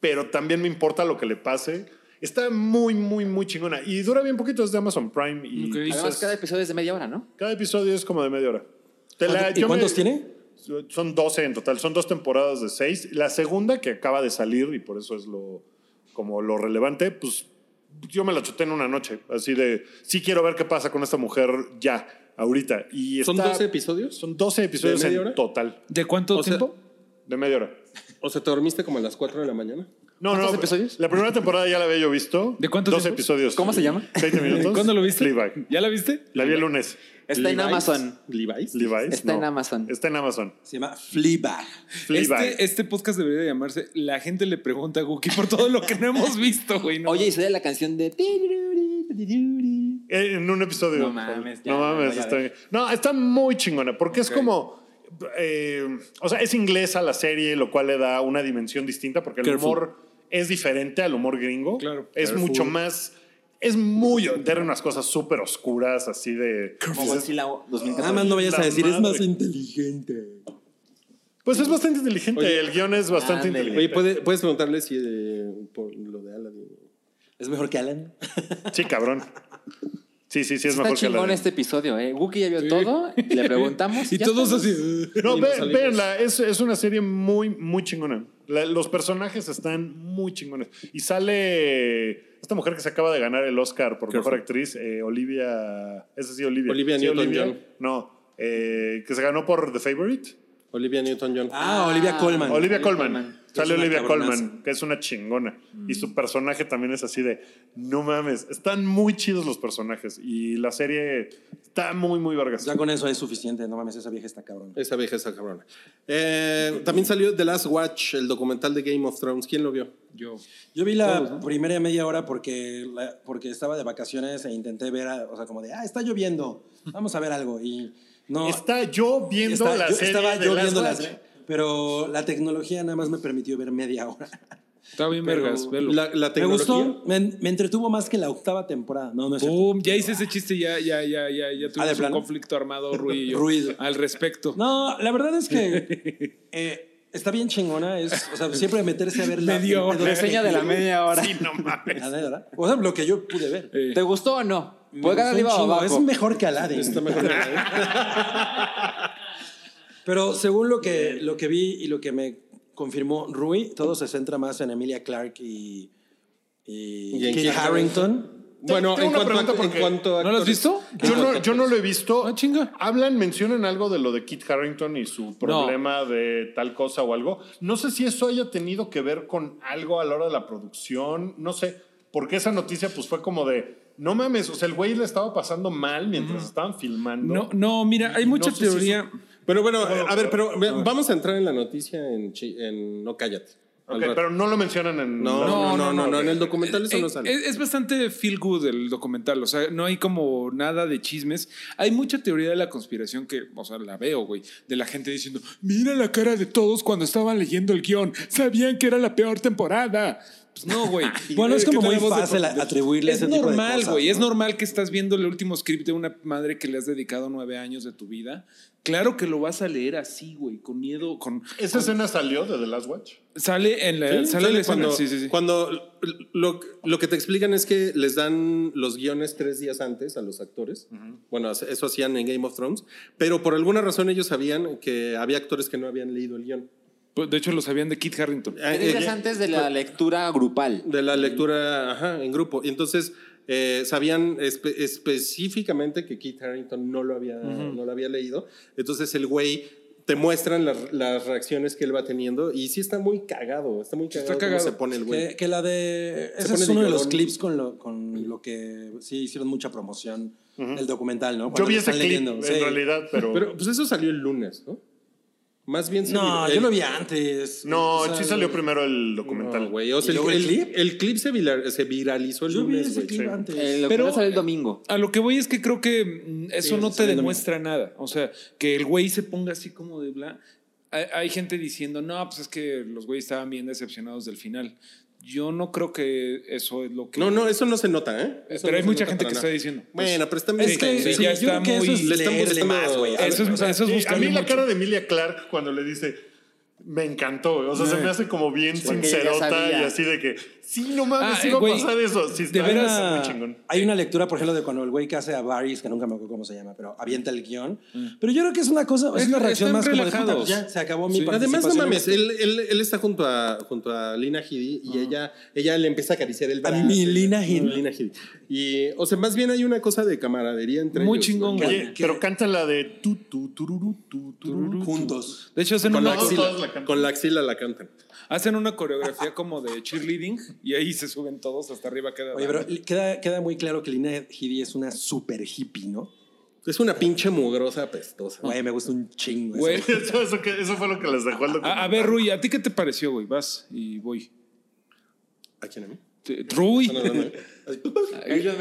Speaker 2: pero también me importa lo que le pase. Está muy, muy, muy chingona. Y dura bien poquito, es de Amazon Prime. Y
Speaker 4: Ok.
Speaker 2: pues,
Speaker 3: Además, cada episodio es de media hora, ¿no?
Speaker 2: cada episodio es como de media hora. Te la-
Speaker 5: ¿Y
Speaker 2: yo
Speaker 5: cuántos
Speaker 2: me-
Speaker 5: tiene?
Speaker 2: Son 12 en total, son dos temporadas de 6. La segunda que acaba de salir, y por eso es lo, como lo relevante, pues yo me la chuté en una noche, así de, sí quiero ver qué pasa con esta mujer ya, ahorita. Y
Speaker 6: ¿Son
Speaker 2: está-
Speaker 6: 12 episodios?
Speaker 2: Son 12 episodios
Speaker 6: ¿De media
Speaker 2: en
Speaker 6: hora?
Speaker 2: total,
Speaker 4: ¿De cuánto
Speaker 6: O sea-
Speaker 4: tiempo?
Speaker 2: de media hora.
Speaker 6: O sea, ¿te dormiste como a las 4 de la mañana?
Speaker 2: No,
Speaker 3: ¿Cuántos
Speaker 2: no,
Speaker 3: episodios?
Speaker 2: La primera temporada ya la había yo visto.
Speaker 4: ¿De cuántos
Speaker 2: 12
Speaker 4: tiempo?
Speaker 2: episodios.
Speaker 3: ¿Cómo se llama?
Speaker 2: 20 minutos.
Speaker 4: ¿Cuándo lo viste?
Speaker 2: Fleabag.
Speaker 4: ¿Ya la viste?
Speaker 2: La vi el lunes.
Speaker 3: Está en
Speaker 6: Levi's.
Speaker 3: Amazon.
Speaker 6: ¿Levi's?
Speaker 2: Levi's,
Speaker 3: Está en
Speaker 2: no.
Speaker 3: Amazon.
Speaker 2: Está en Amazon.
Speaker 5: Se llama Fleabag.
Speaker 2: Fleabag.
Speaker 4: Este, este podcast debería llamarse La gente le pregunta a Guki por todo lo que no hemos visto, güey. ¿no?
Speaker 3: Oye, y sale la canción de.
Speaker 2: Eh, En un episodio.
Speaker 3: No mames, ya
Speaker 2: No
Speaker 3: me
Speaker 2: mames,
Speaker 3: voy a
Speaker 2: está
Speaker 3: ver.
Speaker 2: bien. No, está muy chingona, porque es como. eh, o sea, es inglesa la serie, lo cual le da una dimensión distinta, porque el
Speaker 6: Careful.
Speaker 2: humor es diferente al humor gringo.
Speaker 4: Claro.
Speaker 2: Es
Speaker 6: Careful.
Speaker 2: mucho más. Es muy. Tiene unas cosas súper oscuras, así de.
Speaker 3: Como Godzilla 2014.
Speaker 5: Ah, Nada más no vayas
Speaker 2: La
Speaker 5: a decir, es más
Speaker 2: madre.
Speaker 5: inteligente.
Speaker 2: Pues es bastante inteligente.
Speaker 6: Oye.
Speaker 2: el guión es bastante
Speaker 3: Ándale.
Speaker 6: Oye,
Speaker 2: inteligente.
Speaker 6: ¿puedes, puedes preguntarle si eh, por lo de Aladdin.
Speaker 5: Es mejor que Alan.
Speaker 2: Sí, cabrón. Sí, sí, sí, es
Speaker 3: Está
Speaker 2: mejor que la.
Speaker 3: chingón
Speaker 2: de-
Speaker 3: este episodio, ¿eh? Wookie ya vio todo, le preguntamos.
Speaker 4: y
Speaker 3: ya
Speaker 4: todos
Speaker 3: estamos.
Speaker 4: así.
Speaker 5: eh,
Speaker 2: No,
Speaker 6: Y
Speaker 2: ve-
Speaker 5: pues,
Speaker 6: nos salimos.
Speaker 2: véanla, es, es una serie muy, muy chingona. La- los personajes están muy chingones. Y sale esta mujer que se acaba de ganar el Oscar por mejor
Speaker 6: Careful.
Speaker 2: actriz, eh, Olivia. Esa sí, Olivia.
Speaker 6: Olivia
Speaker 2: Sí,
Speaker 6: Newton-John.
Speaker 2: No, eh, que se ganó por The Favorite.
Speaker 6: Olivia Newton-John.
Speaker 5: Ah, Olivia Colman.
Speaker 2: Olivia Colman. Sale
Speaker 5: Es una
Speaker 2: Olivia
Speaker 5: cabronaza.
Speaker 2: Colman, que es una chingona. Y su personaje también es así de, no mames, están muy chidos los personajes. Y la serie está muy, muy vergas.
Speaker 5: Ya con eso es suficiente. No mames, esa vieja está cabrón.
Speaker 6: Esa vieja esa cabrona. Eh, también salió The Last Watch, el documental de Game of Thrones. ¿Quién lo vio?
Speaker 4: Yo.
Speaker 5: Yo vi la primera media hora porque, la- porque estaba de vacaciones e intenté ver, a- o sea, como de, ah, está lloviendo, vamos a ver algo. Y no.
Speaker 2: Está yo viendo
Speaker 5: está-
Speaker 2: la
Speaker 5: yo
Speaker 2: serie.
Speaker 5: Estaba
Speaker 2: de
Speaker 5: yo
Speaker 2: Last
Speaker 5: viendo la
Speaker 2: Watch.
Speaker 5: serie, Pero la tecnología nada más me permitió ver media hora.
Speaker 4: Está bien,
Speaker 5: Pero-
Speaker 4: vergas, velo.
Speaker 6: La, la
Speaker 5: Me
Speaker 6: tecnología.
Speaker 5: gustó, me, me entretuvo más que la octava temporada. No, no es cierto.
Speaker 4: Pum, ya hice ese chiste, ya, ya, ya, ya,
Speaker 5: Ah,
Speaker 4: ya
Speaker 5: ¿de
Speaker 4: tuvimos un
Speaker 5: plano?
Speaker 4: conflicto armado, Rui y yo,
Speaker 5: Ruido.
Speaker 4: al respecto.
Speaker 5: No, la verdad es que eh, está bien chingona. Es, o sea, siempre meterse a ver la
Speaker 4: Media hora.
Speaker 5: la-
Speaker 3: Reseña de la media hora.
Speaker 2: Sí, no mames.
Speaker 5: la media hora. O sea, lo que yo pude ver.
Speaker 4: Eh,
Speaker 3: ¿Te gustó o no?
Speaker 5: Me
Speaker 3: Juega
Speaker 5: gustó un
Speaker 3: arriba o
Speaker 5: chingo,
Speaker 3: abajo.
Speaker 5: Es mejor que Aladdin.
Speaker 6: Está mejor que la-
Speaker 5: Pero según lo que, lo que vi y lo que me confirmó Rui, todo se centra más en Emilia Clark y, y,
Speaker 6: Y en
Speaker 5: Kit
Speaker 6: Kit
Speaker 5: Harrington.
Speaker 6: Bueno,
Speaker 2: Tengo
Speaker 6: en
Speaker 2: una
Speaker 6: cuanto, a,
Speaker 2: pregunta
Speaker 6: en
Speaker 2: porque-
Speaker 6: cuanto a
Speaker 4: ¿No lo has
Speaker 6: actores-
Speaker 4: visto?
Speaker 2: Yo no, yo no lo he visto.
Speaker 4: Ah, chinga.
Speaker 2: Hablan, mencionan algo de lo de Kit Harrington y su problema de tal cosa o algo. No sé si eso haya tenido que ver con algo a la hora de la producción. No sé. Porque esa noticia, pues fue como de. No mames, o sea, el güey le estaba pasando mal mientras estaban filmando.
Speaker 4: No, no, mira, hay
Speaker 2: No
Speaker 4: mucha
Speaker 2: sé si
Speaker 4: teoría.
Speaker 6: Pero bueno, eh, a ver, pero ve- vamos a entrar en la noticia en, chi- en No Cállate.
Speaker 2: Ok,
Speaker 6: Al rato.
Speaker 2: pero no lo mencionan en.
Speaker 6: no, no, no, no, no, en el documental eso
Speaker 4: Eh,
Speaker 6: no sale.
Speaker 4: Es, es bastante feel good el documental, o sea, no hay como nada de chismes. Hay mucha teoría de la conspiración que, o sea, la veo, güey, de la gente diciendo, mira la cara de todos cuando estaban leyendo el guión, sabían que era la peor temporada. Pues no, güey.
Speaker 5: Bueno, es
Speaker 4: ¿Qué
Speaker 5: como muy
Speaker 4: tenemos de
Speaker 5: fácil
Speaker 4: pendejo?
Speaker 5: atribuirle
Speaker 4: es
Speaker 5: ese tipo de
Speaker 4: normal,
Speaker 5: cosas,
Speaker 4: güey,
Speaker 5: ¿no?
Speaker 4: es normal que estás viendo el último script de una madre que le has dedicado nueve años de tu vida. Claro que lo vas a leer así, güey, con miedo, con...
Speaker 2: ¿Esa escena salió de The Last Watch?
Speaker 4: Sale en la.
Speaker 6: Sí,
Speaker 4: sale la escena,
Speaker 6: Eh, cuando,
Speaker 4: sí, sí, sí.
Speaker 6: cuando lo, lo que te explican es que les dan los guiones tres días antes a los actores. Bueno, eso hacían en Game of Thrones, pero por alguna razón ellos sabían que había actores que no habían leído el guión.
Speaker 4: Pues, De hecho, lo sabían de Kit Harrington.
Speaker 6: Ah,
Speaker 3: Tres días
Speaker 6: eh,
Speaker 3: antes de la lectura grupal.
Speaker 6: De la lectura ajá, en grupo. Y entonces eh, sabían espe- específicamente que Keith Harrington no lo había, no lo había leído. Entonces el güey te muestran las, las reacciones que él va teniendo y sí está muy cagado, está muy
Speaker 4: Sí
Speaker 6: cagado,
Speaker 4: está
Speaker 6: cómo
Speaker 4: cagado. Eh,
Speaker 6: se pone el güey.
Speaker 5: Que, que la de. Ese
Speaker 6: pone
Speaker 5: es
Speaker 6: de
Speaker 5: uno de los
Speaker 6: llorón.
Speaker 5: clips con lo, con lo que sí hicieron mucha promoción el documental, ¿no? Cuando
Speaker 2: Yo vi
Speaker 5: lo
Speaker 2: ese
Speaker 5: están
Speaker 2: clip,
Speaker 5: leyendo,
Speaker 2: en
Speaker 5: sí.
Speaker 2: realidad, pero...
Speaker 6: Pero pues eso salió el lunes, ¿no? Más bien
Speaker 5: No,
Speaker 6: se-
Speaker 5: yo
Speaker 6: el-
Speaker 5: lo vi antes.
Speaker 2: no,
Speaker 5: O sea,
Speaker 2: sí salió
Speaker 5: lo-
Speaker 2: primero el documental.
Speaker 6: No, güey, o
Speaker 5: ¿Y
Speaker 6: sea, el,
Speaker 5: luego el
Speaker 6: el-
Speaker 5: clip?
Speaker 6: el clip se, vira- se viralizó el
Speaker 5: Yo vi
Speaker 6: lunes,
Speaker 5: ese
Speaker 6: güey.
Speaker 5: clip
Speaker 2: sí.
Speaker 5: antes.
Speaker 3: Eh, Lo que
Speaker 4: Pero-
Speaker 3: va a salir el domingo.
Speaker 4: A lo que voy es que creo que mm, eso
Speaker 5: Sí,
Speaker 4: no
Speaker 5: sí,
Speaker 4: te
Speaker 5: lo mismo.
Speaker 4: demuestra nada. O sea, que el güey se ponga así como de bla. Hay, hay gente diciendo, no, pues es que los güeyes estaban bien decepcionados del final. Yo no creo que eso es lo que.
Speaker 6: No, no, eso no se nota, ¿eh? Eso
Speaker 4: Pero
Speaker 6: no
Speaker 4: hay
Speaker 6: se
Speaker 4: mucha
Speaker 6: nota
Speaker 4: gente
Speaker 6: para
Speaker 4: que
Speaker 6: nada.
Speaker 4: está diciendo.
Speaker 6: Bueno, pero están
Speaker 5: Es que
Speaker 4: Sí,
Speaker 5: sí,
Speaker 4: ya
Speaker 5: yo creo
Speaker 4: está
Speaker 5: que eso
Speaker 4: muy-
Speaker 5: es
Speaker 6: le están
Speaker 5: leerle
Speaker 6: buscando-
Speaker 5: más, güey.
Speaker 4: Eso es,
Speaker 5: O sea,
Speaker 4: eso es
Speaker 2: Sí, a
Speaker 4: buscarle
Speaker 2: mí la
Speaker 4: mucho.
Speaker 2: cara de Emilia Clark cuando le dice me encantó, o sea, se me hace como bien
Speaker 3: porque ella ya
Speaker 2: sincerota
Speaker 3: sabía.
Speaker 2: y así de que sí, no mames,
Speaker 4: Ah,
Speaker 2: iba
Speaker 4: güey,
Speaker 2: a pasar eso. Sí, está-
Speaker 5: De
Speaker 2: está muy
Speaker 5: veras,
Speaker 2: chingón.
Speaker 5: hay una lectura, por ejemplo, de cuando el güey que hace a Varys, que nunca me acuerdo cómo se llama, pero avienta el guión. Pero yo creo que es una cosa, es,
Speaker 4: Es-
Speaker 5: una reacción
Speaker 4: están
Speaker 5: más como de,
Speaker 4: relajados.
Speaker 5: puta, ya, se acabó mi
Speaker 4: Sí.
Speaker 5: participación.
Speaker 6: Además, no
Speaker 5: en
Speaker 6: mames,
Speaker 5: esto.
Speaker 6: él, él, él está junto a, junto a Lina Headey y ella, ella le empieza a acariciar el
Speaker 5: A
Speaker 6: brazo.
Speaker 5: mi Lina Headey.
Speaker 6: Lina Headey. Y, o sea, más bien hay una cosa de camaradería entre
Speaker 4: Muy
Speaker 6: ellos,
Speaker 4: chingón,
Speaker 6: güey.
Speaker 2: Oye, pero canta la de tu, tu, tururú, tu, tururú,
Speaker 5: juntos.
Speaker 4: De hecho, hacen
Speaker 6: Con la
Speaker 4: una,
Speaker 2: No,
Speaker 6: axila.
Speaker 2: todos la cantan.
Speaker 6: con la axila la cantan.
Speaker 4: hacen una coreografía como de cheerleading y ahí se suben todos hasta arriba. Queda
Speaker 5: Oye, pero queda, queda muy claro que Lina Headey es una super hippie, ¿no?
Speaker 6: Es una pinche mugrosa apestosa.
Speaker 5: Güey, me gusta un chingo.
Speaker 4: Güey,
Speaker 5: eso.
Speaker 2: Eso, eso que- eso fue lo que les dejó el documental.
Speaker 4: a, a ver, Rui, ¿a ti qué te pareció, güey? Vas y voy.
Speaker 6: ¿A quién a mí?
Speaker 4: Te- Rui.
Speaker 6: No, no, no.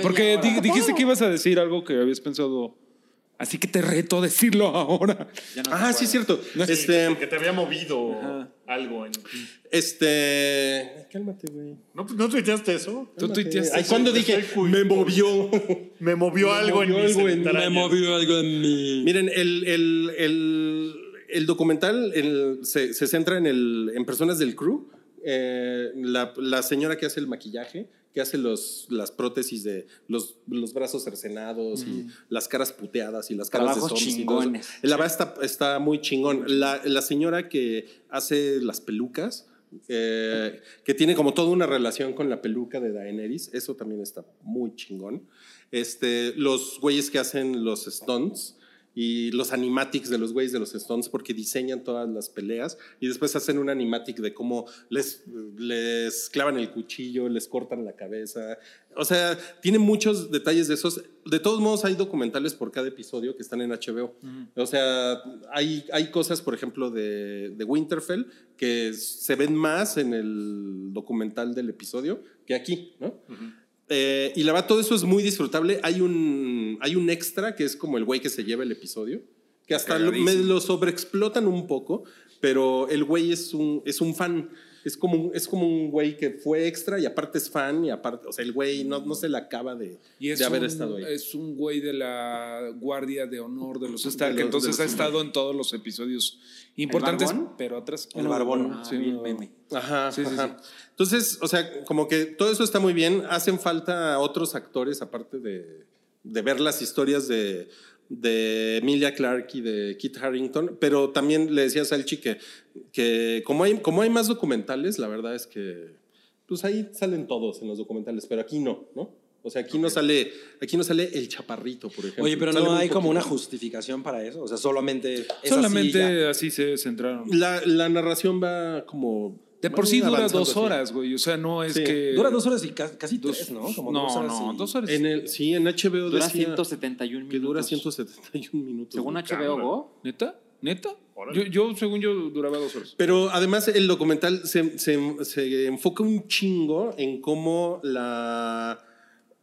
Speaker 4: Porque di- dijiste que ibas a decir algo que habías pensado. Así que te reto a decirlo ahora.
Speaker 6: Ah, sí, es cierto.
Speaker 2: Sí,
Speaker 6: Este,
Speaker 2: que te había movido
Speaker 4: Ajá.
Speaker 2: algo en ti.
Speaker 6: este. Cálmate, güey.
Speaker 2: ¿No, ¿No tuiteaste eso?
Speaker 4: Tú tuiteaste.
Speaker 6: Ay, ¿cuándo dije? Me movió.
Speaker 2: Me movió algo
Speaker 6: movió
Speaker 2: en mis
Speaker 6: algo en mí, me
Speaker 2: entrañas.
Speaker 5: algo en mí.
Speaker 6: Miren, el, el, el, el documental el- se, se centra en, el, en personas del crew. Eh, la, la señora que hace el maquillaje, que hace los, las prótesis de los, los brazos cercenados y las caras puteadas y las caras
Speaker 3: Mm. Trabajos
Speaker 6: de zombies. y todo eso.
Speaker 3: chingones.
Speaker 6: La verdad está, está muy chingón. La, la señora que hace las pelucas, eh, que tiene como toda una relación con la peluca de Daenerys, eso también está muy chingón. Este, los güeyes que hacen los stunts y los animatics de los güeyes de los stunts porque diseñan todas las peleas y después hacen un animatic de cómo les, les clavan el cuchillo, les cortan la cabeza. O sea, tiene muchos detalles de esos. De todos modos, hay documentales por cada episodio que están en HBO. O sea, hay, hay cosas, por ejemplo, de, de Winterfell que se ven más en el documental del episodio que aquí, ¿no? Eh, y la verdad, todo eso es muy disfrutable. Hay un, hay un extra que es como el güey que se lleva el episodio, que hasta lo, me lo sobreexplotan un poco, pero el güey es un, es un fan. Es como, un- es como un güey que fue extra y aparte es fan y aparte, o sea, el güey no, no se la acaba de,
Speaker 4: Y es,
Speaker 6: de haber
Speaker 4: un,
Speaker 6: estado ahí.
Speaker 4: es un güey de la guardia de honor de los Stark,
Speaker 6: De los-
Speaker 4: entonces
Speaker 6: de
Speaker 4: ha
Speaker 6: los-
Speaker 4: estado en todos los episodios importantes,
Speaker 3: barbón?
Speaker 4: pero otras.
Speaker 5: El barbón.
Speaker 4: Ah, Sí,
Speaker 3: vi el
Speaker 4: no.
Speaker 3: meme.
Speaker 6: Ajá,
Speaker 4: Sí, sí,
Speaker 6: ajá. Entonces, o sea, como que todo eso está muy bien. Hacen falta otros actores, aparte de, de ver las historias de, de Emilia Clarke y de Kit Harrington. Pero también le decía a Salchi que, que como, hay, como hay más documentales, la verdad es que pues ahí salen todos en los documentales, pero aquí no, ¿no? O sea, aquí no sale, aquí no sale el chaparrito, por ejemplo.
Speaker 5: Oye, pero
Speaker 6: Sale
Speaker 5: no
Speaker 6: muy
Speaker 5: hay como
Speaker 6: poquito.
Speaker 5: una justificación para eso. O sea, solamente. es así,
Speaker 4: Solamente
Speaker 5: ya.
Speaker 4: así, se centraron.
Speaker 6: La, la narración va como.
Speaker 4: De por
Speaker 6: va
Speaker 4: sí dura
Speaker 6: avanzando
Speaker 4: dos
Speaker 6: así.
Speaker 4: horas, güey. O sea, no es
Speaker 6: Sí.
Speaker 4: que.
Speaker 5: Dura dos horas y ca- casi
Speaker 4: dos-
Speaker 5: tres, ¿no? Como
Speaker 4: no,
Speaker 5: dos horas
Speaker 4: no,
Speaker 5: y-
Speaker 4: dos horas.
Speaker 6: En el, sí, en HBO
Speaker 3: Dura
Speaker 6: decía-
Speaker 3: 171
Speaker 6: Que
Speaker 3: minutos.
Speaker 6: dura 171 minutos.
Speaker 3: Según
Speaker 6: ¿no?
Speaker 3: HBO Go,
Speaker 4: ¿Neta? ¿Neta? Yo,
Speaker 2: Órale.
Speaker 4: yo, según yo, duraba dos horas.
Speaker 6: Pero además el documental se, se- se enfoca un chingo en cómo la...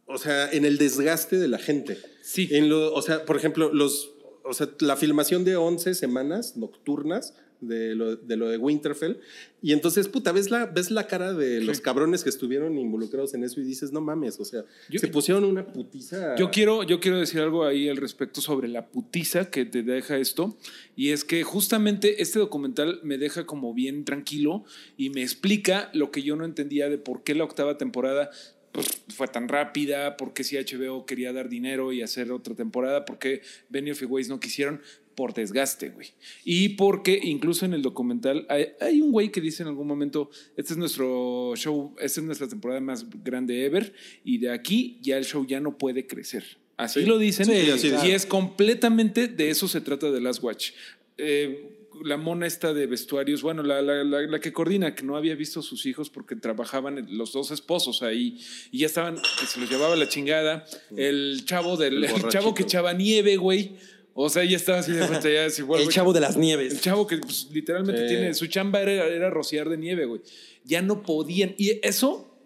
Speaker 6: O sea, en el desgaste de la gente.
Speaker 4: Sí.
Speaker 6: En lo, o sea, por ejemplo, los, o sea, la filmación de 11 semanas nocturnas de lo, de lo de Winterfell. Y entonces, puta, ves la, ves la cara de los cabrones que estuvieron involucrados en eso y dices, no mames, o sea,
Speaker 4: Yo-
Speaker 6: se pusieron una putiza.
Speaker 4: Yo quiero, yo quiero decir algo ahí al respecto sobre la putiza que te deja esto. Y es que justamente este documental me deja como bien tranquilo y me explica lo que yo no entendía de por qué la octava temporada pues, fue tan rápida, por qué si HBO quería dar dinero y hacer otra temporada, por qué Benioff y Weiss no quisieron. Por desgaste, güey. Y porque incluso en el documental hay, hay un güey que dice en algún momento, este es nuestro show, esta es nuestra temporada más grande ever y de aquí ya el show ya no puede crecer. Así
Speaker 6: Sí.
Speaker 4: lo dicen
Speaker 5: Sí,
Speaker 6: así
Speaker 4: y
Speaker 6: es.
Speaker 4: es completamente de eso se trata de Last Watch. Eh, la mona esta de vestuarios, bueno, la, la- la- la que coordina, que no había visto a sus hijos porque trabajaban los dos esposos ahí y ya estaban, que se los llevaba la chingada. El chavo del
Speaker 6: El
Speaker 4: el chavo
Speaker 6: borrachito.
Speaker 4: que echaba nieve, güey. O sea, ya estaba así de vuelta, ya se vuelve-
Speaker 5: El chavo de las
Speaker 4: el
Speaker 5: nieves.
Speaker 4: chavo que pues, literalmente
Speaker 6: Sí.
Speaker 4: tiene. Su chamba era, era rociar de nieve, güey. Ya no podían. Y eso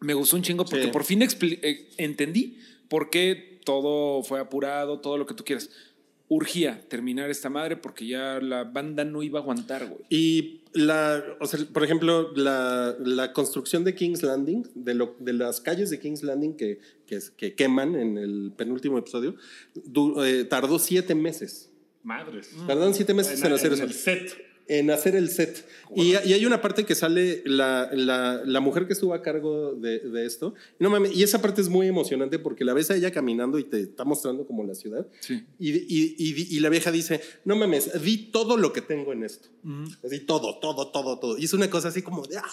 Speaker 4: me gustó un chingo porque
Speaker 6: Sí.
Speaker 4: por fin expli- eh, entendí por qué todo fue apurado, todo lo que tú quieras. Urgía terminar esta madre porque ya la banda no iba a aguantar, güey.
Speaker 6: Y la, o sea, por ejemplo, la, la construcción de King's Landing, de, lo, de las calles de King's Landing que, que, es- que queman en el penúltimo episodio, du- eh, tardó siete meses.
Speaker 2: Madres.
Speaker 6: Tardaron siete meses en,
Speaker 2: Ah. En- en
Speaker 6: hacer eso.
Speaker 2: el set.
Speaker 6: en hacer el set. Y, y hay una parte que sale la, la- la mujer que estuvo a cargo de, de esto. No mames, y esa parte es muy emocionante porque la ves a ella caminando y te está mostrando como la ciudad.
Speaker 4: Sí.
Speaker 6: Y, y- y- y la vieja dice, no mames, di todo lo que tengo en esto. Así todo, todo, todo, todo. Y es una cosa así como de... "Ah".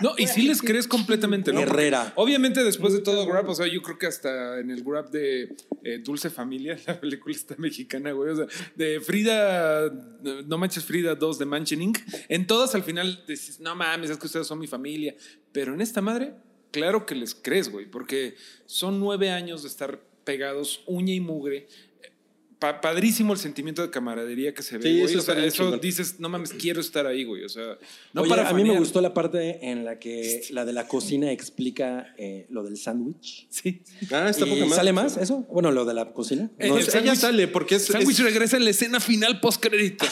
Speaker 4: No, y sí les crees completamente, ¿no? Porque
Speaker 5: Herrera.
Speaker 4: Obviamente después de todo Grab, o sea, yo creo que hasta en el Grab de eh, Dulce Familia, la película está mexicana, güey, o sea, de Frida, eh, No Manches Frida 2 de Manchening, en todas al final dices, no mames, es que ustedes son mi familia, pero en esta madre, claro que les crees, güey, porque son nueve años de estar pegados uña y mugre. Eh, Pa- padrísimo el sentimiento de camaradería que se ve,
Speaker 6: Sí,
Speaker 4: güey.
Speaker 6: eso
Speaker 4: o sea,
Speaker 6: está bien
Speaker 4: eso
Speaker 6: chingón.
Speaker 4: dices, no mames, quiero estar ahí, güey. O sea, no
Speaker 5: Oye,
Speaker 4: para
Speaker 5: a mí me
Speaker 4: fanear.
Speaker 5: gustó la parte en la que la de la cocina explica eh, lo del sándwich.
Speaker 4: Sí.
Speaker 6: Ah, está
Speaker 5: Y
Speaker 6: poca madre.
Speaker 5: ¿Sale más eso? Bueno, lo de la cocina.
Speaker 4: Eh,
Speaker 6: No,
Speaker 4: el
Speaker 6: ella
Speaker 4: sándwich-
Speaker 6: sale porque es,
Speaker 4: Sandwich
Speaker 6: es-
Speaker 4: regresa en la escena final post créditos.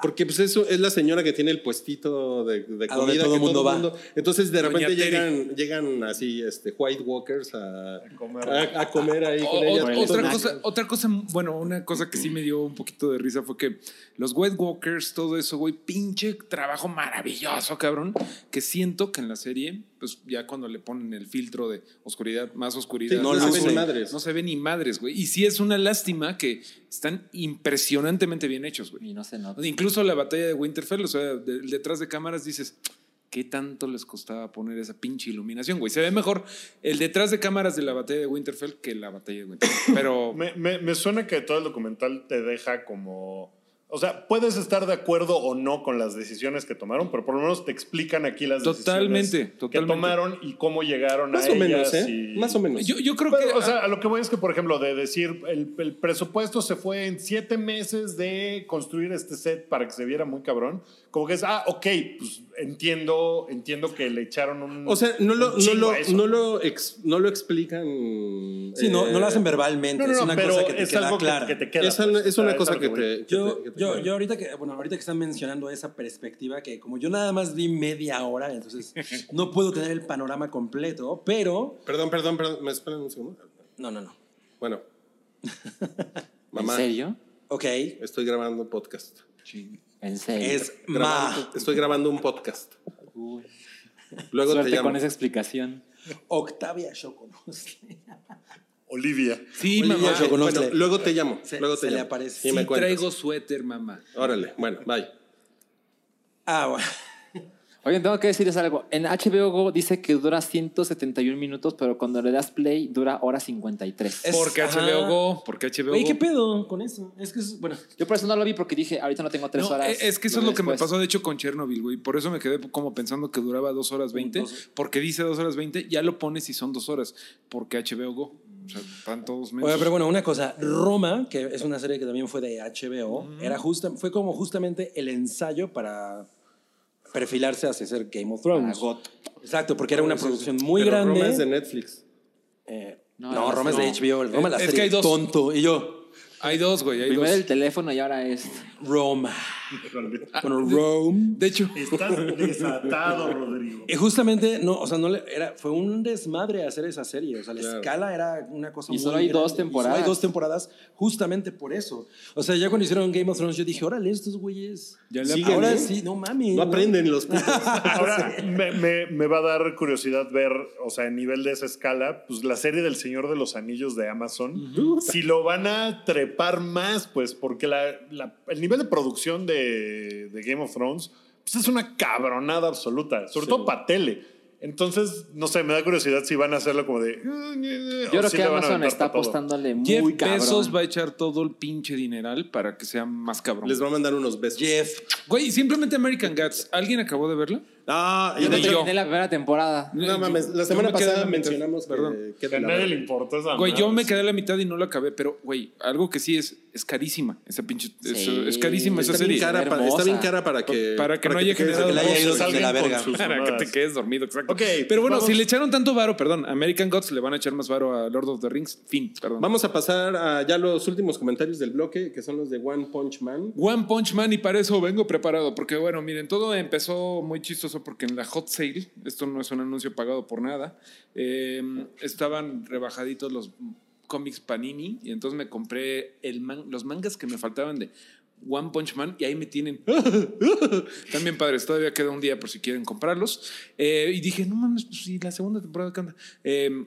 Speaker 6: porque pues eso es la señora que tiene el puestito de, de
Speaker 5: A donde
Speaker 6: comida
Speaker 5: todo
Speaker 6: que
Speaker 5: mundo va.
Speaker 6: entonces de
Speaker 4: Doña
Speaker 6: repente
Speaker 4: Tere.
Speaker 6: llegan llegan así este White Walkers a,
Speaker 2: comer.
Speaker 6: a- a comer ahí
Speaker 4: O-
Speaker 6: con ella.
Speaker 4: o-
Speaker 6: Entonces,
Speaker 4: otra, cosa, otra cosa, bueno, una cosa que sí me dio un poquito de risa fue que los White Walkers, todo eso, güey, pinche trabajo maravilloso, cabrón, que siento que en la serie, pues ya cuando le ponen el filtro de oscuridad, más oscuridad,
Speaker 6: Sí,
Speaker 5: no
Speaker 4: más
Speaker 5: se ve ni
Speaker 4: luz,
Speaker 6: madres.
Speaker 4: no se ve ni madres, güey. Y sí es una lástima que están impresionantemente bien hechos, güey.
Speaker 3: Y no se nota.
Speaker 4: Incluso la batalla de Winterfell, o sea, de- detrás de cámaras dices, ¿qué tanto les costaba poner esa pinche iluminación, güey? Se ve mejor el detrás de cámaras de la batalla de Winterfell que la batalla de Winterfell. Pero
Speaker 2: Me, me- me suena que todo el documental te deja como... O sea, puedes estar de acuerdo o no con las decisiones que tomaron, pero por lo menos te explican aquí las
Speaker 4: Totalmente,
Speaker 2: decisiones que
Speaker 4: totalmente.
Speaker 2: tomaron y cómo llegaron
Speaker 6: más
Speaker 2: a
Speaker 6: o menos,
Speaker 2: ellas.
Speaker 6: ¿eh?
Speaker 2: y-
Speaker 6: Más o menos.
Speaker 4: yo, yo creo
Speaker 2: Pero,
Speaker 4: que...
Speaker 2: o
Speaker 6: ah,
Speaker 2: sea, a lo que voy es que, por ejemplo, de decir, el, el presupuesto se fue en siete meses de construir este set para que se viera muy cabrón, como que es, ah, ok, pues entiendo, entiendo que le echaron un...
Speaker 6: O sea, no lo,
Speaker 2: un
Speaker 6: no
Speaker 2: chingo
Speaker 6: lo,
Speaker 2: a eso.
Speaker 6: no lo, ex- no lo explican.
Speaker 5: Sí, no, no lo
Speaker 6: Eh,
Speaker 5: hacen verbalmente.
Speaker 2: No, no,
Speaker 5: es
Speaker 2: no,
Speaker 5: una
Speaker 2: pero
Speaker 5: cosa que te
Speaker 2: es
Speaker 5: queda
Speaker 2: algo que-
Speaker 5: clara.
Speaker 2: que, te queda.
Speaker 6: Es una,
Speaker 2: pues,
Speaker 6: es una
Speaker 2: a-
Speaker 6: cosa
Speaker 2: a lo
Speaker 6: que
Speaker 2: voy.
Speaker 6: te. que
Speaker 5: Yo,
Speaker 6: te- que te-
Speaker 5: yo, yo ahorita que, bueno, ahorita que están mencionando esa perspectiva, que como yo nada más vi media hora, entonces no puedo tener el panorama completo, pero.
Speaker 6: Perdón, perdón, perdón. ¿Me esperan un segundo?
Speaker 5: No, no, no.
Speaker 6: Bueno.
Speaker 3: ¿En
Speaker 6: Mamá,
Speaker 3: serio?
Speaker 5: Ok.
Speaker 6: estoy grabando podcast.
Speaker 4: ah,
Speaker 3: En serio.
Speaker 5: Es
Speaker 6: Grabando-
Speaker 5: ma.
Speaker 6: Estoy grabando un podcast.
Speaker 3: Uy.
Speaker 6: Luego te
Speaker 3: Suerte
Speaker 6: llamo.
Speaker 3: con esa explicación.
Speaker 5: Octavia Shokonosle.
Speaker 2: Olivia.
Speaker 4: sí,
Speaker 5: Olivia
Speaker 4: mamá.
Speaker 5: Yo
Speaker 6: Bueno,
Speaker 5: conozco-
Speaker 6: luego te llamo.
Speaker 5: Se-
Speaker 6: luego
Speaker 5: se
Speaker 6: te
Speaker 5: le
Speaker 6: llamo.
Speaker 5: aparece.
Speaker 6: Y
Speaker 4: sí
Speaker 6: me cuentas.
Speaker 4: traigo suéter, mamá.
Speaker 6: Órale, bueno, bye.
Speaker 5: Ah, bueno.
Speaker 3: Oigan, tengo que decirles algo. En HBO Go dice que dura 171 minutos, pero cuando le das play dura hora 53.
Speaker 5: Es-
Speaker 4: porque
Speaker 5: ajá.
Speaker 4: HBO Go, porque HBO
Speaker 5: Oye,
Speaker 4: Go.
Speaker 5: ¿qué pedo con eso? Es que es. Bueno.
Speaker 3: Yo por eso no lo vi porque dije, ahorita no tengo tres
Speaker 4: No, e,
Speaker 3: horas.
Speaker 4: es- es que eso
Speaker 3: lo
Speaker 4: es lo
Speaker 3: veo
Speaker 4: que me
Speaker 3: después.
Speaker 4: pasó, de hecho, con Chernobyl, güey. Por eso me quedé como pensando que duraba dos horas veinte,
Speaker 5: dos.
Speaker 4: porque dice dos horas veinte, ya lo pones y son dos horas, porque HBO Go. O sea, están todos menos.
Speaker 5: Oye, pero bueno, una cosa, Roma, que es una serie que también fue de HBO, era justa, fue como justamente el ensayo para perfilarse hacia ser Game of
Speaker 3: Para
Speaker 5: Thrones.
Speaker 3: GOT.
Speaker 5: Exacto, porque era una producción muy
Speaker 6: Pero
Speaker 5: grande.
Speaker 6: Roma es de Netflix.
Speaker 5: Eh, no,
Speaker 3: No, no,
Speaker 5: Roma
Speaker 3: no.
Speaker 5: es de HBO. Roma la
Speaker 4: Es que
Speaker 5: serie
Speaker 4: hay dos.
Speaker 5: tonto. Y yo,
Speaker 4: Hay dos, güey. Hay
Speaker 3: Primero
Speaker 4: dos.
Speaker 3: el teléfono y ahora es.
Speaker 5: Roma. Bueno, Rome.
Speaker 6: De hecho,
Speaker 2: Estás desatado, Rodrigo.
Speaker 5: Y justamente, no, o sea, no le, era, fue un desmadre hacer esa serie. O sea, la
Speaker 6: Claro.
Speaker 5: escala era una cosa
Speaker 3: Y
Speaker 5: muy
Speaker 3: solo hay dos
Speaker 5: grande. Y
Speaker 3: temporadas.
Speaker 5: solo hay dos temporadas justamente por eso. O sea, ya cuando hicieron Game of Thrones, yo dije, órale, estos güeyes.
Speaker 4: Ya le
Speaker 5: Ahora
Speaker 6: aprenden.
Speaker 5: sí, no mames.
Speaker 6: no aprenden los putos.
Speaker 2: Ahora me, me- me va a dar curiosidad ver, o sea, a nivel de esa escala, pues la serie del Señor de los Anillos de Amazon, si lo van a trepar más, pues porque la- la- el nivel de producción de, de Game of Thrones pues, es una cabronada absoluta, sobre todo para tele. Entonces, no sé, me da curiosidad si van a hacerlo como de... "Eh,
Speaker 3: Yo creo que Amazon está apostándole
Speaker 4: Jeff
Speaker 3: muy cabrón.
Speaker 4: Bezos va a echar todo el pinche dineral para que sea más cabrón.
Speaker 6: Les va a mandar unos besos. Jeff.
Speaker 4: Güey, simplemente American Gods. ¿Alguien acabó de verla?
Speaker 6: Ah, y
Speaker 3: Yo no
Speaker 6: de
Speaker 4: Yo.
Speaker 3: terminé la primera temporada.
Speaker 6: No mames, la
Speaker 4: Yo
Speaker 6: semana
Speaker 4: me quedé
Speaker 6: pasada
Speaker 4: en la mitad.
Speaker 6: mencionamos
Speaker 4: Perdón.
Speaker 6: que, que
Speaker 2: Que a
Speaker 6: la-
Speaker 2: nadie le importa esa
Speaker 4: Güey, yo
Speaker 2: madre.
Speaker 4: me quedé a la mitad y no la acabé, pero güey, algo que sí es, es carísima esa pinche,
Speaker 3: Sí.
Speaker 4: es, es carísima esa
Speaker 6: está,
Speaker 4: serie.
Speaker 6: bien cara para,
Speaker 3: Hermosa.
Speaker 6: está bien cara para que
Speaker 4: Para que no haya
Speaker 6: te quedes-
Speaker 4: generado-
Speaker 5: Que le haya ido
Speaker 2: Salgan
Speaker 5: de la
Speaker 2: con
Speaker 5: verga.
Speaker 2: sus
Speaker 4: Para que te
Speaker 2: mamadas.
Speaker 4: quedes dormido, exacto.
Speaker 2: Ok,
Speaker 4: pero bueno,
Speaker 2: vamos.
Speaker 4: si le echaron tanto varo, perdón, American Gods le van a echar más varo a Lord of the Rings. Fin, perdón.
Speaker 6: Vamos a pasar a ya los últimos comentarios del bloque, que son los de One Punch Man.
Speaker 4: One Punch Man y para eso vengo preparado, porque bueno, miren, todo empezó muy chistoso porque en la hot sale, esto no es un anuncio pagado por nada, eh, estaban rebajaditos los cómics Panini y entonces me compré el man- los mangas que me faltaban de One Punch Man y ahí me tienen. También padres, todavía queda un día por si quieren comprarlos. Eh, y dije, no mames, pues si la segunda temporada canta. Em,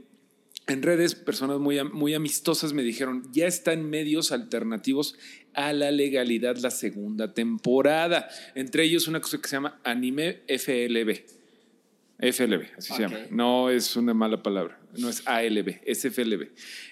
Speaker 4: en redes, personas muy, am- muy amistosas me dijeron, ya está en medios alternativos a la legalidad la segunda temporada. Entre ellos una cosa que se llama Anime FLB. FLB, así se
Speaker 3: Ok.
Speaker 4: llama. No es una mala palabra, no es ALB, es FLB.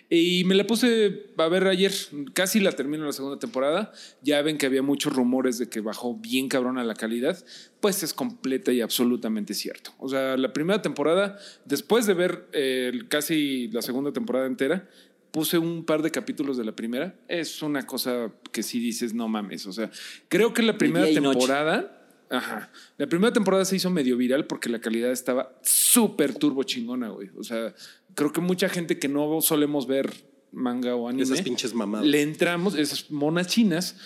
Speaker 4: Y me la puse a ver ayer, casi la termino la segunda temporada. Ya ven que había muchos rumores de que bajó bien cabrón a la calidad. Pues es completa y absolutamente cierto. O sea, la primera temporada, después de ver eh, casi la segunda temporada entera, puse un par de capítulos de la primera. Es una cosa que sí dices, no mames. O sea, creo que la primera
Speaker 3: día y noche.
Speaker 4: temporada. Ajá. La primera temporada se hizo medio viral porque la calidad estaba súper turbo chingona, güey. O sea, creo que mucha gente que no solemos ver manga o anime.
Speaker 6: Esas pinches mamadas.
Speaker 4: Le entramos, esas monas chinas,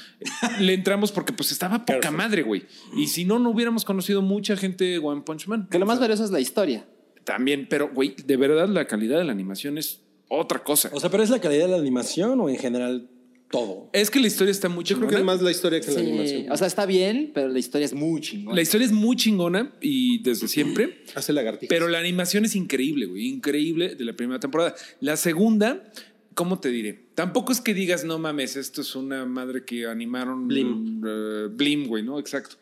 Speaker 4: le entramos porque pues estaba poca madre, güey. Y si no, no hubiéramos conocido mucha gente de One Punch Man.
Speaker 3: Que lo más valioso es la historia.
Speaker 4: También, pero güey, de verdad la calidad de la animación es otra cosa.
Speaker 5: O sea, pero es la calidad de la animación o en general todo.
Speaker 4: es que la historia está muy
Speaker 6: Yo creo
Speaker 4: chingona.
Speaker 6: que es más la historia que la
Speaker 3: Sí,
Speaker 6: animación.
Speaker 3: O sea, está bien, pero la historia es muy chingona.
Speaker 4: La historia es muy chingona y desde siempre.
Speaker 6: Hace lagartijas.
Speaker 4: Pero la animación es increíble, güey. Increíble de la primera temporada. La segunda, ¿cómo te diré? Tampoco es que digas, no mames, esto es una madre que animaron.
Speaker 6: Blim.
Speaker 4: eh, Blim, güey, ¿no? Exacto.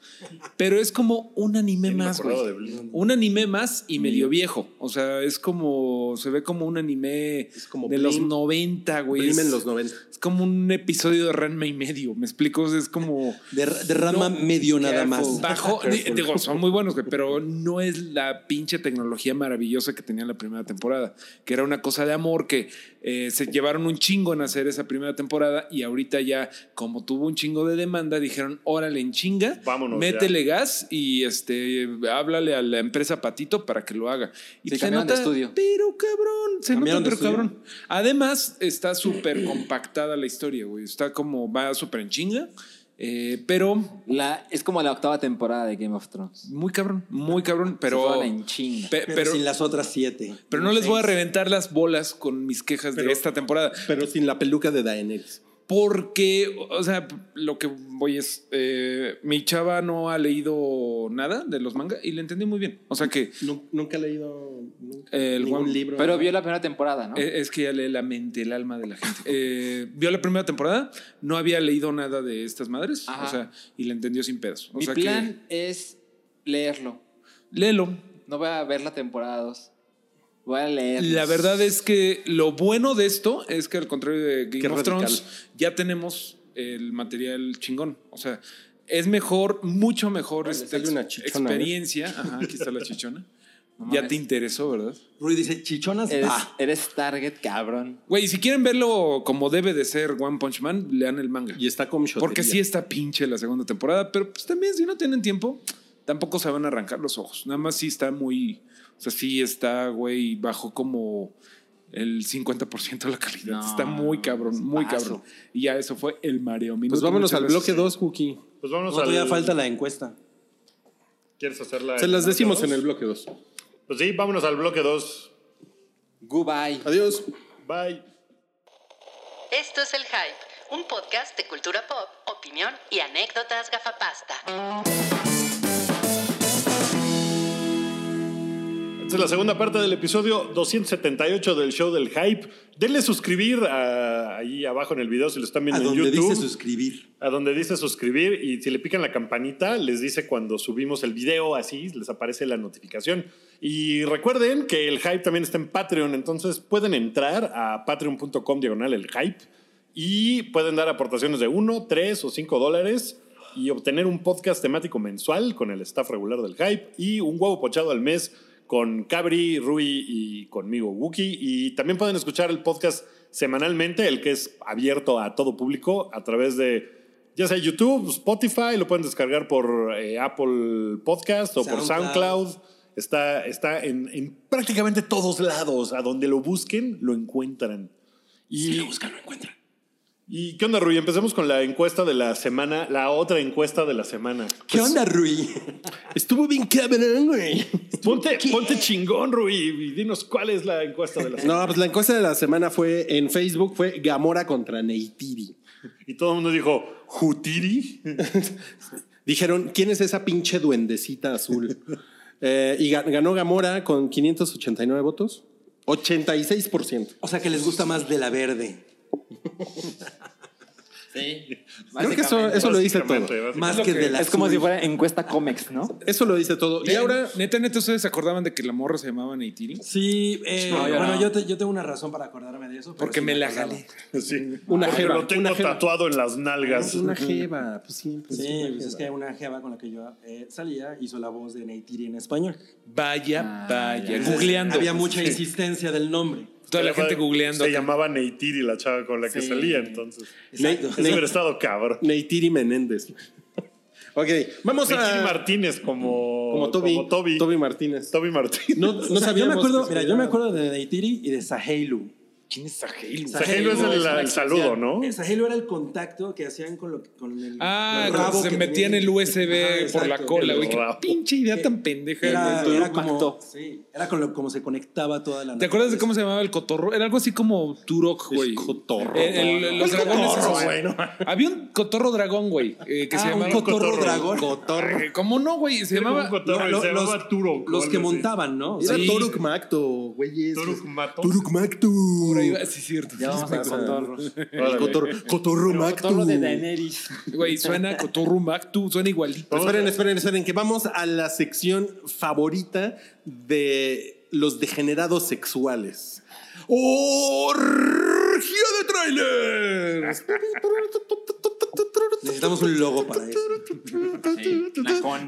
Speaker 4: Pero es como un anime
Speaker 2: Ni me
Speaker 4: más,
Speaker 2: acordaba
Speaker 4: güey.
Speaker 2: de Blim.
Speaker 4: Un anime más y medio viejo. O sea, es como. Se ve como un anime
Speaker 6: Es como
Speaker 4: de
Speaker 6: Blim.
Speaker 4: los 90, güey.
Speaker 6: Blim
Speaker 4: Es-
Speaker 6: en los 90.
Speaker 4: Es como un episodio de Ranma y medio. ¿Me explico? O sea, Es como.
Speaker 5: De, de rama
Speaker 4: No,
Speaker 5: medio nada más.
Speaker 4: Bajo, di- digo, son muy buenos, güey, pero no es la pinche tecnología maravillosa que tenía la primera temporada, que era una cosa de amor que eh, se llevaron un chingo en hacer esa primera temporada y ahorita ya, como tuvo un chingo de demanda, dijeron, órale en chinga,
Speaker 2: Vámonos
Speaker 4: métele gas y este, háblale a la empresa Patito para que lo haga. Y pues
Speaker 3: Sí, cambiaron de estudio.
Speaker 4: pero cabrón, se nota,
Speaker 6: Cambiaron de
Speaker 4: pero
Speaker 6: estudio.
Speaker 4: cabrón. Además, está súper compactada la historia, güey. Está como, va súper en chinga. eh, pero
Speaker 3: La- es como la octava temporada de Game of Thrones.
Speaker 4: muy cabrón, muy cabrón,
Speaker 3: Se
Speaker 4: pero.
Speaker 3: fueron en chinga.
Speaker 4: pe-
Speaker 5: Pero,
Speaker 4: pero,
Speaker 5: sin las otras siete.
Speaker 4: pero no les voy a reventar las bolas con mis quejas de esta temporada.
Speaker 6: Pero sin la peluca de Daenerys.
Speaker 4: Porque, o sea, lo que voy es. eh, mi chava no ha leído nada de los mangas y le entendí muy bien. O sea que eh,
Speaker 6: Nu- Nunca he leído nunca,
Speaker 4: El
Speaker 6: ningún
Speaker 4: One-
Speaker 6: libro.
Speaker 3: Pero vio la primera temporada, ¿no?
Speaker 4: Eh, Es que ya lee la mente, el alma de la gente. Eh, vio la primera temporada, no había leído nada de estas madres,
Speaker 3: Ajá.
Speaker 4: o sea, y la entendió sin pedos. O
Speaker 3: Mi
Speaker 4: sea
Speaker 3: plan es leerlo.
Speaker 4: que léelo.
Speaker 3: No voy a ver la temporada 2. Voy a leer.
Speaker 4: La verdad es que lo bueno de esto es que al contrario de Game
Speaker 6: Qué
Speaker 4: of
Speaker 6: radical.
Speaker 4: Thrones, ya tenemos el material chingón. O sea, es mejor, mucho mejor
Speaker 6: Ah, le
Speaker 4: esta
Speaker 6: sale
Speaker 4: ex-
Speaker 6: una chichona, ¿eh?
Speaker 4: experiencia. Ajá, aquí está la chichona.
Speaker 3: No
Speaker 4: ya
Speaker 3: mames.
Speaker 4: te interesó, ¿verdad?
Speaker 5: Rui dice, chichonas.
Speaker 3: Eres,
Speaker 6: Ah.
Speaker 5: bah".
Speaker 3: eres target, cabrón.
Speaker 4: Güey, si quieren verlo como debe de ser One Punch Man, lean el manga.
Speaker 6: Y está con shotería.
Speaker 4: Porque sí está pinche la segunda temporada, pero pues también si no tienen tiempo, tampoco se van a arrancar los ojos. Nada más sí está muy, o sea, sí está, güey, bajo como el 50% de la calidad.
Speaker 3: No,
Speaker 4: está muy cabrón, muy
Speaker 3: paso.
Speaker 4: cabrón. Y ya eso fue el mareo.
Speaker 6: Pues
Speaker 4: Minuto,
Speaker 6: vámonos
Speaker 4: muchas
Speaker 6: al
Speaker 4: gracias.
Speaker 6: bloque 2, Wookie.
Speaker 2: Pues vamos
Speaker 5: No,
Speaker 2: al-
Speaker 5: todavía falta la encuesta.
Speaker 2: ¿Quieres hacerla?
Speaker 6: Se las decimos en el bloque 2.
Speaker 2: Pues sí, vámonos al bloque 2.
Speaker 3: Goodbye.
Speaker 6: Adiós.
Speaker 2: Bye.
Speaker 1: Esto es El Hype, un podcast de cultura pop, opinión y anécdotas gafapasta.
Speaker 2: Esta es la segunda parte del episodio 278 del show del hype. Denle suscribir a- ahí abajo en el video si lo están
Speaker 5: A
Speaker 2: viendo en
Speaker 5: donde
Speaker 2: YouTube.
Speaker 5: dice suscribir.
Speaker 2: a donde dice suscribir y si le pican la campanita les dice cuando subimos el video así les aparece la notificación y recuerden que el hype también está en Patreon entonces pueden entrar a patreon.com diagonal el hype y pueden dar aportaciones de 1, 3 o 5 dólares y obtener un podcast temático mensual con el staff regular del hype y un huevo pochado al mes con Cabri, Rui y conmigo Wookie. Y también pueden escuchar el podcast semanalmente, el que es abierto a todo público a través de ya sea YouTube, Spotify, lo pueden descargar por eh, Apple Podcast o por
Speaker 5: SoundCloud.
Speaker 2: SoundCloud. Está, está en, en prácticamente todos lados. A donde lo busquen, lo encuentran. Y,
Speaker 6: Si lo buscan, lo encuentran.
Speaker 2: ¿Y qué onda, Rui? Empecemos con la encuesta de la semana, la otra encuesta de la semana.
Speaker 5: ¿Qué
Speaker 4: Pues
Speaker 5: onda, Rui?
Speaker 6: Estuvo bien cabrón, güey.
Speaker 2: Ponte, ponte chingón, Rui, y dinos cuál es la encuesta de la semana.
Speaker 6: No, pues la encuesta de la semana fue en Facebook, fue Gamora contra Neytiri.
Speaker 2: Y todo el mundo dijo, ¿Jutiri?
Speaker 6: Dijeron, ¿quién es esa pinche duendecita azul? Eh, y ga- ganó Gamora con 589 votos. 86%.
Speaker 5: O sea, que les gusta más de la verde.
Speaker 3: Sí.
Speaker 6: Creo que eso, eso lo dice todo.
Speaker 2: Básicamente, básicamente.
Speaker 5: Más
Speaker 4: lo
Speaker 5: que,
Speaker 4: que-
Speaker 5: de la
Speaker 3: Es como
Speaker 5: azul.
Speaker 3: si fuera encuesta cómics, ¿no?
Speaker 6: Eso lo dice todo. Y ahora,
Speaker 4: Neta, neta, ¿ustedes se acordaban de que la morra se llamaba Neytiri?
Speaker 5: Sí, eh,
Speaker 3: No, yo
Speaker 5: bueno,
Speaker 3: no.
Speaker 5: yo, te- yo tengo una razón para acordarme de eso. pero
Speaker 4: Porque
Speaker 5: sí
Speaker 4: me la
Speaker 5: acordaba.
Speaker 4: jalé.
Speaker 2: Sí.
Speaker 6: Una
Speaker 2: Porque
Speaker 6: jeva,
Speaker 2: Lo tengo
Speaker 6: una jeva.
Speaker 2: tatuado en las nalgas.
Speaker 6: una jeva, pues sí, pues
Speaker 5: Sí,
Speaker 6: una
Speaker 5: pues es que
Speaker 6: jeva.
Speaker 5: una jeva con la que yo eh, salía hizo la voz de Neytiri en español.
Speaker 4: Vaya,
Speaker 3: Ah,
Speaker 4: vaya.
Speaker 5: Entonces,
Speaker 4: Googleando.
Speaker 5: Había mucha
Speaker 4: Sí.
Speaker 5: insistencia del nombre.
Speaker 4: Toda la gente googleando.
Speaker 2: Se llamaba Neytiri la chava con la que
Speaker 5: Sí.
Speaker 2: salía, entonces.
Speaker 5: Exacto.
Speaker 2: Eso hubiera estado cabrón.
Speaker 6: Neytiri Menéndez. ok, vamos
Speaker 2: Neytiri
Speaker 6: a...
Speaker 2: Martínez como,
Speaker 6: como Toby.
Speaker 2: como Toby.
Speaker 6: Toby Martínez.
Speaker 2: Toby Martínez.
Speaker 6: No,
Speaker 5: O
Speaker 6: no
Speaker 5: sea, yo me
Speaker 6: sabíamos que
Speaker 5: acuerdo,
Speaker 6: se
Speaker 5: mira, yo
Speaker 6: llamaba.
Speaker 5: me acuerdo de Neytiri y de Saheilu.
Speaker 4: ¿Quién es Sahelu?
Speaker 2: Sahelu es el-
Speaker 5: una
Speaker 2: el saludo,
Speaker 5: extensión.
Speaker 2: ¿no?
Speaker 5: El Saheilu era el contacto que hacían con, lo, que- con el
Speaker 4: Ah,
Speaker 5: el
Speaker 4: cuando
Speaker 5: rabo
Speaker 4: se
Speaker 5: que
Speaker 4: metían
Speaker 5: tenían.
Speaker 4: el
Speaker 5: Ajá,
Speaker 4: USB por
Speaker 5: exacto.
Speaker 4: la cola,
Speaker 2: El
Speaker 4: güey. Qué
Speaker 2: rabo.
Speaker 4: pinche idea tan
Speaker 5: Era,
Speaker 4: pendeja,
Speaker 5: era
Speaker 4: güey.
Speaker 5: como,
Speaker 3: Macto.
Speaker 5: sí, era con lo, como se conectaba toda la
Speaker 4: ¿Te acuerdas de cómo se llamaba el cotorro? Era algo así como Turok, güey.
Speaker 6: cotorro.
Speaker 4: El- el- los
Speaker 2: ¿Cuál
Speaker 4: dragones.
Speaker 2: cotorro,
Speaker 4: esos,
Speaker 2: güey? No.
Speaker 4: Había un cotorro dragón, güey. eh, que se
Speaker 5: Ah, un
Speaker 4: llamaba.
Speaker 5: cotorro,
Speaker 2: cotorro.
Speaker 5: dragón.
Speaker 4: Ay, ¿Cómo no, güey? Se
Speaker 2: Era como
Speaker 4: llamaba.
Speaker 2: un cotorro y
Speaker 5: Lo-
Speaker 2: se
Speaker 5: los-
Speaker 2: llamaba Turok,
Speaker 5: Los
Speaker 2: o
Speaker 5: que
Speaker 2: algo así.
Speaker 5: montaban, ¿no? O sea,
Speaker 6: Era
Speaker 4: Sí.
Speaker 6: Toruk Macto, güey. es-
Speaker 2: Turuk Mato.
Speaker 6: Toruk Macto.
Speaker 4: Por ahí va- Sí, cierto.
Speaker 3: Ya vamos a
Speaker 6: pasa?
Speaker 3: contarlo.
Speaker 2: Órale.
Speaker 6: El cotor- Cotorro Macto.
Speaker 3: Todo lo de Daenerys.
Speaker 4: Güey, suena cotorro Mactu, suena igualito.
Speaker 6: Esperen, esperen, esperen, que vamos a la sección favorita de los degenerados sexuales.
Speaker 4: ¡Oh,
Speaker 6: ¡Orgía de trailers!
Speaker 5: necesitamos un logo para eso.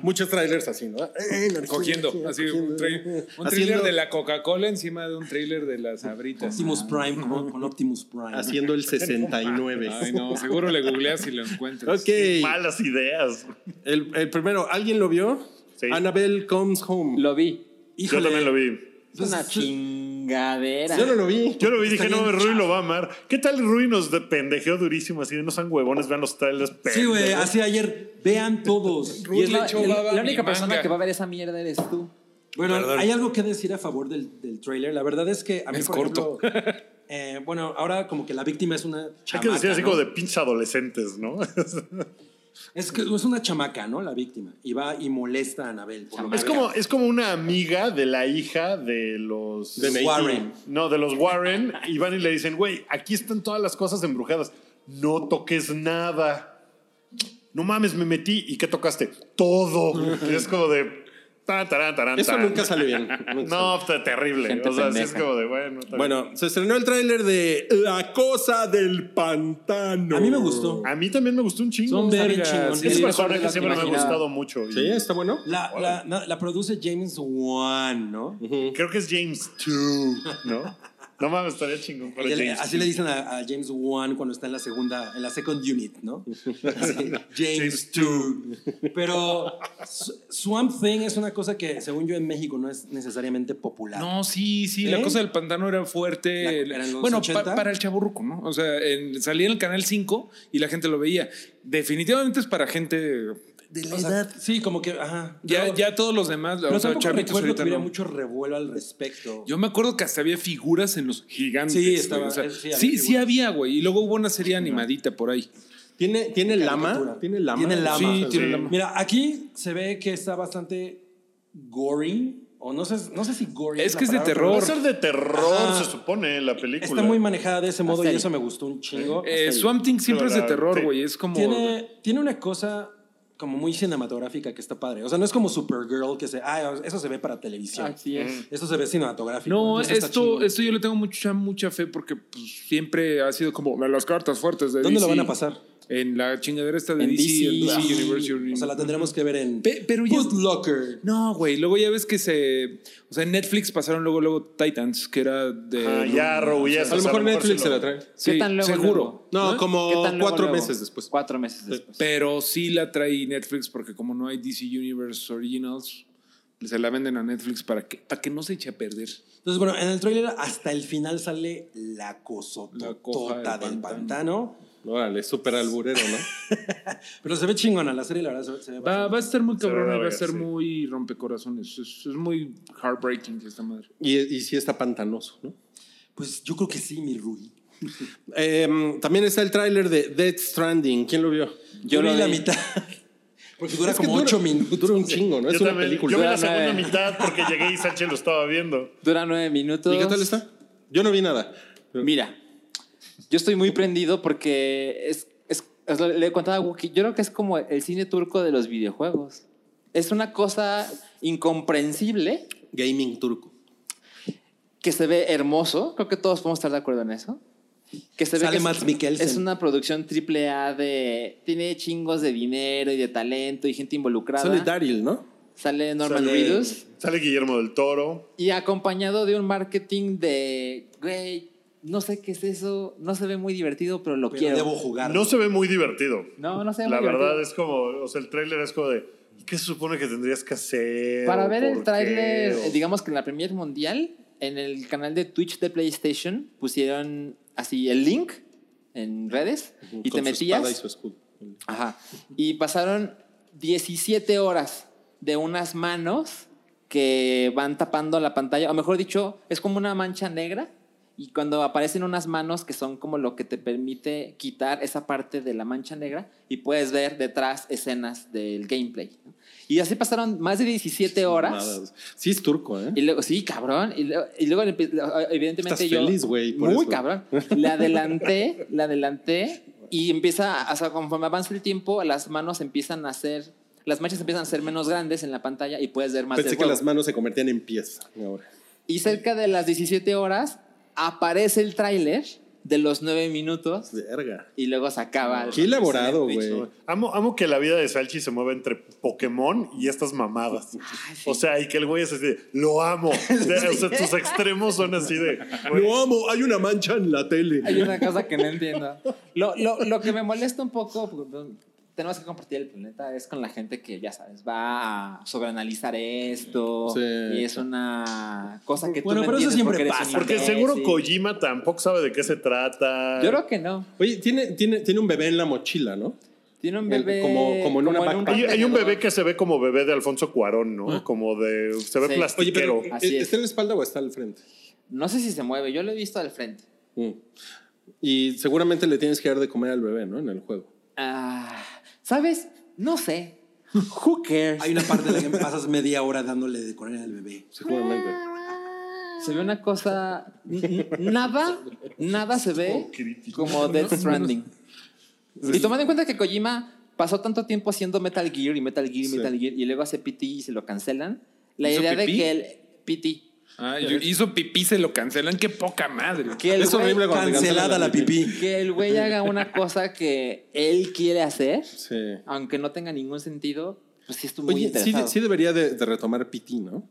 Speaker 6: Muchos trailers así, ¿no? Eh, narcón,
Speaker 4: Cogiendo.
Speaker 6: sí,
Speaker 4: Así, un, tra- un
Speaker 6: Haciendo-
Speaker 4: trailer de la Coca-Cola encima de un trailer de las abritas.
Speaker 5: Optimus Prime, con, con Optimus Prime.
Speaker 6: Haciendo el 69.
Speaker 4: Ay, no, seguro le googleas y lo encuentras.
Speaker 6: Ok,
Speaker 2: Malas ideas.
Speaker 6: el, el primero, ¿alguien lo vio?
Speaker 2: Sí.
Speaker 6: Annabelle Comes Home.
Speaker 3: Lo vi.
Speaker 5: Híjole,
Speaker 2: Yo también lo vi.
Speaker 3: Es una chingadera.
Speaker 6: Yo no lo vi.
Speaker 2: Yo lo vi y dije,
Speaker 5: Está
Speaker 2: no,
Speaker 5: bien
Speaker 2: Rui lo va a amar. ¿Qué tal Rui nos de- pendejeó durísimo así de no sean huevones, vean los trailers?
Speaker 5: Sí, güey,
Speaker 2: pendejos"?
Speaker 5: así ayer. Vean todos.
Speaker 4: Ruth
Speaker 3: Es
Speaker 4: le
Speaker 3: la,
Speaker 4: echó
Speaker 3: el-
Speaker 4: baba a
Speaker 3: la
Speaker 4: mi
Speaker 3: única persona
Speaker 4: manga.
Speaker 3: que va a ver esa mierda eres tú.
Speaker 5: Bueno, hay algo que decir a favor del, del trailer. La verdad es que a mí,
Speaker 4: Es
Speaker 5: por
Speaker 4: corto.
Speaker 5: ejemplo, eh, bueno, ahora como que la víctima es una
Speaker 2: Hay
Speaker 5: chamaca.
Speaker 2: que decir así
Speaker 5: ¿no?
Speaker 2: como de pinches adolescentes, ¿no?
Speaker 5: Es que es una chamaca, ¿no? La víctima. Y va y molesta a Anabel. por lo
Speaker 2: es,
Speaker 5: que
Speaker 2: como, es como una amiga de la hija de los...
Speaker 5: veo. Warren.
Speaker 2: No, de los Warren. y van y le dicen, güey, aquí están todas las cosas embrujadas. No toques nada. No mames, me metí. ¿Y qué tocaste? Todo. Y es como de... Tan, tarán, tarán,
Speaker 6: Eso
Speaker 2: tarán.
Speaker 6: nunca sale bien. Nunca sale
Speaker 2: No, fue terrible.
Speaker 3: Gente
Speaker 2: o sea, sí es
Speaker 3: pendeja.
Speaker 2: como de, bueno... está bien.
Speaker 6: Bueno, se estrenó el tráiler de La cosa del pantano.
Speaker 5: A mí me gustó.
Speaker 2: A mí también me gustó un chingo.
Speaker 5: Son
Speaker 2: Está bien
Speaker 5: vergas,
Speaker 2: chingón.
Speaker 5: sí,
Speaker 2: Ese
Speaker 5: sí,
Speaker 2: personaje
Speaker 3: mejor de lo
Speaker 2: siempre
Speaker 3: que
Speaker 2: me ha
Speaker 3: imaginaba.
Speaker 2: gustado mucho. y
Speaker 6: Sí, está bueno.
Speaker 5: La, la- na- la produce James Wan, ¿no?
Speaker 2: Creo que es James 2, ¿no? No mames, estaría chingón para
Speaker 5: Ella le-
Speaker 2: James.
Speaker 5: así le dicen a, a James Wan cuando está en la segunda, en la second unit, ¿no? Así, James 2. Pero Sw- Swamp Thing es una cosa que, según yo, en México no es necesariamente popular.
Speaker 4: No, sí, sí, la
Speaker 5: ¿Eh?
Speaker 4: cosa del pantano era
Speaker 5: La-
Speaker 4: fuerte.
Speaker 5: eran los
Speaker 4: bueno,
Speaker 5: 80.
Speaker 4: pa- para el chaburruco, ¿no? O sea, en- salía en el canal 5 y la gente lo veía. Definitivamente es para gente.
Speaker 5: de la edad. Sí, como que, ajá.
Speaker 4: Ya,
Speaker 5: Pero-
Speaker 4: ya todos los demás,
Speaker 5: Pero
Speaker 4: o sea,
Speaker 5: tampoco
Speaker 4: chavitos
Speaker 5: recuerdo que
Speaker 4: ahorita
Speaker 5: hubiera
Speaker 4: no.
Speaker 5: mucho revuelo al respecto.
Speaker 4: Yo me acuerdo que hasta había figuras en los gigantes.
Speaker 5: Sí,
Speaker 4: güey.
Speaker 5: estaba-
Speaker 4: O sea,
Speaker 5: sí, había
Speaker 4: sí, sí
Speaker 5: figuras.
Speaker 4: había, güey. Y luego hubo una serie animadita por ahí.
Speaker 6: ¿Tiene, tiene lama?
Speaker 5: Caricatura.
Speaker 6: ¿Tiene lama?
Speaker 5: Tiene lama.
Speaker 4: Sí, tiene
Speaker 2: sí.
Speaker 4: lama.
Speaker 5: Mira, aquí se ve que está bastante gory. O no sé, no sé si gory.
Speaker 4: Es
Speaker 5: la
Speaker 4: que es de
Speaker 5: palabra,
Speaker 4: terror.
Speaker 2: Va
Speaker 5: pero
Speaker 2: a ser de terror,
Speaker 5: Ajá.
Speaker 2: se supone, la película.
Speaker 5: Está muy manejada de ese modo y
Speaker 3: serie.
Speaker 5: eso me gustó un chingo.
Speaker 4: Eh,
Speaker 5: La serie.
Speaker 4: Swamp Thing
Speaker 2: Pero
Speaker 4: siempre es de
Speaker 2: la-
Speaker 4: terror,
Speaker 2: sí.
Speaker 4: güey. Es como.
Speaker 5: tiene, tiene una cosa como muy cinematográfica que está padre. O sea, no es como Supergirl que se. Ah, eso se ve para televisión.
Speaker 3: Así es.
Speaker 5: Eso se ve cinematográfico.
Speaker 4: Ah, No,
Speaker 5: entonces está
Speaker 4: esto,
Speaker 5: chingón.
Speaker 4: esto yo le tengo mucha, mucha fe porque pues, siempre ha sido como de las cartas fuertes de
Speaker 5: ¿Dónde lo
Speaker 4: DC.
Speaker 5: van a pasar?
Speaker 4: En la chingadera esta de
Speaker 3: En
Speaker 4: DC,
Speaker 3: DC,
Speaker 4: en DC
Speaker 3: sí.
Speaker 4: Universe. Universe.
Speaker 5: Ah. O sea, la tendremos que ver en.
Speaker 4: Pe- pero ya-
Speaker 5: Foot Locker.
Speaker 4: No, güey. Luego ya ves que se. O sea, en Netflix pasaron luego, luego Titans, que era de.
Speaker 2: Ah, ya, Robo, ya
Speaker 6: A lo mejor Netflix se la trae.
Speaker 4: Sí,
Speaker 3: ¿Qué tan luego,
Speaker 4: seguro.
Speaker 3: luego? ¿Eh?
Speaker 6: No, como
Speaker 3: ¿Qué tan luego,
Speaker 6: cuatro
Speaker 3: luego?
Speaker 6: meses después.
Speaker 3: Cuatro meses después.
Speaker 4: Pero sí la trae Netflix porque como no hay DC Universe Originals, se la venden a Netflix para que, para que no se eche a perder.
Speaker 5: Entonces, bueno, en el tráiler hasta el final sale la
Speaker 4: La coja
Speaker 5: cosotota
Speaker 4: del
Speaker 5: del pantano.
Speaker 6: Órale, súper alburero, ¿no?
Speaker 5: Pero se ve chingona la serie, la verdad, se ve, se ve
Speaker 4: Va,
Speaker 5: bastante.
Speaker 4: va a estar muy
Speaker 2: Se va a
Speaker 4: cabrón y va a
Speaker 2: ver,
Speaker 4: estar
Speaker 2: sí.
Speaker 4: muy rompecorazones. Es, es muy heartbreaking esta madre.
Speaker 6: Y, y sí está pantanoso, ¿no?
Speaker 5: Pues yo creo que sí, mi Rui.
Speaker 6: Em, también está el tráiler de Dead Stranding. ¿Quién lo vio?
Speaker 5: Yo,
Speaker 3: lo
Speaker 5: vi la
Speaker 3: vi.
Speaker 5: mitad. Porque dura
Speaker 6: Es que
Speaker 5: como ocho minutos.
Speaker 6: Dura un chingo, ¿no?
Speaker 2: Yo
Speaker 6: es una
Speaker 2: también,
Speaker 6: película.
Speaker 2: yo vi la
Speaker 3: Dura
Speaker 2: segunda
Speaker 3: nueve.
Speaker 2: mitad porque llegué y Sánchez lo estaba viendo.
Speaker 3: Dura nueve minutos.
Speaker 6: ¿Y qué tal está? Yo no vi nada. Pero-
Speaker 3: Mira, yo estoy muy prendido porque es, es- es lo- le contaba a Wookie, yo creo que es como el cine turco de los videojuegos. Es una cosa incomprensible
Speaker 6: Gaming turco.
Speaker 3: que se ve hermoso, creo que todos podemos estar de acuerdo en eso. Que se ve
Speaker 5: Sale
Speaker 3: que es-
Speaker 5: Mads Mikkelsen.
Speaker 3: es una producción triple A de tiene chingos de dinero y de talento y gente involucrada.
Speaker 6: Sale Daryl, ¿no?
Speaker 3: Sale Norman
Speaker 2: Sale-
Speaker 3: Reedus.
Speaker 2: Sale Guillermo del Toro.
Speaker 3: Y acompañado de un marketing de, güey, no sé qué es eso, no se ve muy divertido, pero lo
Speaker 5: Pero
Speaker 3: quiero.
Speaker 5: debo jugar.
Speaker 2: No se ve muy divertido.
Speaker 3: No, no se ve
Speaker 2: La
Speaker 3: muy
Speaker 2: verdad
Speaker 3: divertido.
Speaker 2: es como, o sea, el tráiler es como de, ¿qué se supone que tendrías que hacer?
Speaker 3: Para
Speaker 2: ¿O
Speaker 3: ver
Speaker 2: por
Speaker 3: el
Speaker 2: qué?
Speaker 3: tráiler,
Speaker 2: O-
Speaker 3: eh, digamos que en la Premier Mundial, en el canal de Twitch de PlayStation pusieron así el link en redes y te
Speaker 6: Con su espada y
Speaker 3: metías.
Speaker 6: su escudo.
Speaker 3: Ajá. Y pasaron 17 horas de unas manos que van tapando la pantalla, o mejor dicho, es como una mancha negra. Y cuando aparecen unas manos que son como lo que te permite quitar esa parte de la mancha negra y puedes ver detrás escenas del gameplay. ¿no? Y así pasaron más de 17 horas.
Speaker 6: Mamadas. Sí es turco, ¿eh?
Speaker 3: Y luego, sí, cabrón. Y luego, y luego empe- evidentemente
Speaker 6: Estás
Speaker 3: yo.
Speaker 6: feliz, güey, por
Speaker 3: Muy
Speaker 6: eso.
Speaker 3: cabrón. La adelanté, la adelanté. Y empieza, o sea, conforme avanza el tiempo, las manos empiezan a ser. Las manchas empiezan a ser menos grandes en la pantalla y puedes ver más
Speaker 6: Pensé
Speaker 3: del
Speaker 6: que
Speaker 3: juego.
Speaker 6: las manos se convertían en pies. Ahora.
Speaker 3: Y cerca de las 17 horas aparece el tráiler de los 9 minutos
Speaker 6: Verga.
Speaker 3: y luego se acaba.
Speaker 6: Qué elaborado,
Speaker 2: Sí,
Speaker 6: güey.
Speaker 2: no, Amo, amo que la vida de Salchi se mueva entre Pokémon y estas mamadas. O sea, y que el güey es así de, lo amo. O sea, tus extremos son así de, güey,
Speaker 6: Lo amo, hay una mancha en la tele.
Speaker 3: Hay una cosa que no entiendo. Lo, lo- lo que me molesta un poco, porque tenemos que compartir el planeta, es con la gente que, ya sabes, va a sobreanalizar esto.
Speaker 6: Sí.
Speaker 3: Y es una cosa que tú
Speaker 5: Bueno,
Speaker 3: no
Speaker 5: pero eso
Speaker 3: entiendes
Speaker 5: siempre
Speaker 3: porque eres
Speaker 5: pasa.
Speaker 3: un
Speaker 2: porque
Speaker 3: imbécil.
Speaker 2: seguro Kojima tampoco sabe de qué se trata.
Speaker 3: Yo creo que no.
Speaker 6: Oye, tiene, tiene, tiene un bebé en la mochila, ¿no?
Speaker 3: Tiene un
Speaker 6: El-
Speaker 3: bebé.
Speaker 6: como- como en una
Speaker 3: un
Speaker 6: backpack.
Speaker 2: Hay, hay un
Speaker 3: contenedor.
Speaker 2: bebé que se ve como bebé de Alfonso Cuarón, ¿no? Como de, se ve
Speaker 3: Sí.
Speaker 6: Oye,
Speaker 2: plastiquero.
Speaker 6: pero
Speaker 3: Así
Speaker 6: ¿eh,
Speaker 3: es.
Speaker 6: ¿está en la espalda o está al frente?
Speaker 3: No sé si se mueve, yo lo he visto al frente.
Speaker 6: Mm. Y seguramente le tienes que dar de comer al bebé, ¿no? En el juego.
Speaker 3: Ah, ¿Sabes? No sé. Who cares?
Speaker 5: Hay una parte en la que pasas media hora dándole de comer al bebé.
Speaker 6: Seguramente.
Speaker 3: Se ve una cosa. n- Nada, nada se
Speaker 2: Oh,
Speaker 3: ve como Death Stranding. Y tomando en cuenta que Kojima pasó tanto tiempo haciendo Metal Gear y Metal Gear y
Speaker 6: Sí.
Speaker 3: Metal Gear y luego hace PT y se lo cancelan, la
Speaker 4: ¿Hizo
Speaker 3: idea de
Speaker 4: pipí?
Speaker 3: que el PT.
Speaker 4: Ah, yo- hizo pipí, se lo cancelan. Qué poca madre.
Speaker 3: Que el
Speaker 6: Es
Speaker 3: güey-
Speaker 6: horrible cuando te
Speaker 5: Cancelada
Speaker 6: cancelan
Speaker 5: la pipí.
Speaker 3: Que el güey haga una cosa que él quiere hacer,
Speaker 6: Sí.
Speaker 3: aunque no tenga ningún sentido, pues sí estuvo muy
Speaker 6: Oye, sí,
Speaker 3: interesado.
Speaker 6: sí debería de, de retomar PT, ¿no?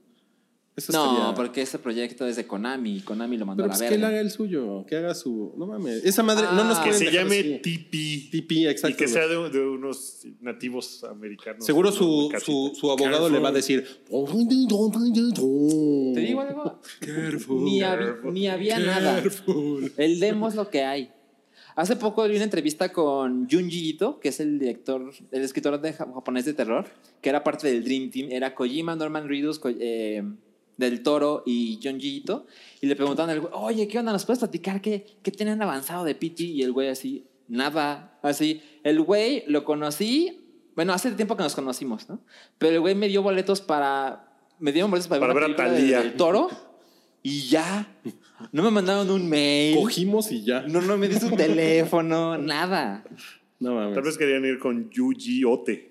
Speaker 6: Eso
Speaker 3: no,
Speaker 6: sería-
Speaker 3: porque ese proyecto es de Konami. Konami lo mandó
Speaker 6: Pero
Speaker 3: a la
Speaker 6: pues que él
Speaker 3: verga.
Speaker 6: haga el suyo, que haga su. No mames. Esa madre. no nos
Speaker 3: Ah.
Speaker 2: Que
Speaker 6: quieren
Speaker 2: se
Speaker 6: dejar
Speaker 2: llame
Speaker 6: así.
Speaker 2: Tipi.
Speaker 6: Tipi, exacto,
Speaker 2: Y que
Speaker 6: güey.
Speaker 2: sea de, de unos nativos americanos.
Speaker 6: Seguro
Speaker 2: ¿no?
Speaker 6: su,
Speaker 2: Casi.
Speaker 6: su, su abogado le va a decir. "Oh,
Speaker 3: Te digo algo. Ni, hab- ni había nada. El demo es lo que hay. Hace poco vi una entrevista con Junji Ito, que es el director, el escritor de ja- japonés de terror, que era parte del Dream Team. Era Kojima, Norman Reedus, Ko- eh, Del Toro y Junji Ito. Y le preguntaban al güey, oye, ¿qué onda? ¿Nos puedes platicar qué, qué tienen avanzado de Pichi? Y el güey así, nada. Así, el güey lo conocí, bueno, hace tiempo que nos conocimos, ¿no? Pero el güey me dio boletos para... Me dieron boletos para,
Speaker 2: Para
Speaker 3: una
Speaker 2: ver a
Speaker 3: película de-
Speaker 2: Thalía.
Speaker 3: Del Toro. Y ya, no me mandaron un mail.
Speaker 6: Cogimos y ya.
Speaker 3: No, no me di su teléfono, nada.
Speaker 6: No
Speaker 2: Tal
Speaker 6: mames.
Speaker 2: vez querían ir con Yuji Ote,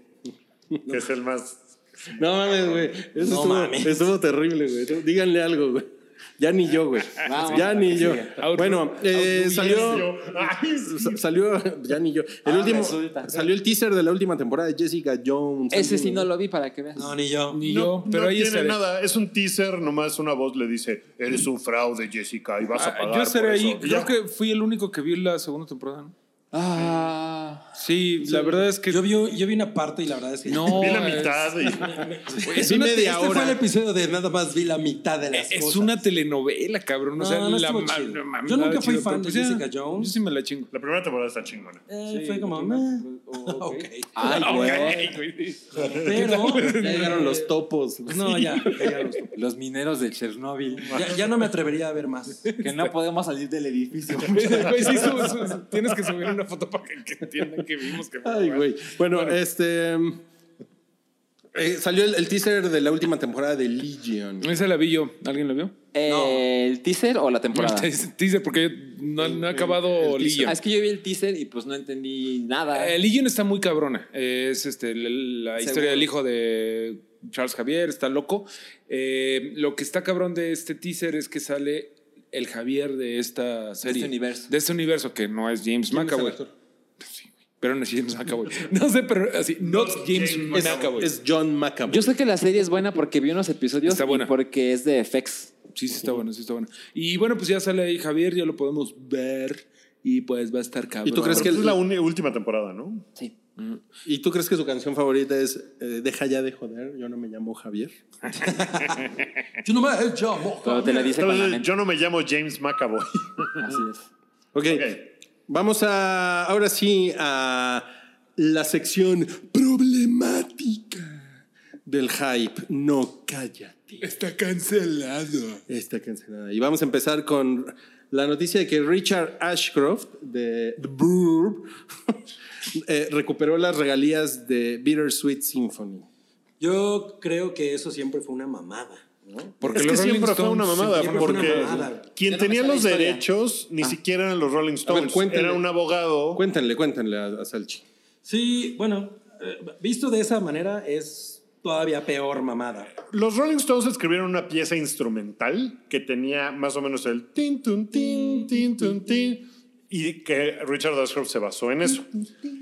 Speaker 2: que es el más.
Speaker 6: No mames, güey. Eso estuvo, estuvo terrible, güey. Díganle algo, güey. Ya ni yo, güey.
Speaker 3: Vamos.
Speaker 6: Ya ni yo.
Speaker 4: Outlook.
Speaker 6: Bueno, eh, salió.
Speaker 2: Ay, sí.
Speaker 6: sa- Salió, ya ni yo. El
Speaker 3: Ah,
Speaker 6: último,
Speaker 3: resulta.
Speaker 6: salió el teaser de la última temporada de Jessica Jones.
Speaker 3: Ese sí no lo vi para que veas.
Speaker 5: No, ni yo.
Speaker 4: Ni
Speaker 2: No,
Speaker 4: yo, pero
Speaker 2: no
Speaker 4: ahí
Speaker 2: tiene
Speaker 4: estaré.
Speaker 2: nada, es un teaser, nomás una voz le dice, eres un fraude, Jessica, y vas a
Speaker 4: Ah,
Speaker 2: pagar
Speaker 4: yo estaré
Speaker 2: por eso".
Speaker 4: ahí.
Speaker 2: Ya.
Speaker 4: Creo que fui el único que vi la segunda temporada. ¿no?
Speaker 3: Ah,
Speaker 4: Sí, la verdad es que.
Speaker 5: Yo vi, un- yo vi una parte y la verdad es que.
Speaker 4: no,
Speaker 2: Vi la
Speaker 4: es-
Speaker 2: mitad y
Speaker 4: Es
Speaker 6: Vi
Speaker 4: una,
Speaker 6: media
Speaker 5: Este
Speaker 6: hora.
Speaker 5: fue el episodio de nada más vi la mitad de las
Speaker 4: es
Speaker 5: cosas.
Speaker 4: una telenovela, cabrón.
Speaker 5: No,
Speaker 4: o sea,
Speaker 5: no
Speaker 4: la
Speaker 5: estuvo
Speaker 4: ma-
Speaker 5: chido.
Speaker 4: la mamada
Speaker 5: Yo nunca fui
Speaker 4: chida,
Speaker 5: fan
Speaker 4: pero
Speaker 5: de
Speaker 4: pues ya,
Speaker 5: Jessica Jones.
Speaker 4: Yo sí me la chingo.
Speaker 2: la primera temporada está chingona.
Speaker 5: Eh, fue como. "Meh". Ok.
Speaker 3: ay,
Speaker 4: Ok,
Speaker 3: güey.
Speaker 4: güey.
Speaker 5: Pero.
Speaker 6: Ya llegaron los topos. güey.
Speaker 5: No, ya. ya los-
Speaker 3: Los mineros de Chernóbil.
Speaker 5: Ya, ya no me atrevería a ver más.
Speaker 3: Que no podemos salir del edificio.
Speaker 4: Güey, sí, su- su- tienes que subir una foto para que, que entiendan que vimos que
Speaker 6: Ay, güey. Bueno, este. eh, salió el, el teaser de la última temporada de Legion.
Speaker 4: Esa la vi yo. ¿Alguien la vio?
Speaker 3: ¿El teaser o la temporada?
Speaker 4: Dice porque no, no ha acabado Legion.
Speaker 3: Ah, es que yo vi Ah. el teaser y pues no entendí
Speaker 5: Ah.
Speaker 3: nada.
Speaker 4: Eh, Legion está muy cabrona. Eh, Es este, la, la historia del hijo de Charles Javier, está loco. Eh, lo que está cabrón de este teaser es que sale el Javier de esta serie.
Speaker 3: universo.
Speaker 4: De este universo, que no es James McAvoy. Pues sí, güey, Pero no es James McAvoy. No sé, pero así, not James,
Speaker 6: Es,
Speaker 4: McAvoy.
Speaker 6: es John McAvoy.
Speaker 3: Yo sé que la serie es buena porque vi unos episodios
Speaker 4: Está buena.
Speaker 3: y porque es de E FX.
Speaker 4: Sí, sí está bueno, sí está bueno. Y bueno, pues ya sale ahí Javier, ya lo podemos ver. Y pues va a estar cabrón.
Speaker 6: tú crees
Speaker 2: Pero
Speaker 6: que
Speaker 2: pues
Speaker 6: el-
Speaker 2: es la uni- última temporada, ¿no?
Speaker 3: Sí.
Speaker 6: ¿Y tú crees que su canción favorita es eh, Deja ya de joder? Yo no me llamo Javier.
Speaker 5: Yo no me el chamo.
Speaker 3: Pero te la dice con la
Speaker 2: Entonces,
Speaker 3: mente.
Speaker 2: yo no me llamo James McAvoy.
Speaker 3: Así es.
Speaker 6: ok. Vamos a ahora sí a la sección problemática del hype. No cállate.
Speaker 4: Está cancelado.
Speaker 6: Está cancelada. Y vamos a empezar con la noticia de que Richard Ashcroft de The Burb eh, recuperó las regalías de Bittersweet Symphony.
Speaker 5: Yo creo que eso siempre fue una mamada. ¿no?
Speaker 4: Porque
Speaker 2: es que
Speaker 4: los Rolling
Speaker 2: siempre fue una
Speaker 4: Stones-
Speaker 2: mamada,
Speaker 5: siempre fue una
Speaker 2: porque
Speaker 5: mamada.
Speaker 2: quien
Speaker 3: Ya no me
Speaker 2: tenía
Speaker 3: sé la
Speaker 2: los
Speaker 3: historia.
Speaker 2: derechos ni siquiera eran los Rolling Stones,
Speaker 6: cuéntenle.
Speaker 2: era un abogado.
Speaker 6: Cuéntenle, cuéntenle a, a Salchi.
Speaker 5: Sí, bueno, eh, visto de esa manera es todavía peor mamada.
Speaker 2: Los Rolling Stones escribieron una pieza instrumental que tenía más o menos el tin, tun, tin, tin, tun, tin, y que Richard Ashcroft se basó en eso.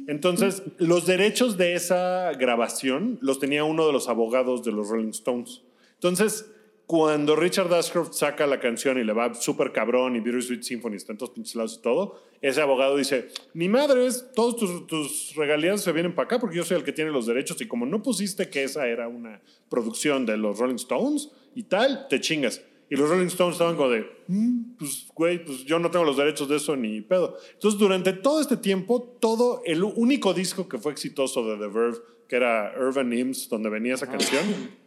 Speaker 2: Entonces, los derechos de esa grabación los tenía uno de los abogados de los Rolling Stones. Entonces, cuando Richard Ashcroft saca la canción y le va súper cabrón y Bittersweet Symphony está en todos pinches lados y todo, ese abogado dice, ni madres, todos tus, tus regalías se vienen para acá porque yo soy el que tiene los derechos y como no pusiste que esa era una producción de los Rolling Stones y tal, te chingas. Y los Rolling Stones estaban como de, "Mm, pues, güey, pues yo no tengo los derechos de eso ni pedo. Entonces, durante todo este tiempo, todo el único disco que fue exitoso de The Verve, que era Urban Hymns, donde venía esa canción,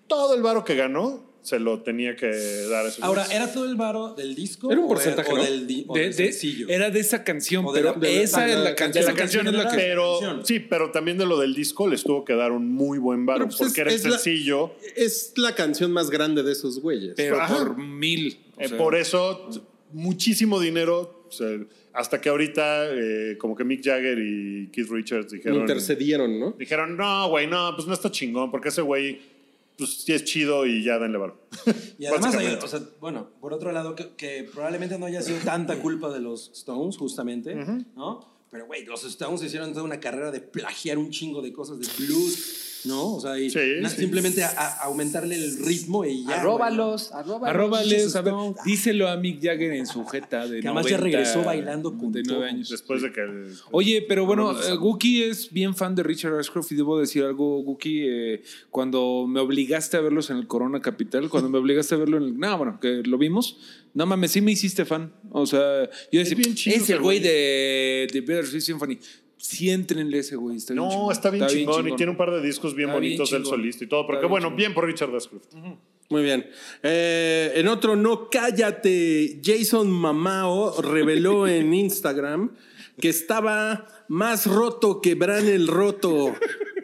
Speaker 2: todo el varo que ganó se lo tenía que dar a esos
Speaker 5: Ahora,
Speaker 2: güeyes.
Speaker 5: ¿era todo el varo del disco?
Speaker 6: Era un
Speaker 5: o
Speaker 6: porcentaje,
Speaker 5: o
Speaker 6: ¿no?
Speaker 5: del, di- o
Speaker 4: De-
Speaker 5: del
Speaker 4: de-
Speaker 5: sencillo?
Speaker 4: era de esa canción,
Speaker 5: O de la-
Speaker 4: pero
Speaker 5: de la-
Speaker 4: esa
Speaker 5: de
Speaker 4: es
Speaker 5: la
Speaker 4: la
Speaker 5: canción.
Speaker 4: canción. La canción es la que.
Speaker 2: Pero,
Speaker 5: canción.
Speaker 2: sí, pero también de lo del disco les tuvo que dar un muy buen varo
Speaker 6: Pero, pues,
Speaker 2: porque
Speaker 6: es-
Speaker 2: era el
Speaker 6: es la-
Speaker 2: sencillo.
Speaker 6: Es la canción más grande de esos güeyes.
Speaker 4: Pero
Speaker 2: Ajá.
Speaker 4: por mil. o
Speaker 2: Eh,
Speaker 4: sea,
Speaker 2: por eso, t- muchísimo dinero. o sea, hasta que ahorita, eh, como que Mick Jagger y Keith Richards dijeron.
Speaker 6: Intercedieron, ¿no?
Speaker 2: Dijeron, no, güey, no, pues no está chingón, porque ese güey, pues sí es chido y ya denle varo.
Speaker 5: Y además,
Speaker 2: Básicamente.
Speaker 5: o sea, bueno, por otro lado, que, que probablemente no haya sido tanta culpa de los Stones, justamente, ¿no? Pero, güey, los Stones hicieron toda una carrera de plagiar un chingo de cosas de blues, ¿no? O sea, y
Speaker 2: Sí,
Speaker 5: na-
Speaker 2: sí.
Speaker 5: simplemente a- a- aumentarle el ritmo y ya.
Speaker 3: Arróbalos, arróbalos.
Speaker 4: Arróbales, a ver, díselo a Mick Jagger en su jeta de
Speaker 5: Que además ya
Speaker 4: 90,
Speaker 5: regresó bailando con
Speaker 4: de
Speaker 5: todo.
Speaker 4: nueve años.
Speaker 2: Después de que. el-
Speaker 4: Oye, pero bueno,
Speaker 2: Vámonos.
Speaker 4: eh, Guki es bien fan de Richard Ashcroft y debo decir algo, Guki, eh, cuando me obligaste a verlos en el Corona Capital, cuando me obligaste a verlo en el... No, bueno, que lo vimos. No mames, sí me hiciste fan. O sea, yo decía,
Speaker 2: bien chido
Speaker 4: es
Speaker 2: ese
Speaker 4: el güey
Speaker 2: güey".
Speaker 4: de, de Better Symphony. Sí, entrenle ese güey. Está bien
Speaker 2: No,
Speaker 4: chingón,
Speaker 2: está bien chingón y tiene un par de discos bien
Speaker 4: Está bien
Speaker 2: bonitos del
Speaker 4: chingón.
Speaker 2: solista y todo. Porque
Speaker 4: Está bien
Speaker 2: bueno,
Speaker 4: chingón.
Speaker 2: bien por Richard Ashcroft.
Speaker 6: Muy bien. Eh, en otro no cállate, Jason Mamao reveló en Instagram que estaba más roto que Bran el roto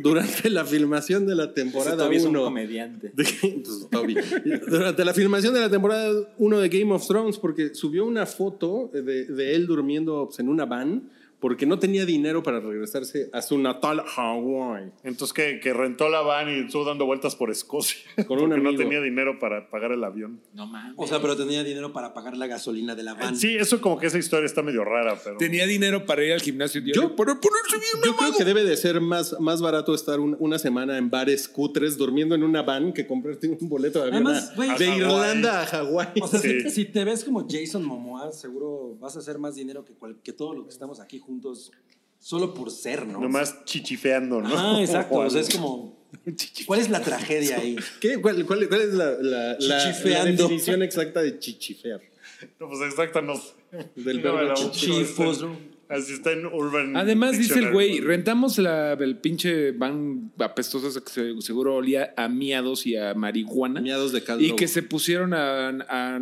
Speaker 6: durante la filmación de la temporada
Speaker 3: Todavía es un
Speaker 6: 1.
Speaker 3: comediante.
Speaker 6: Durante la filmación de la temporada 1 de Game of Thrones, porque subió una foto de, de él durmiendo pues, en una van, porque no tenía dinero para regresarse a su natal Hawái.
Speaker 2: Entonces que, que rentó la van y estuvo dando vueltas por Escocia.
Speaker 6: Con un
Speaker 2: porque no
Speaker 6: amigo.
Speaker 2: tenía dinero para pagar el avión.
Speaker 3: No mames.
Speaker 5: O sea, pero tenía dinero para pagar la gasolina de la van.
Speaker 2: Sí, eso como que esa historia está medio rara, pero.
Speaker 4: Tenía dinero para ir al gimnasio diario.
Speaker 6: Yo-
Speaker 4: para ponerse bien
Speaker 6: Yo creo
Speaker 4: mamado.
Speaker 6: que debe de ser más, más barato estar un- una semana en bares cutres durmiendo en una van que comprarte un boleto de avión
Speaker 5: Además,
Speaker 6: a-
Speaker 5: güey,
Speaker 6: de
Speaker 2: a Hawái.
Speaker 6: Irlanda a Hawái.
Speaker 5: O sea, si,
Speaker 2: Sí.
Speaker 5: si te ves como Jason Momoa, seguro vas a hacer más dinero que, cual- que todos los que estamos aquí juntos, solo por ser, ¿no?
Speaker 2: Nomás chichifeando, ¿no?
Speaker 5: Ah, exacto.
Speaker 2: O
Speaker 5: O sea,
Speaker 2: algo.
Speaker 5: es como. ¿Cuál es la tragedia ahí?
Speaker 6: ¿Qué? ¿Cuál, cuál- cuál es la, la- la- la
Speaker 5: Chichifeando.
Speaker 6: definición exacta de chichifear?
Speaker 2: No, pues exacta no sé.
Speaker 6: Del
Speaker 2: No,
Speaker 6: verbo
Speaker 2: era un-
Speaker 5: Chifos.
Speaker 2: Así está en Urban.
Speaker 4: Además dice el
Speaker 2: Dictionary,
Speaker 4: güey, rentamos la, el pinche van apestoso ese que se- seguro olía a miados y a marihuana.
Speaker 6: Miados de caldo.
Speaker 4: Y que se pusieron a, a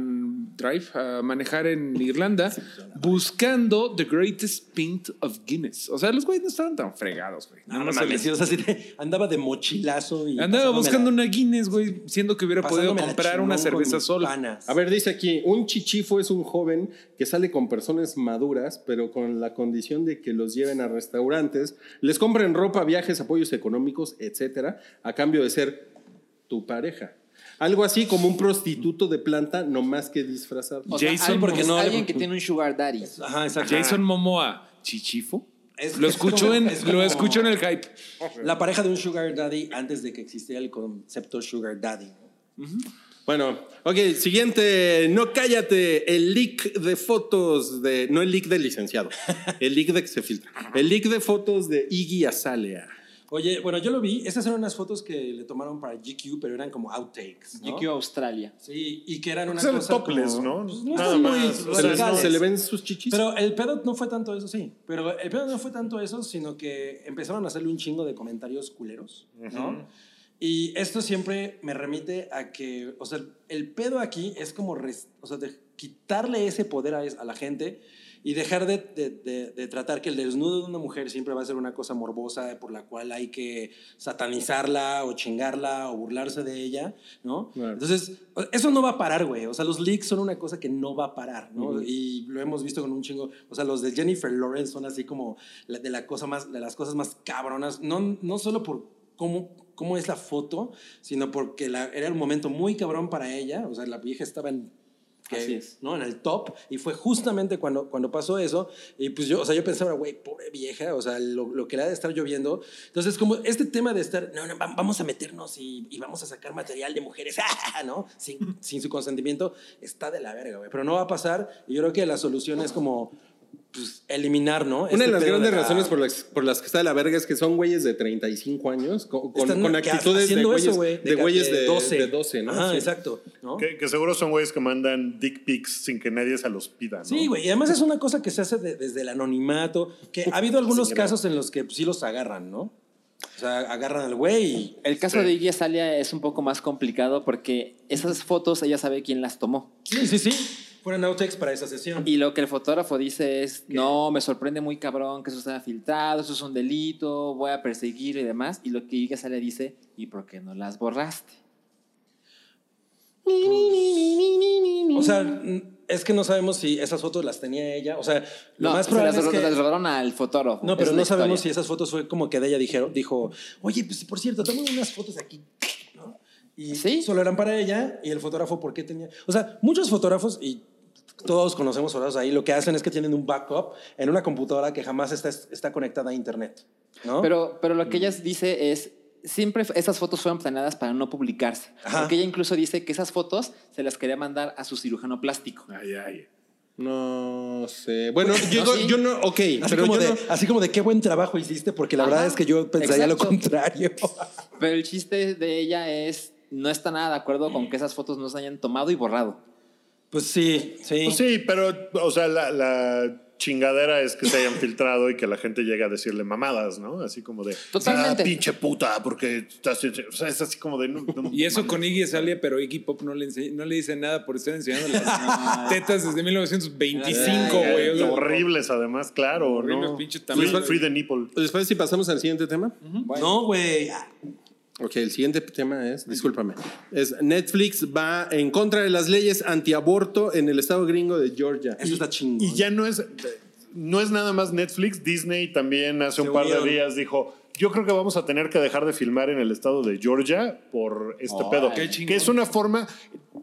Speaker 4: drive, a manejar en Irlanda,
Speaker 5: pues,
Speaker 4: buscando The Greatest Pint of Guinness. O sea, los güeyes no estaban tan fregados, güey.
Speaker 5: No, no mames, sí, o sea, sí te- andaba de mochilazo y.
Speaker 4: Andaba
Speaker 5: pasándome
Speaker 4: buscando
Speaker 5: la-
Speaker 4: una Guinness, güey, siendo que hubiera podido
Speaker 5: pasándome la
Speaker 4: comprar una
Speaker 5: chingón con
Speaker 4: cerveza
Speaker 5: mis
Speaker 4: sola.
Speaker 5: panas.
Speaker 6: A ver, dice aquí, un chichifo es un joven que sale con personas maduras, pero con la condición de que los lleven a restaurantes, les compren ropa, viajes, apoyos económicos, etcétera, a cambio de ser tu pareja. Algo así como un prostituto de planta, no más que disfrazado.
Speaker 3: O sea,
Speaker 4: Jason,
Speaker 3: alguien-
Speaker 5: porque no-
Speaker 3: alguien que tiene un sugar daddy.
Speaker 5: Ajá, exacto.
Speaker 4: Jason Momoa, chichifo.
Speaker 5: Es-
Speaker 4: lo
Speaker 5: es
Speaker 4: escuchó
Speaker 5: como-
Speaker 4: en,
Speaker 5: es
Speaker 4: lo
Speaker 5: como-
Speaker 4: escuchó en el hype.
Speaker 5: La pareja de un Sugar Daddy antes de que existiera el concepto Sugar Daddy.
Speaker 6: Bueno, ok, siguiente, no cállate, el leak de fotos de, no el leak del licenciado, el leak de que se filtra, el leak de fotos de Iggy Azalea.
Speaker 5: Oye, bueno, yo lo vi. Esas eran unas fotos que le tomaron para GQ, pero eran como outtakes. ¿no?
Speaker 3: GQ Australia.
Speaker 5: Sí, y que eran una
Speaker 2: Sale
Speaker 5: cosa
Speaker 2: topless,
Speaker 5: como-
Speaker 2: ¿no?
Speaker 5: Pues no
Speaker 2: Nada
Speaker 5: están muy
Speaker 2: más. O
Speaker 6: Se le,
Speaker 5: radicales.
Speaker 6: se le ven sus chichis.
Speaker 5: Pero el pedo no fue tanto eso, sí. Pero el pedo no fue tanto eso, sino que empezaron a hacerle un chingo de comentarios culeros, ¿no? Y esto siempre me remite a que, o sea, el pedo aquí es como, res- o sea, de quitarle ese poder a, es- a la gente y dejar de, de- de- de tratar que el desnudo de una mujer siempre va a ser una cosa morbosa por la cual hay que satanizarla o chingarla o burlarse de ella, ¿no?
Speaker 6: Claro.
Speaker 5: Entonces, o- eso no va a parar, güey. O sea, los leaks son una cosa que no va a parar, ¿no? Y lo hemos visto con un chingo. O sea, los de Jennifer Lawrence son así como la- de, la cosa más, de las cosas más cabronas, no, no solo por cómo, cómo es la foto, sino porque la- era un momento muy cabrón para ella. O sea, la vieja estaba en que-
Speaker 3: Así es.
Speaker 5: ¿no? En el top. Y fue justamente cuando, cuando pasó eso. Y pues yo, o sea, yo pensaba, güey, pobre vieja, o sea, lo, lo que le ha de estar lloviendo. Entonces, como este tema de estar, no, no, va- vamos a meternos y, y vamos a sacar material de mujeres, ¡ah! ¿no? Sin, sin su consentimiento, está de la verga, güey. Pero no va a pasar. Y yo creo que la solución es como, pues, eliminar, ¿no? este
Speaker 6: Una de las grandes razones
Speaker 5: por
Speaker 6: por las, por las que está de la verga es que son güeyes de 35 años con, con-
Speaker 5: Están
Speaker 6: con
Speaker 5: que-
Speaker 6: actitudes de
Speaker 5: haciendo
Speaker 6: güeyes,
Speaker 5: eso, güey,
Speaker 6: de, güeyes de,
Speaker 5: de
Speaker 6: 12. de 12, ¿no?
Speaker 5: Ajá,
Speaker 6: Sí.
Speaker 5: exacto. ¿no?
Speaker 2: Que, que seguro son güeyes que mandan dick pics sin que nadie se los pida, ¿no?
Speaker 5: Sí, güey. Y además es una cosa que se hace de- desde el anonimato. Que ha habido algunos
Speaker 6: Sí, claro.
Speaker 5: casos en los que sí los agarran, ¿no? O sea, agarran al güey y.
Speaker 3: El caso
Speaker 2: Sí.
Speaker 3: de Iggy Azalea es un poco más complicado porque esas fotos ella sabe quién las tomó.
Speaker 5: Sí, sí, sí. Fueron outtakes para esa sesión.
Speaker 3: Y lo que el fotógrafo dice es, no, me sorprende muy cabrón que eso sea filtrado, eso es un delito, voy a perseguir y demás. Y lo que Iggy Azalea dice, ¿y por qué no las borraste?
Speaker 5: Pues, O sea, mm, es que no sabemos si esas fotos las tenía ella. O sea, lo
Speaker 3: no,
Speaker 5: más
Speaker 3: se las,
Speaker 5: probable es que.
Speaker 3: las robaron al fotógrafo.
Speaker 5: No, pero
Speaker 3: Es
Speaker 5: no
Speaker 3: la
Speaker 5: sabemos si
Speaker 3: historia.
Speaker 5: esas fotos fue como que de ella dijeron, dijo, oye, pues por cierto, tomo unas fotos aquí. ¿no? Y
Speaker 3: Sí.
Speaker 5: solo eran para ella y el fotógrafo, ¿por qué tenía? O sea, muchos fotógrafos y todos conocemos fotógrafos ahí, lo que hacen es que tienen un backup en una computadora que jamás está, está conectada a internet. ¿no?
Speaker 3: Pero, pero lo que ella dice es, siempre f- esas fotos fueron planeadas para no publicarse.
Speaker 5: Ajá.
Speaker 3: Porque ella incluso dice que esas fotos se las quería mandar a su cirujano plástico.
Speaker 2: Ay, ay.
Speaker 6: No sé. Bueno, yo,
Speaker 3: No,
Speaker 6: no,
Speaker 3: sí.
Speaker 6: yo no, ok,
Speaker 5: Así,
Speaker 6: pero
Speaker 5: como
Speaker 6: yo
Speaker 5: de,
Speaker 6: no-
Speaker 5: así como de qué buen trabajo hiciste, porque la
Speaker 3: Ajá.
Speaker 5: verdad es que yo pensaría lo
Speaker 3: Exacto.
Speaker 5: contrario.
Speaker 3: Pero el chiste de ella es, no está nada de acuerdo con que esas fotos no se hayan tomado y borrado.
Speaker 5: Pues sí, sí.
Speaker 2: Pues sí, pero, o sea, la, la chingadera es que se hayan filtrado y que la gente llegue a decirle mamadas, ¿no? Así como de.
Speaker 3: Totalmente.
Speaker 2: "Ah, pinche puta, porque estás. O sea, es así como de. no- no
Speaker 4: Y eso con Iggy Azalea, pero Iggy Pop no le, ense- no le dice nada por estar enseñando las tetas desde 1925,
Speaker 3: Ay, ay,
Speaker 4: güey. O sea,
Speaker 2: horribles, además, claro.
Speaker 4: Horribles,
Speaker 2: ¿no?
Speaker 4: pinche tamaño.
Speaker 2: Free, free the nipple.
Speaker 6: ¿Les parece si pasamos al siguiente tema?
Speaker 5: No, güey. Ah,
Speaker 6: Ok, el siguiente tema es, discúlpame, es Netflix va en contra de las leyes antiaborto en el estado gringo de Georgia.
Speaker 5: Eso está chingón.
Speaker 2: Y ya no es, no es nada más Netflix, Disney también hace un
Speaker 5: Se
Speaker 2: par
Speaker 5: unieron.
Speaker 2: de días dijo, yo creo que vamos a tener que dejar de filmar en el estado de Georgia por este
Speaker 3: Ay,
Speaker 2: pedo.
Speaker 4: qué chingón.
Speaker 2: Que es una forma,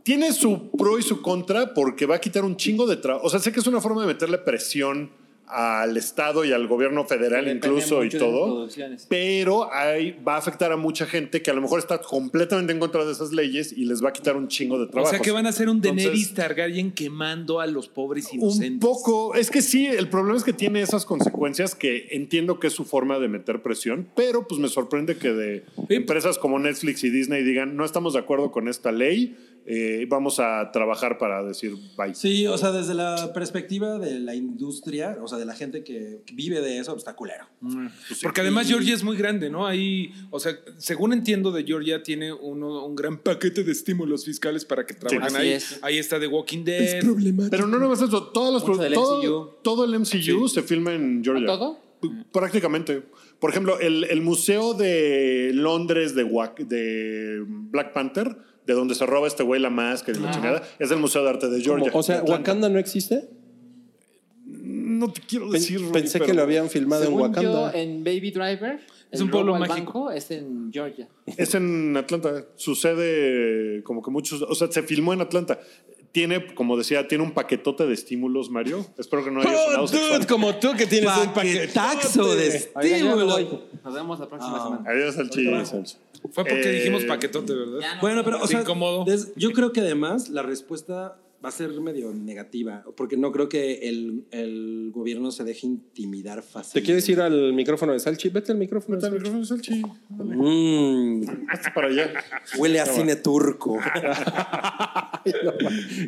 Speaker 2: tiene su pro y su contra porque va a quitar un chingo de trabajo. O sea, sé que es una forma de meterle presión al estado y al gobierno federal
Speaker 3: Depende
Speaker 2: incluso y
Speaker 3: mucho de las
Speaker 2: todo.
Speaker 3: producciones.
Speaker 2: Pero hay, va a afectar a mucha gente que a lo mejor está completamente en contra de esas leyes y les va a quitar un chingo de
Speaker 4: O
Speaker 2: trabajo.
Speaker 4: sea, que van a hacer un
Speaker 2: Entonces-
Speaker 4: Daenerys Targaryen quemando a los pobres
Speaker 2: Un
Speaker 4: inocentes.
Speaker 2: poco, es que sí, el problema es que tiene esas consecuencias que entiendo que es su forma de meter presión, pero pues me sorprende que de
Speaker 4: Sí.
Speaker 2: empresas como Netflix y Disney digan, no estamos de acuerdo con esta ley, eh, vamos a trabajar para decir bye.
Speaker 5: Sí, o sea, desde la perspectiva de la industria, o sea, de la gente que que vive de eso, pues, está culero.
Speaker 4: Pues Porque además Georgia es muy grande, ¿no? Ahí, o sea, según entiendo de Georgia, tiene uno, un gran paquete de estímulos fiscales para que trabajen
Speaker 3: Así
Speaker 4: ahí.
Speaker 3: es.
Speaker 4: Ahí está The Walking Dead.
Speaker 2: Pero no nomás eso, todas las
Speaker 3: Mucho
Speaker 2: pro-
Speaker 3: del
Speaker 2: todo,
Speaker 3: MCU.
Speaker 2: todo el MCU se filma en Georgia.
Speaker 3: ¿Todo?
Speaker 2: P- Prácticamente. Por ejemplo, el, el Museo de Londres de, Wa- de Black Panther, de donde se roba este güey la máscara y la chingada, es el Museo de Arte de Georgia.
Speaker 6: O sea,
Speaker 2: de Atlanta.
Speaker 6: Wakanda no existe.
Speaker 2: No te quiero
Speaker 6: Pen-
Speaker 2: decir. Rui,
Speaker 6: Pensé
Speaker 2: pero
Speaker 6: que lo habían filmado
Speaker 3: Según
Speaker 6: en Wakanda.
Speaker 3: yo, en Baby Driver,
Speaker 4: Es
Speaker 3: el
Speaker 4: un pueblo
Speaker 3: robo al
Speaker 4: mágico.
Speaker 3: banco es en Georgia.
Speaker 2: Es en Atlanta. Sucede como que muchos. O sea, se filmó en Atlanta. Tiene, como decía, tiene un paquetote de estímulos, Mario. Espero que no haya
Speaker 5: Oh,
Speaker 2: sonado sexual.
Speaker 6: Oh, como tú que tienes
Speaker 5: Paquetaxo de
Speaker 3: Oigan, ya me
Speaker 5: estímulo.
Speaker 3: voy. Nos vemos la próxima
Speaker 5: Ah.
Speaker 3: semana.
Speaker 2: Adiós, Salchi.
Speaker 4: Fue porque
Speaker 2: Eh,
Speaker 4: dijimos paquetote, ¿verdad?
Speaker 5: Bueno, pero, o
Speaker 4: Es
Speaker 5: sea,
Speaker 4: incómodo.
Speaker 5: des- yo creo que además la respuesta va a ser medio negativa, porque no creo que el, el gobierno se deje intimidar fácil.
Speaker 6: ¿Te quieres ir al micrófono de Salchi? Vete al micrófono.
Speaker 2: Vete
Speaker 6: de
Speaker 2: al micrófono, Salchi.
Speaker 5: Mm,
Speaker 2: Hazte para allá.
Speaker 6: ah,
Speaker 5: huele a cine turco.
Speaker 6: Salchi.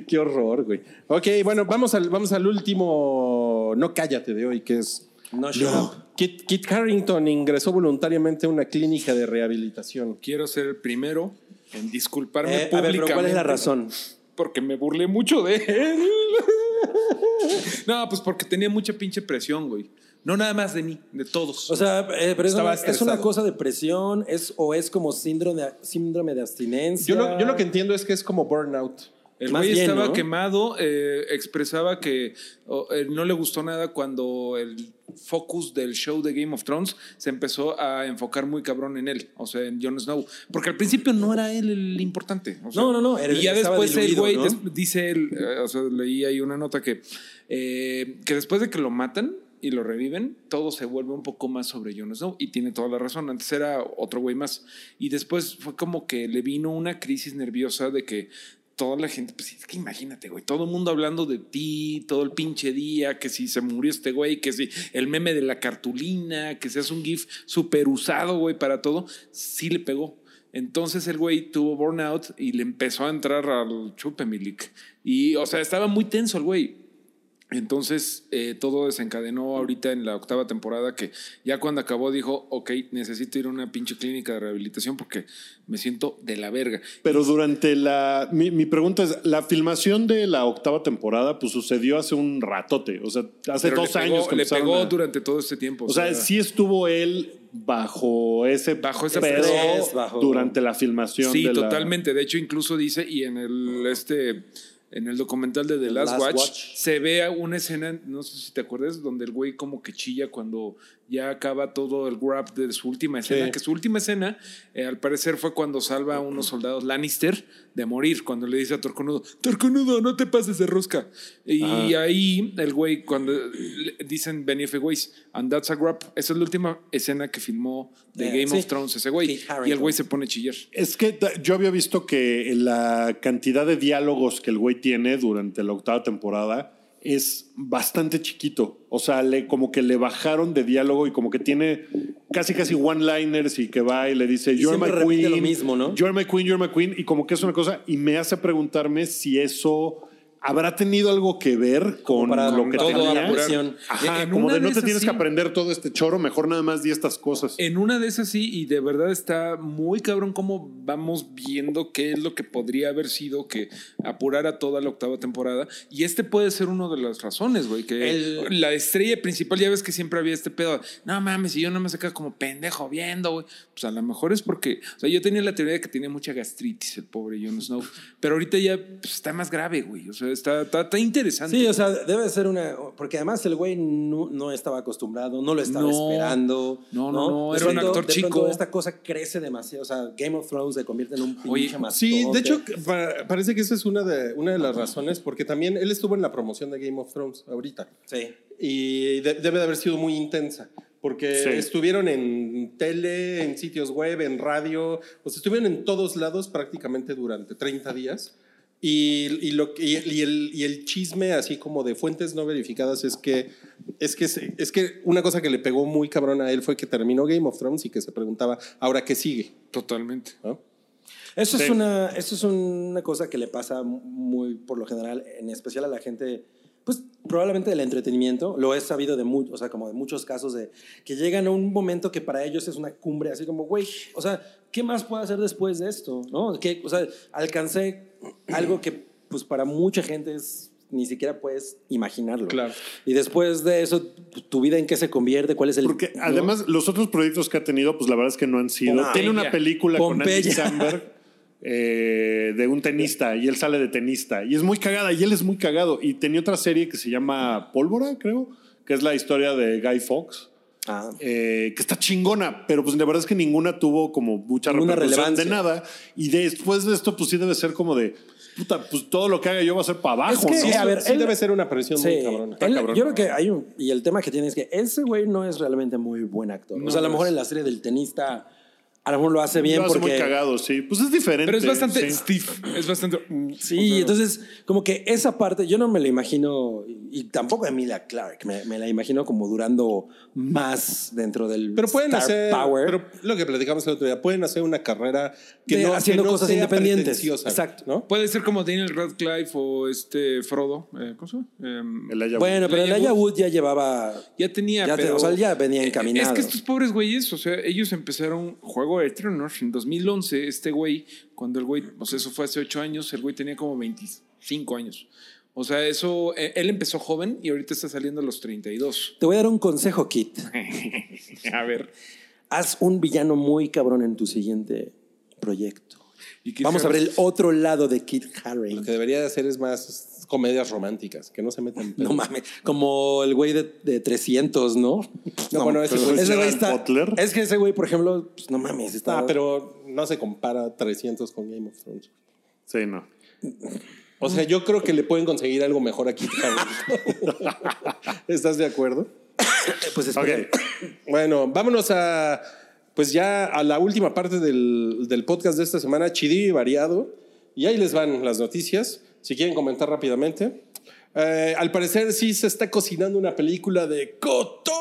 Speaker 6: Qué horror, güey. Ok, bueno, vamos al, vamos al último No Cállate de hoy, que es...
Speaker 5: No, shut up.
Speaker 6: Kit, Kit Harrington ingresó voluntariamente a una clínica de rehabilitación.
Speaker 4: Quiero ser el primero en disculparme
Speaker 5: Eh, a ver,
Speaker 4: públicamente.
Speaker 5: pero ¿cuál es la razón?
Speaker 4: Porque me burlé mucho de él. no, pues porque tenía mucha pinche presión, güey. No nada más de mí, de todos.
Speaker 5: O sea, eh, pero es
Speaker 6: Estaba
Speaker 5: una, es una
Speaker 6: estresado.
Speaker 5: cosa de presión, es, o es como síndrome de, síndrome de abstinencia.
Speaker 6: Yo lo, yo lo que entiendo es que es como burnout.
Speaker 4: El
Speaker 5: Más
Speaker 4: güey
Speaker 5: bien,
Speaker 4: estaba
Speaker 5: ¿no?
Speaker 4: quemado, eh, expresaba que oh, eh, no le gustó nada cuando el focus del show de Game of Thrones se empezó a enfocar muy cabrón en él, o sea, en Jon Snow, porque al principio no era él el importante. o sea,
Speaker 5: No, no, no, era-
Speaker 4: y ya
Speaker 5: estaba
Speaker 4: después el
Speaker 5: diluido,
Speaker 4: güey
Speaker 5: ¿no?
Speaker 4: des- dice, él, eh, o sea, leí ahí una nota que, eh, que después de que lo matan y lo reviven, todo se vuelve un poco más sobre Jon Snow y tiene toda la razón. Antes era otro güey más. Y después fue como que le vino una crisis nerviosa de que toda la gente, pues es que imagínate, güey, todo el mundo hablando de ti, todo el pinche día, que si se murió este güey, que si el meme de la cartulina, que se hace un GIF súper usado, güey, para todo, sí le pegó. Entonces el güey tuvo burnout y le empezó a entrar al chupe, Milik. Y, o sea, estaba muy tenso el güey. Entonces eh, todo desencadenó ahorita en la octava temporada que ya cuando acabó dijo, ok, necesito ir a una pinche clínica de rehabilitación porque me siento de la verga.
Speaker 2: Pero durante la. Mi, mi pregunta es: la filmación de la octava temporada, pues sucedió hace un ratote. O sea, hace
Speaker 4: Pero
Speaker 2: dos
Speaker 4: le pegó-
Speaker 2: años que
Speaker 4: le
Speaker 2: empezaron
Speaker 4: pegó
Speaker 2: a-
Speaker 4: durante todo este tiempo.
Speaker 2: O sea, sí estuvo él bajo ese.
Speaker 4: Bajo ese
Speaker 2: pedo
Speaker 5: estrés, bajo-
Speaker 2: Durante la filmación.
Speaker 4: Sí,
Speaker 2: de la-
Speaker 4: totalmente. De hecho, incluso dice, y en el este en el documental de The Last,
Speaker 5: Last
Speaker 4: Watch,
Speaker 5: Watch.
Speaker 4: se ve una escena, no sé si te acuerdas, donde el güey como que chilla cuando ya acaba todo el grab de su última escena,
Speaker 6: Sí.
Speaker 4: que su última escena, eh, al parecer, fue cuando salva a unos soldados Lannister de morir, cuando le dice a Torconudo, Torconudo, no te pases de rosca. Y ahí el güey, cuando le- dicen Benioff Weiss, and that's a grab, esa es la última escena que filmó de
Speaker 5: Eh,
Speaker 4: Game of
Speaker 5: sí.
Speaker 4: Thrones ese güey.
Speaker 5: Kit
Speaker 4: Y el
Speaker 5: Harington.
Speaker 4: güey se pone a chillar.
Speaker 2: Es que ta- yo había visto que la cantidad de diálogos que el güey tiene durante la octava temporada es bastante chiquito. O sea, le, como que le bajaron de diálogo y como que tiene casi casi one-liners y que va y le dice,
Speaker 5: Y
Speaker 2: You're my
Speaker 5: siempre repite
Speaker 2: queen.
Speaker 5: lo mismo, ¿no?
Speaker 2: You're my queen, you're my queen. Y como que es una cosa y me hace preguntarme si eso habrá tenido algo que ver con
Speaker 5: para
Speaker 2: lo que
Speaker 5: todo
Speaker 2: tenía.
Speaker 5: apurar. presión.
Speaker 2: Ajá,
Speaker 4: En
Speaker 2: como
Speaker 4: una
Speaker 2: de no te
Speaker 4: de esas
Speaker 2: tienes
Speaker 4: sí.
Speaker 2: que aprender todo este choro, mejor nada más di estas cosas.
Speaker 4: En una de esas sí, y de verdad está muy cabrón cómo vamos viendo qué es lo que podría haber sido que apurara toda la octava temporada. Y este puede ser una de las razones, güey, que
Speaker 5: El-
Speaker 4: la estrella principal, ya ves que siempre había este pedo, no mames, y yo no me saca como pendejo viendo, güey. Pues a lo mejor es porque, o sea, yo tenía la teoría de que tenía mucha gastritis el pobre Jon Snow, pero ahorita ya pues, está más grave, güey. O sea, está, está, está interesante.
Speaker 5: Sí, o sea, debe ser una. Porque además el güey no, no estaba acostumbrado, no lo estaba
Speaker 4: No.
Speaker 5: esperando.
Speaker 4: No, no, no,
Speaker 5: De
Speaker 4: era un actor
Speaker 5: de
Speaker 4: chico.
Speaker 5: esta cosa crece demasiado. O sea, Game of Thrones se convierte en un pinche
Speaker 4: Oye,
Speaker 6: Sí,
Speaker 5: mastodonte.
Speaker 6: de hecho, que pa- parece que esa es una de, una de las razones, porque también él estuvo en la promoción de Game of Thrones ahorita.
Speaker 5: Sí.
Speaker 6: Y de- debe de haber sido muy intensa, porque
Speaker 2: Sí.
Speaker 6: estuvieron en tele, en sitios web, en radio, o sea, estuvieron en todos lados prácticamente durante 30 días. Y, y lo, y, y el, y el chisme así como de fuentes no verificadas es que, es, que, se- es que una cosa que le pegó muy cabrón a él fue que terminó Game of Thrones y que se preguntaba, ¿ahora qué sigue?
Speaker 4: Totalmente.
Speaker 6: ¿No?
Speaker 5: Eso,
Speaker 2: Sí.
Speaker 5: es una, eso es una cosa que le pasa muy por lo general, en especial a la gente, pues probablemente del entretenimiento, lo he sabido de, mu- o sea, como de muchos casos de que llegan a un momento que para ellos es una cumbre, así como, güey, o sea, ¿qué más puedo hacer después de esto? ¿No? Que, o sea, alcancé algo que pues para mucha gente es ni siquiera puedes imaginarlo.
Speaker 6: Claro.
Speaker 5: Y después de eso, tu- tu vida en qué se convierte, cuál es el...
Speaker 2: Porque
Speaker 5: ¿no?
Speaker 2: además los otros proyectos que ha tenido, pues la verdad es que no han sido.
Speaker 4: Pompeya.
Speaker 2: Tiene una película
Speaker 5: Pompeya.
Speaker 2: con Andy Samberg eh, de un tenista y él sale de tenista y es muy cagada y él es muy cagado. Y tenía otra serie que se llama Pólvora, creo, que es la historia de Guy Fox.
Speaker 5: Ah.
Speaker 2: eh, que está chingona, pero pues la verdad es que ninguna tuvo como mucha
Speaker 5: Ninguna
Speaker 2: repercusión de
Speaker 5: relevancia.
Speaker 2: nada. Y después de esto, pues sí debe ser como de puta, pues todo lo que haga yo va a ser para
Speaker 5: Es
Speaker 2: abajo.
Speaker 5: que,
Speaker 2: ¿no?
Speaker 6: Sí,
Speaker 5: a ver,
Speaker 6: sí
Speaker 5: él-
Speaker 6: debe ser una presión
Speaker 5: Sí,
Speaker 6: muy cabrona.
Speaker 5: él-
Speaker 2: cabrón.
Speaker 5: yo creo que hay un. Y el tema que tiene es que ese güey no es realmente muy buen actor. o sea, a lo
Speaker 4: no
Speaker 5: mejor
Speaker 4: es.
Speaker 5: en la serie del tenista, a lo mejor lo hace bien
Speaker 2: Lo hace
Speaker 5: porque.
Speaker 2: muy cagado, sí. Pues es diferente.
Speaker 4: Pero es bastante
Speaker 2: sí.
Speaker 4: stiff, es bastante... mm,
Speaker 5: Sí, entonces, como que esa parte, yo no me la imagino, y, y tampoco a Emilia Clark, me, me la imagino como durando más dentro del.
Speaker 6: Pero pueden
Speaker 5: star
Speaker 6: hacer.
Speaker 5: Power.
Speaker 6: Pero lo que platicamos el otro día, pueden hacer una carrera que
Speaker 5: De-
Speaker 6: no
Speaker 5: haciendo
Speaker 6: que no
Speaker 5: cosas
Speaker 6: sea
Speaker 5: independientes.
Speaker 6: pretenciosa,
Speaker 5: Exacto.
Speaker 6: ¿no?
Speaker 4: Puede ser como Daniel Radcliffe o este Frodo. eh, ¿Cómo se llama? Em,
Speaker 2: El Elijah
Speaker 5: bueno, pero el
Speaker 4: Elijah
Speaker 5: Elijah Wood ya llevaba.
Speaker 4: ya tenía.
Speaker 5: Ya te-
Speaker 4: pero-
Speaker 5: o sea, él ya venía
Speaker 4: Eh,
Speaker 5: encaminado.
Speaker 4: Es que estos pobres güeyes, o sea, ellos empezaron Juego de Tronos en 2011. Este güey, cuando el güey, o sea, eso fue hace 8 años, el güey tenía como 25 años. O sea, eso, eh, él empezó joven y ahorita está saliendo a los 32.
Speaker 5: Te voy a dar un consejo, Kit.
Speaker 4: A ver.
Speaker 5: Haz un villano muy cabrón en tu siguiente proyecto.
Speaker 4: Y que
Speaker 5: Vamos a ver el otro lado de Kit Haring.
Speaker 6: Lo que debería de hacer es más comedias románticas, que no se metan.
Speaker 5: No mames, como el güey de, de 300, ¿no?
Speaker 6: No, bueno, ese
Speaker 2: pero
Speaker 6: güey-
Speaker 2: es
Speaker 5: Ese güey
Speaker 2: Gerard
Speaker 5: está.
Speaker 2: Butler.
Speaker 5: Es que ese güey, por ejemplo, pues, no mames, está.
Speaker 6: Ah, pero no se compara 300 con Game of Thrones.
Speaker 2: Sí, no.
Speaker 6: O
Speaker 5: Mm.
Speaker 6: sea, yo creo que le pueden conseguir algo mejor aquí. Carlos. ¿Estás de acuerdo?
Speaker 5: Pues espera.
Speaker 2: Ok.
Speaker 6: Bueno, vámonos a pues ya a la última parte del, del podcast de esta semana, chidillo y variado. Y ahí les van las noticias, si quieren comentar rápidamente. Eh, al parecer sí se está cocinando una película de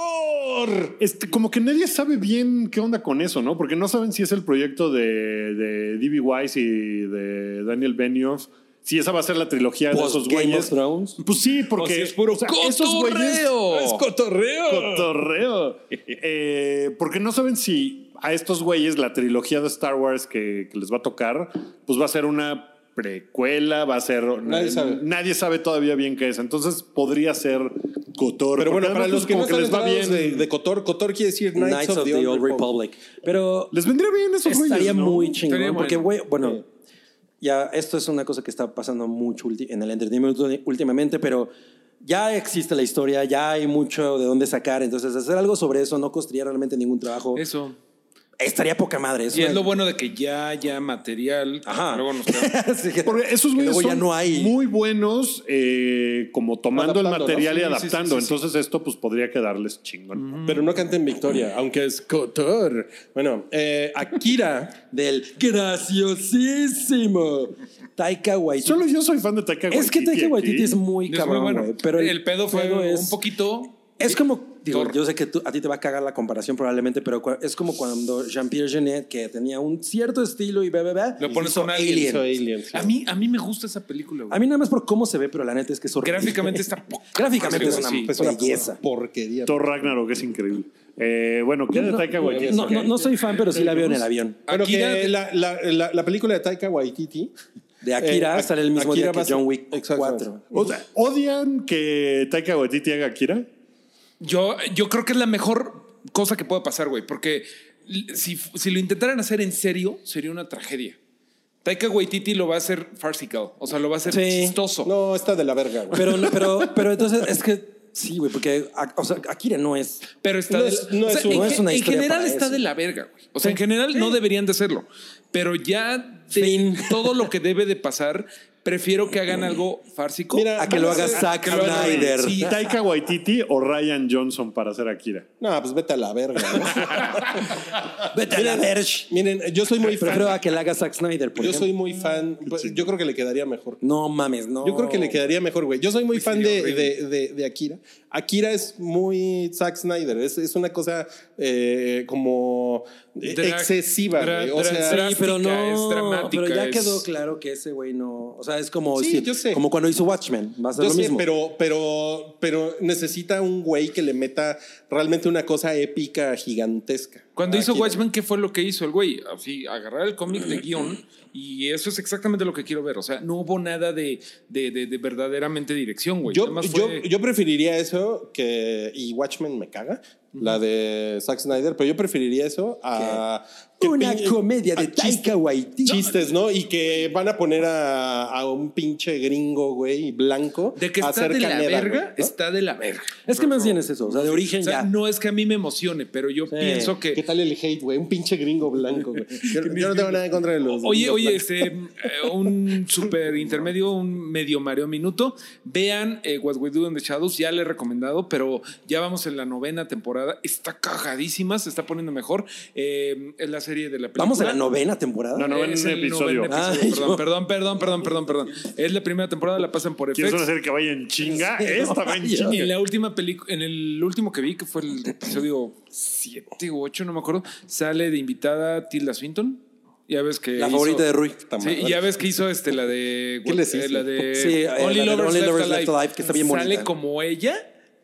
Speaker 6: Cotor.
Speaker 2: Este, como que nadie sabe bien qué onda con eso, ¿no? Porque no saben si es el proyecto de, de D.B. Wise y de Daniel Benioff, si esa va a ser la trilogía de
Speaker 6: Pues,
Speaker 5: Post
Speaker 2: esos
Speaker 5: Game
Speaker 2: güeyes.
Speaker 5: of Thrones.
Speaker 2: Pues sí, porque
Speaker 4: es puro
Speaker 2: esos güeyes-
Speaker 6: Es
Speaker 2: Oh.
Speaker 6: cotorreo.
Speaker 2: cotorreo. Eh, porque no saben si a estos güeyes la trilogía de Star Wars que, que les va a tocar, pues va a ser una precuela, va a ser...
Speaker 6: Nadie sabe.
Speaker 2: nadie sabe todavía bien qué es. Entonces podría ser Cotor.
Speaker 6: Pero bueno,
Speaker 2: Porque
Speaker 6: para
Speaker 2: además,
Speaker 6: los
Speaker 2: pues,
Speaker 6: que no
Speaker 2: como
Speaker 6: están
Speaker 2: les va bien
Speaker 6: De, de Cotor, Cotor quiere decir Knights,
Speaker 5: Knights of, the, Old Republic. Pero
Speaker 2: Les vendría bien esos güeyes.
Speaker 5: estaría
Speaker 2: ¿no?
Speaker 5: muy chingón.
Speaker 4: Estaría
Speaker 5: Porque,
Speaker 4: bueno.
Speaker 5: güey, bueno, ya esto es una cosa que está pasando mucho ulti- en el entretenimiento últimamente, pero ya existe la historia, ya hay mucho de dónde sacar, entonces hacer algo sobre eso no costaría realmente ningún trabajo.
Speaker 4: Eso.
Speaker 5: Estaría poca madre.
Speaker 4: Y
Speaker 5: una-
Speaker 4: es lo bueno de que ya haya material.
Speaker 5: Ajá.
Speaker 4: Luego nos quedamos-
Speaker 5: Así que-
Speaker 2: Porque esos
Speaker 5: que
Speaker 2: güeyes
Speaker 5: luego ya
Speaker 2: son
Speaker 5: no hay.
Speaker 2: muy buenos eh, como tomando el
Speaker 6: Adaptando,
Speaker 2: material y
Speaker 4: ¿no? Sí, sí,
Speaker 2: adaptando.
Speaker 4: sí, sí.
Speaker 2: Entonces esto pues podría quedarles
Speaker 5: Mm.
Speaker 2: chingón.
Speaker 6: Pero no canten Victoria, aunque es cotor. Bueno, eh, Akira del graciosísimo.
Speaker 5: Taika Waititi.
Speaker 2: Solo yo soy fan de Taika Waititi.
Speaker 5: es que Taika
Speaker 2: aquí.
Speaker 5: Waititi es muy
Speaker 4: Es muy
Speaker 5: cabrón,
Speaker 4: bueno.
Speaker 5: güey, pero
Speaker 4: el, pedo fue un poquito.
Speaker 5: Es como, digo,
Speaker 4: Thor.
Speaker 5: yo sé que tú- a ti te va a cagar la comparación probablemente, pero cua- es como cuando Jean-Pierre Jeunet, que tenía un cierto estilo y bla, bla, bla,
Speaker 4: Lo pones
Speaker 5: hizo
Speaker 4: a un alien.
Speaker 6: Hizo Alien, sí.
Speaker 4: A mí, a mí me gusta esa película, güey.
Speaker 5: A mí nada más por cómo se ve, pero la neta es que es horrible.
Speaker 4: Gráficamente está poca
Speaker 5: Gráficamente
Speaker 4: madre,
Speaker 5: es una,
Speaker 4: güey, sí.
Speaker 6: Es una
Speaker 5: belleza.
Speaker 6: porquería.
Speaker 2: Thor Ragnarok es increíble. Eh, bueno, ¿qué de Taika Waititi?
Speaker 5: No, no, no soy fan, pero sí la veo en el avión.
Speaker 6: Bueno, que
Speaker 4: Akira-
Speaker 6: la, la- la- la película de Taika Waititi.
Speaker 5: De Akira
Speaker 6: eh,
Speaker 5: sale el mismo
Speaker 6: Akira
Speaker 5: día
Speaker 6: va a
Speaker 5: que
Speaker 6: ser-
Speaker 5: John Wick
Speaker 6: Exacto.
Speaker 5: 4.
Speaker 2: O sea, ¿Odian que Taika Waititi haga Akira?
Speaker 4: Yo, yo creo que es la mejor cosa que pueda pasar, güey, porque l- si, si lo intentaran hacer en serio, sería una tragedia. Taika Waititi lo va a hacer farcical, o sea, lo va a hacer
Speaker 5: Sí.
Speaker 4: chistoso.
Speaker 6: No, está de la verga, güey.
Speaker 5: Pero, no- pero, pero entonces es que sí, güey, porque a- o sea, Akira no es.
Speaker 4: Pero está
Speaker 6: No
Speaker 4: de
Speaker 6: es-
Speaker 4: la-
Speaker 6: no
Speaker 4: o sea,
Speaker 6: es un-
Speaker 4: en,
Speaker 5: no
Speaker 4: ge-
Speaker 5: es una
Speaker 4: en
Speaker 5: historia
Speaker 4: general
Speaker 5: para
Speaker 4: está
Speaker 5: eso.
Speaker 4: de la verga, güey. O sea, en general no deberían de hacerlo, pero ya de
Speaker 5: Fin.
Speaker 4: todo lo que debe de pasar, prefiero que hagan algo fársico
Speaker 6: Mira,
Speaker 5: A que lo haga Zack
Speaker 4: que lo haga-
Speaker 5: Snyder.
Speaker 4: Sí,
Speaker 2: ¿Y Taika Waititi o Ryan Johnson para hacer Akira?
Speaker 6: No, pues vete a la verga. ¿no?
Speaker 5: Vete a la verge.
Speaker 6: Miren, yo soy muy fan.
Speaker 5: Prefiero a que la haga Zack Snyder, por
Speaker 6: yo
Speaker 5: ejemplo.
Speaker 6: soy muy fan. pues, Yo creo que le quedaría mejor.
Speaker 5: No mames, no.
Speaker 6: Yo creo que le quedaría mejor, güey. Yo soy muy fan
Speaker 4: sería
Speaker 6: de,
Speaker 4: horrible.
Speaker 6: de- de- de Akira. Akira es muy Zack Snyder. Es, es una cosa eh, como eh,
Speaker 4: Drag-
Speaker 6: excesiva,
Speaker 4: drag-
Speaker 6: güey. O
Speaker 4: drag-
Speaker 6: sea,
Speaker 4: drag-
Speaker 5: Sí, pero
Speaker 4: drástica, es
Speaker 5: no,
Speaker 4: dramática,
Speaker 5: pero ya
Speaker 4: es-
Speaker 5: quedó claro que ese güey no, o sea, es como
Speaker 6: Sí,
Speaker 5: si-
Speaker 6: yo sé.
Speaker 5: como cuando hizo Watchmen, va a ser
Speaker 6: yo
Speaker 5: lo
Speaker 6: sé,
Speaker 5: mismo.
Speaker 6: pero, pero, pero necesita un güey que le meta realmente una cosa épica, gigantesca.
Speaker 4: Cuando hizo
Speaker 6: Akira.
Speaker 4: Watchmen, ¿qué fue lo que hizo el güey? Así, agarrar el cómic de guión y eso es exactamente lo que quiero ver. O sea, no hubo nada de, de, de- de verdaderamente dirección, güey.
Speaker 6: Yo,
Speaker 4: Nada más
Speaker 6: yo,
Speaker 4: fue-
Speaker 6: yo preferiría eso que. Y Watchmen me caga, la de Zack Snyder, pero yo preferiría eso a. que
Speaker 5: Una
Speaker 6: pin-
Speaker 5: comedia de
Speaker 6: a chiste-
Speaker 5: Taika Waititi.
Speaker 6: Chistes, ¿no? Y que van a poner a, a un pinche gringo, güey, blanco.
Speaker 4: de que
Speaker 6: a
Speaker 4: está
Speaker 6: hacer
Speaker 4: de la
Speaker 6: canela,
Speaker 4: verga,
Speaker 6: güey, ¿no?
Speaker 4: está de la verga.
Speaker 5: Es que más bien es eso, o sea, de origen
Speaker 4: O sea,
Speaker 5: ya.
Speaker 4: no es que a mí me emocione, pero yo pienso
Speaker 6: ¿Qué
Speaker 4: que.
Speaker 6: tal el hate, güey? Un pinche gringo blanco, güey. Yo, yo no tengo nada en contra de los.
Speaker 4: Oye,
Speaker 6: gringos
Speaker 4: oye,
Speaker 6: blancos.
Speaker 4: este, eh, un super intermedio, un medio mareo minuto. Vean eh, What We Do in the Shadows, ya le he recomendado, pero ya vamos en la novena temporada. Está cagadísima, se está poniendo mejor. Eh, es la serie de la película.
Speaker 5: Vamos a la novena temporada.
Speaker 2: No, no. noveno
Speaker 4: Es el
Speaker 2: episodio.
Speaker 4: noveno
Speaker 5: Ah,
Speaker 4: episodio,
Speaker 5: yo-
Speaker 4: perdón, perdón, perdón, perdón, perdón, perdón. Es la primera temporada, la pasan por
Speaker 2: ¿Quieres
Speaker 4: FX.
Speaker 2: hacer que vaya en chinga?
Speaker 5: Sí,
Speaker 2: Esta va en
Speaker 5: vaya.
Speaker 2: chinga.
Speaker 4: Y en la última película, en el último que vi, que fue el episodio 7 u 8, no me acuerdo, sale de invitada Tilda Swinton. Ya ves que.
Speaker 5: La
Speaker 4: hizo-
Speaker 5: favorita de Rui.
Speaker 4: Sí, y ya ves que hizo este, la de.
Speaker 6: ¿Qué les hizo?
Speaker 4: La de.
Speaker 5: Sí, eh,
Speaker 4: Only
Speaker 5: la de
Speaker 4: Lovers,
Speaker 5: Only
Speaker 4: Left,
Speaker 5: Lovers
Speaker 4: Alive.
Speaker 5: Left Alive, que está bien
Speaker 4: Sale
Speaker 5: bonita.
Speaker 4: como ella,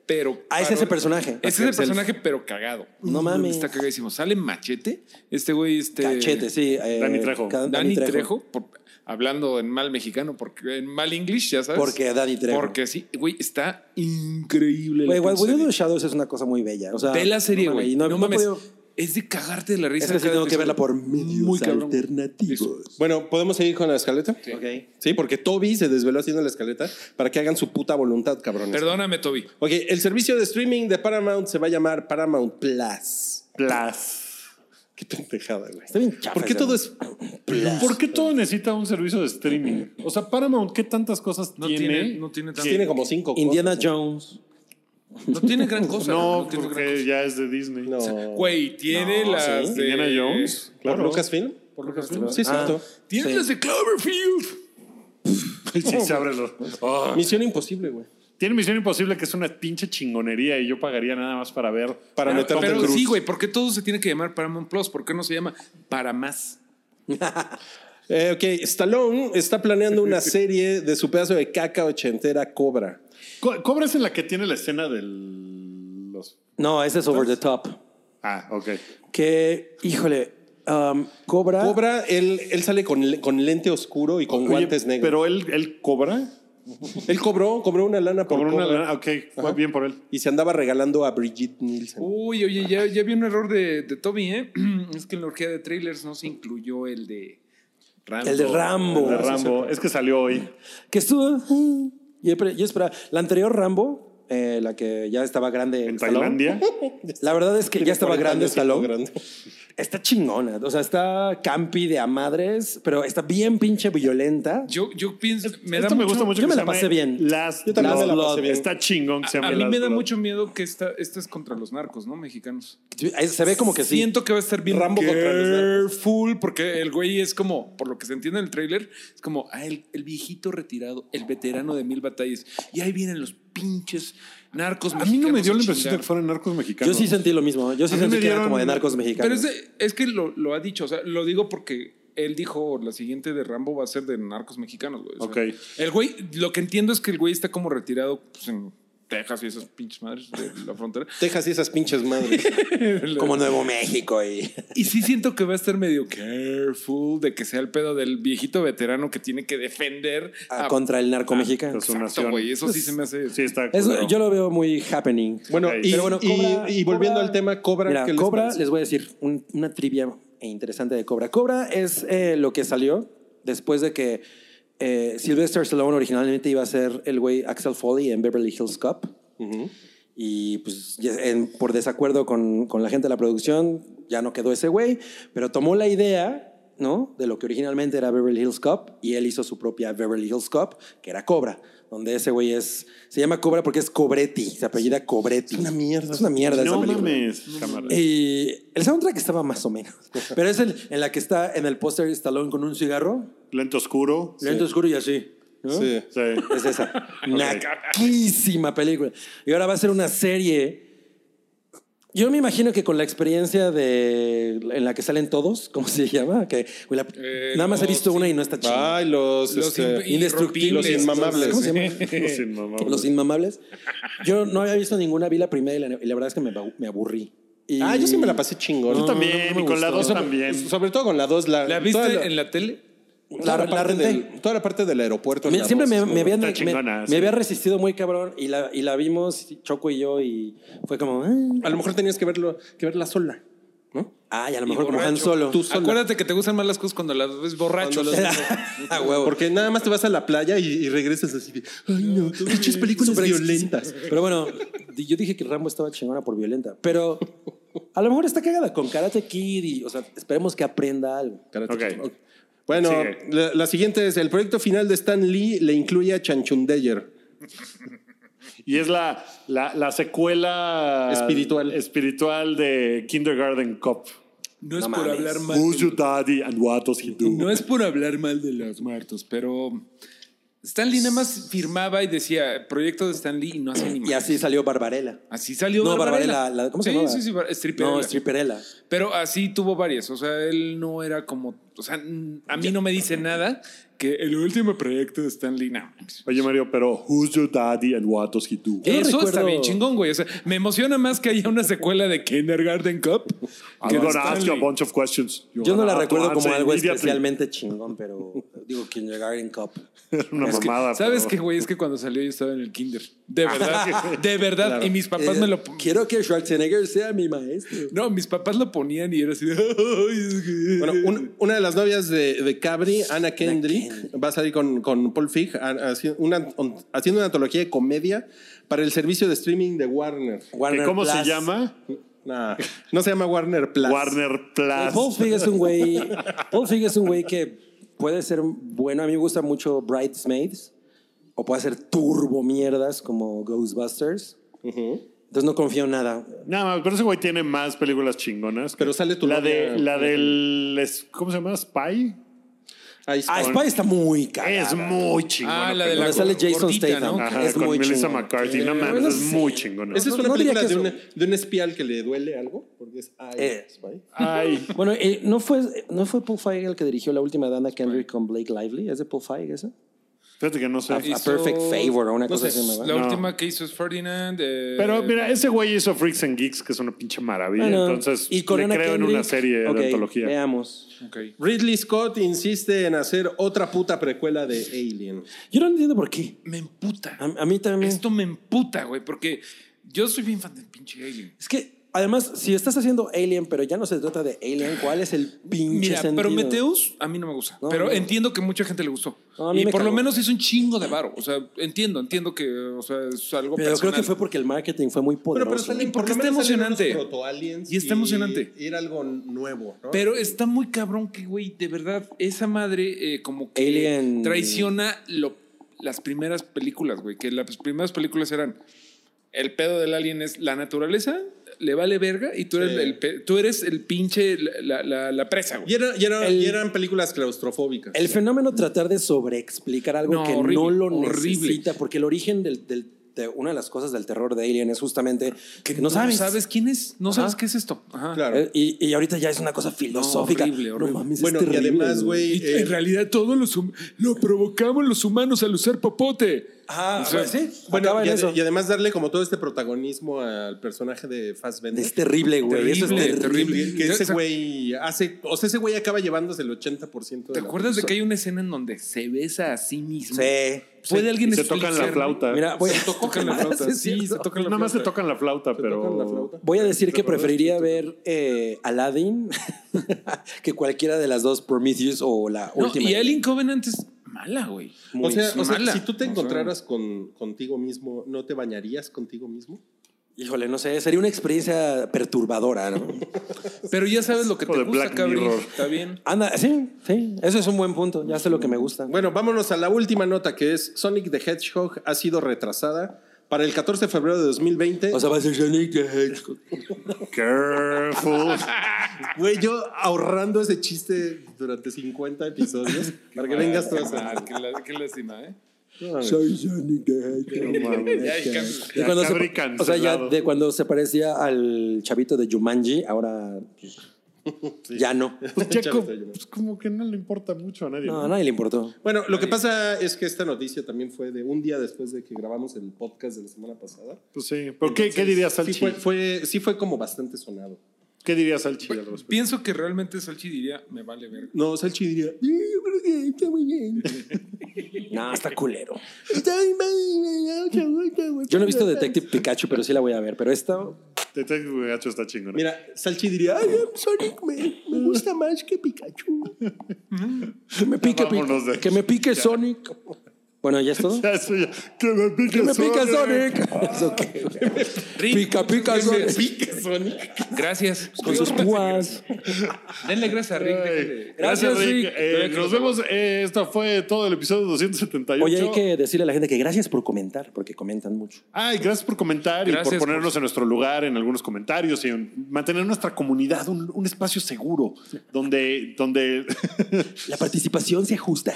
Speaker 4: pero.
Speaker 5: Ah, es ese personaje.
Speaker 4: Es ese personaje, pero cagado.
Speaker 5: No mames.
Speaker 4: Está cagadísimo. Sale machete. Este güey, este.
Speaker 5: Cachete, sí. eh,
Speaker 2: Dani Trejo.
Speaker 5: ca-
Speaker 4: Dani Trejo, por- hablando en mal mexicano, porque en mal English, ya sabes.
Speaker 5: Porque Dani Trejo.
Speaker 4: Porque sí, güey, está increíble. la
Speaker 5: Güey, What
Speaker 4: pinche
Speaker 5: We Do in
Speaker 4: serie.
Speaker 5: the Shadows es una cosa muy bella. O sea,
Speaker 4: Ve la serie,
Speaker 5: no mames,
Speaker 4: güey.
Speaker 5: No,
Speaker 4: No,
Speaker 5: no he
Speaker 4: mames.
Speaker 5: podido-
Speaker 4: Es de cagarte de la risa.
Speaker 5: Es que sí
Speaker 4: cada
Speaker 5: tengo que
Speaker 4: episodio.
Speaker 5: verla por medios
Speaker 4: Muy cabrón.
Speaker 5: alternativos.
Speaker 6: Bueno, ¿podemos seguir con la escaleta? Sí.
Speaker 5: Ok.
Speaker 6: porque Toby se desveló haciendo la escaleta para que hagan su puta voluntad, cabrones.
Speaker 4: Perdóname, Toby.
Speaker 6: Ok, el servicio de streaming de Paramount se va a llamar Paramount Plus.
Speaker 2: Plus.
Speaker 6: Qué pendejada, güey.
Speaker 5: Está bien chafa
Speaker 6: ¿Por qué
Speaker 5: esa,
Speaker 6: todo
Speaker 5: güey.
Speaker 6: es
Speaker 2: ¿Por qué todo necesita un servicio de streaming? O sea, Paramount, ¿qué tantas cosas
Speaker 4: No
Speaker 2: tiene?
Speaker 4: tiene, no tiene tanto.
Speaker 6: Tiene como cinco
Speaker 5: Indiana
Speaker 6: cosas.
Speaker 5: Jones.
Speaker 4: No tiene gran cosa.
Speaker 2: No,
Speaker 4: tiene gran
Speaker 2: porque ya es de Disney.
Speaker 6: No.
Speaker 4: cosa. Güey, tiene las de.
Speaker 2: Indiana Jones.
Speaker 6: ¿Por
Speaker 2: Claro.
Speaker 6: Lucasfilm?
Speaker 4: Por Lucasfilm.
Speaker 6: Sí, es
Speaker 5: Ah.
Speaker 6: cierto.
Speaker 4: Tiene
Speaker 5: Sí.
Speaker 4: las de Cloverfield.
Speaker 2: Sí, se abre los- Ah.
Speaker 6: Misión imposible, güey.
Speaker 2: Tiene Misión Imposible, que es una pinche chingonería y yo pagaría nada más para ver.
Speaker 6: Para
Speaker 2: Ah,
Speaker 6: meter-
Speaker 4: Pero,
Speaker 6: Tom Cruise.
Speaker 4: sí, güey, ¿por qué todo se tiene que llamar Paramount Plus? ¿Por qué no se llama Para Más?
Speaker 6: Eh, ok, Stallone está planeando una serie de su pedazo de caca ochentera Cobra.
Speaker 2: Co- Cobra es en la que tiene la escena del. Los...
Speaker 5: No, ese es Over the Top.
Speaker 2: Ah, ok.
Speaker 5: Que, híjole, um, Cobra.
Speaker 6: Cobra, él, él sale con, le- con lente oscuro y con
Speaker 2: Ah. Oye,
Speaker 6: guantes negros.
Speaker 2: Pero él, él cobra.
Speaker 6: Él cobró, cobró una lana por
Speaker 2: Cobró una
Speaker 6: Cobra.
Speaker 2: lana. Ok, fue bien por él.
Speaker 6: Y se andaba regalando a Brigitte Nielsen.
Speaker 4: Uy, oye, ya, ya vi un error de, de Toby, ¿eh? Es que en la orgía de trailers no se incluyó el de Rambo.
Speaker 5: El de Rambo.
Speaker 2: De Rambo. Es que salió hoy.
Speaker 5: Que estuvo. Yo, pre- yo esperaba. La anterior Rambo, eh, la que ya estaba grande.
Speaker 2: En
Speaker 5: Stallone,
Speaker 2: Tailandia.
Speaker 5: La verdad es que ya estaba grande Stallone.
Speaker 6: grande.
Speaker 5: Está chingona. O sea, está campi de a madres, pero está bien pinche violenta.
Speaker 4: Yo, yo pienso. Me da
Speaker 2: Esto me gusta mucho.
Speaker 5: yo
Speaker 2: que
Speaker 5: me
Speaker 2: se
Speaker 5: la pasé
Speaker 2: llame
Speaker 5: bien.
Speaker 2: Last
Speaker 6: Yo también
Speaker 2: Blood.
Speaker 6: me la pasé bien.
Speaker 2: Está chingón que se
Speaker 4: A,
Speaker 2: llame
Speaker 4: a mí me
Speaker 2: Last
Speaker 4: da
Speaker 2: Blood.
Speaker 4: mucho miedo que esta, esta es contra los narcos, ¿no? Mexicanos.
Speaker 5: Se ve como que sí.
Speaker 4: Siento que va a estar bien
Speaker 6: Rambo contra los
Speaker 4: careful, porque el güey es como, por lo que se entiende en el tráiler, es como ah, el, el viejito retirado, el veterano de mil batallas. Y ahí vienen los pinches narcos
Speaker 2: A
Speaker 4: mexicanos.
Speaker 2: mí no me dio la
Speaker 4: a
Speaker 2: impresión de
Speaker 4: chingar.
Speaker 2: que fueran narcos mexicanos.
Speaker 5: Yo sí sentí lo mismo. Yo sí
Speaker 2: A mí
Speaker 5: sentí
Speaker 2: me
Speaker 5: que era
Speaker 2: dieron-
Speaker 5: como de narcos mexicanos.
Speaker 4: Pero es, de- es que lo, lo ha dicho, o sea, lo digo porque él dijo la siguiente de Rambo va a ser de narcos mexicanos, güey. O sea,
Speaker 2: Ok.
Speaker 4: El güey, lo que entiendo es que el güey está como retirado pues, en Texas y esas pinches madres de la frontera.
Speaker 6: Texas y esas pinches madres.
Speaker 5: Como Nuevo México y.
Speaker 4: Y sí siento que va a estar medio careful de que sea el pedo del viejito veterano que tiene que defender
Speaker 5: Ah,
Speaker 4: a
Speaker 5: contra el narco mexicano.
Speaker 2: Pues, su
Speaker 4: Exacto,
Speaker 2: nación.
Speaker 4: güey. Eso sí se me hace.
Speaker 2: Sí, está.
Speaker 5: Es-
Speaker 2: culero.
Speaker 5: yo lo veo muy happening.
Speaker 6: Bueno,
Speaker 2: Ok.
Speaker 6: y,
Speaker 5: Pero bueno,
Speaker 6: y-
Speaker 5: Cobra-
Speaker 6: y volviendo
Speaker 5: Cobra-
Speaker 6: al tema Cobra,
Speaker 5: Mira,
Speaker 6: ¿qué les
Speaker 5: Cobra, les,
Speaker 6: parece?
Speaker 5: voy a decir un- una trivia interesante de Cobra. Cobra es eh, lo que salió después de que eh, Sylvester Stallone originalmente iba a ser el güey Axel Foley en Beverly Hills Cop. Y pues ya en- por desacuerdo con, con la gente de la producción ya no quedó ese güey, pero tomó la idea, ¿no? De lo que originalmente era Beverly Hills Cop y él hizo su propia Beverly Hills Cop, que era Cobra, donde ese güey es, se llama Cobra porque es Cobretti, se apellida Cobretti.
Speaker 6: Es una mierda.
Speaker 5: Es una mierda esa
Speaker 2: No
Speaker 5: película.
Speaker 2: mames, cámara.
Speaker 5: Y el soundtrack estaba más o menos. Pero es el en la que está en el póster de Stallone con un cigarro,
Speaker 2: Lento oscuro.
Speaker 5: lento oscuro y así. ¿no?
Speaker 6: Sí.
Speaker 2: Sí.
Speaker 5: Es esa. Naquísima película. Y ahora va a ser una serie. Yo me imagino que con la experiencia de en la que salen todos, ¿cómo se llama? Que güey, la-
Speaker 4: Eh,
Speaker 5: nada más he
Speaker 4: los-
Speaker 5: visto una y no está chida.
Speaker 6: Ay, los,
Speaker 4: Los
Speaker 6: este,
Speaker 4: in-
Speaker 6: indestructibles, los
Speaker 4: irrompibles.
Speaker 6: inmamables.
Speaker 5: ¿Cómo se llama?
Speaker 2: Los inmamables.
Speaker 5: Los inmamables. Yo no había visto ninguna, vi la primera y la, y la verdad es que me, abu- me aburrí. Y-
Speaker 6: Ah, yo sí me la pasé chingón.
Speaker 2: Yo también,
Speaker 5: no me
Speaker 2: y con la
Speaker 5: gustó.
Speaker 2: dos también.
Speaker 6: Sobre todo con la 2. La,
Speaker 4: ¿La viste
Speaker 6: toda
Speaker 4: en la tele?
Speaker 5: La-
Speaker 6: toda la,
Speaker 5: la
Speaker 6: parte
Speaker 5: renté.
Speaker 6: del, toda la parte del aeropuerto. en
Speaker 5: Me-
Speaker 6: la
Speaker 5: siempre
Speaker 6: dos,
Speaker 5: me,
Speaker 6: es
Speaker 5: me
Speaker 6: muy
Speaker 5: habían-
Speaker 6: buena.
Speaker 2: Está chingona,
Speaker 5: me-
Speaker 2: sí.
Speaker 5: me había resistido muy cabrón y la, y la vimos Choco y yo y fue como ah,
Speaker 6: A lo mejor tenías que, verlo, que verla sola.
Speaker 5: ay Ah, a lo
Speaker 4: Y
Speaker 5: mejor como Han
Speaker 4: borracho.
Speaker 5: Solo
Speaker 6: Tú solo.
Speaker 4: Acuérdate que te gustan más las cosas cuando las ves borracho.
Speaker 6: Cuando las-
Speaker 5: a Ah, huevo
Speaker 6: Porque nada más te vas a la playa y, y regresas así. de, Ay, no, muchas películas
Speaker 5: Súper
Speaker 6: violentas.
Speaker 5: exquisito. pero bueno di- yo dije que Rambo estaba chingona por violenta pero a lo mejor está cagada con Karate Kid y, o sea esperemos que aprenda algo
Speaker 6: Karate
Speaker 2: Ok.
Speaker 6: Kid. Ok. Bueno,
Speaker 2: Sigue.
Speaker 6: la, la siguiente es: el proyecto final de Stan Lee le incluye a Chanchundeyer.
Speaker 2: Y es la, la, la secuela
Speaker 6: Espiritual.
Speaker 2: espiritual de Kindergarten Cop.
Speaker 4: No es
Speaker 5: No
Speaker 4: por
Speaker 5: mames.
Speaker 4: hablar mal.
Speaker 2: Who's your daddy and what does he do?
Speaker 4: No es por hablar mal de los muertos, pero Stanley nada más firmaba y decía proyecto de Stanley y no hacía ni
Speaker 5: y
Speaker 4: más.
Speaker 5: así salió Barbarella
Speaker 4: Así salió.
Speaker 5: no Barbarella la- ¿cómo se
Speaker 4: sí,
Speaker 5: llama?
Speaker 4: Sí, sí, Bar- Stripperella.
Speaker 5: no Stripperella
Speaker 4: Pero así tuvo varias. O sea, él no era como. O sea, n- a mí no me dice nada que el último proyecto de Stanley. No.
Speaker 2: Oye, Mario, pero who's your daddy and what does he do?
Speaker 5: Yo no
Speaker 4: Eso está
Speaker 5: recuerdo-
Speaker 4: bien chingón, güey. O sea, me emociona más que haya una secuela de Kindergarten Cup.
Speaker 2: I'm
Speaker 5: Ah,
Speaker 4: que de
Speaker 2: gonna ask you a
Speaker 4: Stanley.
Speaker 2: bunch of questions. You're
Speaker 5: yo no
Speaker 2: gonna
Speaker 5: la
Speaker 2: have to
Speaker 5: recuerdo como
Speaker 2: answer
Speaker 5: algo
Speaker 2: immediately.
Speaker 5: especialmente chingón pero digo Kindergarten Cup
Speaker 2: Es una
Speaker 4: Es que,
Speaker 2: mamada.
Speaker 4: ¿Sabes
Speaker 2: pero-
Speaker 4: qué, güey? Es que cuando salió yo estaba en el kinder. De verdad. de verdad. Y mis papás
Speaker 5: Eh,
Speaker 4: me lo...
Speaker 5: quiero que Schwarzenegger sea mi maestro
Speaker 4: No, mis papás lo ponían y era así de... "Ay, es que-".
Speaker 6: Bueno, un- una de las novias de, de Cabri, Anna Kendrick, va a salir con, con Paul Fig haciendo una, on- haciendo una antología de comedia para el servicio de streaming de Warner.
Speaker 5: Warner
Speaker 2: ¿Cómo se
Speaker 5: Plus.
Speaker 2: llama?
Speaker 6: Nah, no se llama Warner Plus.
Speaker 2: Warner Plus.
Speaker 5: Eh, Paul Feig es un güey. Paul Feig es un güey que puede ser bueno. A mí me gusta mucho Bridesmaids. O puede hacer turbo mierdas como Ghostbusters. Entonces no confío en nada.
Speaker 2: Nada más, pero ese güey tiene más películas chingonas.
Speaker 6: Pero sale tu
Speaker 2: la
Speaker 6: novia-
Speaker 2: de La del. es- ¿Cómo se llama? ¿Spy?
Speaker 6: Ahí
Speaker 5: Ah,
Speaker 6: está.
Speaker 5: Spy está muy cara.
Speaker 2: Es muy chingona.
Speaker 4: Ah, la de
Speaker 2: pero-
Speaker 4: la
Speaker 5: Donde sale Jason
Speaker 4: gordita,
Speaker 5: Statham.
Speaker 4: ¿no?
Speaker 2: Ajá,
Speaker 5: es
Speaker 2: con
Speaker 5: muy
Speaker 2: Melissa
Speaker 5: chingona.
Speaker 2: McCarthy. No mames,
Speaker 5: no
Speaker 2: es
Speaker 5: sé.
Speaker 2: muy chingona.
Speaker 6: Esa es
Speaker 5: No-
Speaker 6: una
Speaker 5: no diría
Speaker 6: película
Speaker 5: que
Speaker 6: de,
Speaker 5: eso.
Speaker 6: una- de un espía al que le duele algo. Porque es ay,
Speaker 5: Eh.
Speaker 6: Spy.
Speaker 2: Ay.
Speaker 5: Bueno, eh, ¿no, fue, ¿no fue Paul Feig el que dirigió la última de Anna Kendrick con Blake Lively? ¿Es de Paul Feig esa?
Speaker 2: Fíjate que no sé.
Speaker 5: A, a
Speaker 4: Hizo-
Speaker 5: Perfect Favor o una cosa
Speaker 6: sé,
Speaker 5: así. ¿no?
Speaker 4: La
Speaker 2: No.
Speaker 4: última que hizo es Ferdinand. eh,
Speaker 2: Pero mira, ese güey hizo Freaks and Geeks, que es una pinche maravilla.
Speaker 5: Bueno,
Speaker 2: Entonces,
Speaker 5: y con
Speaker 2: le
Speaker 5: Anna
Speaker 2: creo en una
Speaker 5: Kendrick.
Speaker 2: serie
Speaker 5: Ok,
Speaker 2: de antología.
Speaker 5: Veamos.
Speaker 4: ok.
Speaker 6: Ridley Scott insiste en hacer otra puta precuela de Alien.
Speaker 5: Yo no entiendo por qué.
Speaker 4: Me emputa.
Speaker 5: A, a mí también.
Speaker 4: Esto me emputa, güey, porque yo soy bien fan del pinche Alien.
Speaker 5: Es que Además, si estás haciendo Alien, pero ya no se trata de Alien, ¿cuál es el pinche
Speaker 4: Mira,
Speaker 5: sentido?
Speaker 4: Prometheus a mí no me gusta,
Speaker 5: No,
Speaker 4: pero
Speaker 5: no.
Speaker 4: entiendo que mucha gente le gustó.
Speaker 5: No, a mí
Speaker 4: y
Speaker 5: me
Speaker 4: por lo
Speaker 5: cagó.
Speaker 4: menos hizo un chingo de varo. O sea, entiendo, entiendo que o sea, es algo
Speaker 5: Pero creo
Speaker 4: personal.
Speaker 5: que fue porque el marketing fue muy poderoso.
Speaker 4: salen- por lo menos salen unos
Speaker 6: protoaliens
Speaker 4: Y está emocionante.
Speaker 6: Era algo nuevo, ¿no?
Speaker 4: Pero está muy cabrón que, güey, de verdad, esa madre eh, como que
Speaker 5: Alien.
Speaker 4: traiciona lo- las primeras películas, güey. Que las primeras películas eran el pedo del alien es la naturaleza, le vale verga y tú eres,
Speaker 6: Sí.
Speaker 4: el, pe- tú eres el pinche, la, la- la presa,
Speaker 6: y,
Speaker 4: güey.
Speaker 6: era- y era-
Speaker 5: El-
Speaker 6: y eran películas claustrofóbicas.
Speaker 5: El fenómeno tratar de sobreexplicar algo
Speaker 4: No,
Speaker 5: que
Speaker 4: horrible,
Speaker 5: no lo
Speaker 4: horrible.
Speaker 5: necesita, porque el origen del- del- de una de las cosas del terror de Alien es justamente que no sabes.
Speaker 4: quién es, no sabes qué es esto. Ajá.
Speaker 6: Claro.
Speaker 5: Eh, Y, y ahorita ya es una cosa filosófica.
Speaker 4: horrible, horrible.
Speaker 5: mames, es
Speaker 6: bueno, y
Speaker 5: terrible,
Speaker 6: además, güey.
Speaker 4: Y
Speaker 6: eh,
Speaker 4: en realidad todos los hum- lo provocamos los humanos al usar popote.
Speaker 5: Ah,
Speaker 4: O sea,
Speaker 5: sí.
Speaker 6: bueno,
Speaker 5: Acaba
Speaker 6: y,
Speaker 5: en
Speaker 6: ade-
Speaker 5: eso.
Speaker 6: y además darle como todo este protagonismo al personaje de Fassbender.
Speaker 5: Es terrible, güey. Eso es
Speaker 4: Terrible,
Speaker 5: terrible.
Speaker 4: terrible.
Speaker 6: Que
Speaker 4: O
Speaker 6: ese
Speaker 4: sea,
Speaker 6: güey hace. O sea, ese güey acaba llevándose el 80% de
Speaker 4: ¿Te
Speaker 6: la-
Speaker 4: acuerdas de que hay una escena en donde se besa a sí mismo?
Speaker 5: Sí.
Speaker 4: ¿Puede alguien
Speaker 2: Y se tocan la
Speaker 4: explicarme?
Speaker 2: flauta.
Speaker 5: Mira, voy a,
Speaker 4: Tocan la flauta,
Speaker 5: Sí, es
Speaker 4: sí, se
Speaker 5: cierto.
Speaker 4: tocan la
Speaker 2: Nada más se
Speaker 4: flauta.
Speaker 2: tocan la flauta, pero.
Speaker 6: tocan la flauta?
Speaker 5: voy a decir que preferiría ver eh, Aladdin que cualquiera de las dos, Prometheus o la
Speaker 4: No,
Speaker 5: última.
Speaker 4: y Alien Covenant es mala, güey.
Speaker 6: O sea, o sea,
Speaker 4: mala.
Speaker 6: si tú te
Speaker 4: O sea,
Speaker 6: encontraras con, contigo mismo, ¿no te bañarías contigo mismo?
Speaker 5: Híjole, no sé, sería una experiencia perturbadora, ¿no?
Speaker 4: Pero ya sabes lo que
Speaker 2: Hijo
Speaker 4: te
Speaker 2: de
Speaker 4: gusta,
Speaker 2: Black
Speaker 4: cabrón.
Speaker 2: Mirror.
Speaker 4: Está bien.
Speaker 5: Anda, sí, sí, eso es un buen punto, ya sé lo que me gusta.
Speaker 6: Bueno, vámonos a la última nota que es Sonic the Hedgehog ha sido retrasada para el 14 de febrero de 2020.
Speaker 5: O sea, va a ser Sonic the Hedgehog.
Speaker 2: Careful.
Speaker 6: Güey, yo ahorrando ese chiste durante 50 episodios para que vengas tú a hacer.
Speaker 4: Ah, Qué, la- qué lástima, ¿eh?
Speaker 5: Soy Sonic the Hedgehog.
Speaker 2: No mames.
Speaker 4: Ya, y cambio.
Speaker 5: De cuando
Speaker 2: Ya
Speaker 5: se-
Speaker 2: cabrí cancelado.
Speaker 5: o sea, ya de cuando se parecía al chavito de Jumanji, ahora pues, ya no.
Speaker 2: Pues
Speaker 6: Chavo,
Speaker 2: Checo,
Speaker 6: estoy llorando.
Speaker 2: pues como que no le importa mucho a nadie.
Speaker 5: No,
Speaker 2: ¿no?
Speaker 5: a nadie le importó.
Speaker 6: Bueno, lo que pasa es que esta noticia también fue de un día después de que grabamos el podcast de la semana pasada.
Speaker 2: Pues sí. ¿Pero qué, qué dirías,
Speaker 6: Sí
Speaker 2: Salchi?
Speaker 6: fue, fue- sí fue como bastante sonado.
Speaker 2: ¿Qué dirías, Salchi? al respecto?
Speaker 4: Pienso que realmente Salchi diría, me vale ver.
Speaker 6: No, Salchi diría,
Speaker 5: No, está culero. Yo no he visto Detective Pikachu, pero sí la voy a ver. Pero esta,
Speaker 2: Detective Pikachu está chingón.
Speaker 6: mira, Salchi diría, "Ay, eh". I'm Sonic, me, me gusta más que Pikachu.
Speaker 5: que me pique,
Speaker 2: vámonos de
Speaker 5: que me pique Sonic. Bueno, ¿ya es todo?
Speaker 2: Ya, eso ya. Que me pique,
Speaker 5: ¡Que me pique
Speaker 2: Sonic. Ah.
Speaker 5: Sonic! Es ok.
Speaker 4: Rin,
Speaker 5: Pica, pica Sonic.
Speaker 6: Pique Sonic.
Speaker 4: Gracias.
Speaker 5: Con sus púas.
Speaker 4: Denle gracias a Rick.
Speaker 2: Ay,
Speaker 4: déjale.
Speaker 2: Gracias, Rick.
Speaker 4: Rick.
Speaker 2: Eh, nos vemos. Eh, esta fue todo el episodio 278.
Speaker 5: Oye, hay que decirle a la gente que gracias por comentar, porque comentan mucho.
Speaker 2: Ay, gracias por comentar y
Speaker 4: Gracias
Speaker 2: por ponernos en nuestro lugar en algunos comentarios y en mantener nuestra comunidad un, un espacio seguro donde, donde
Speaker 5: La participación se ajusta.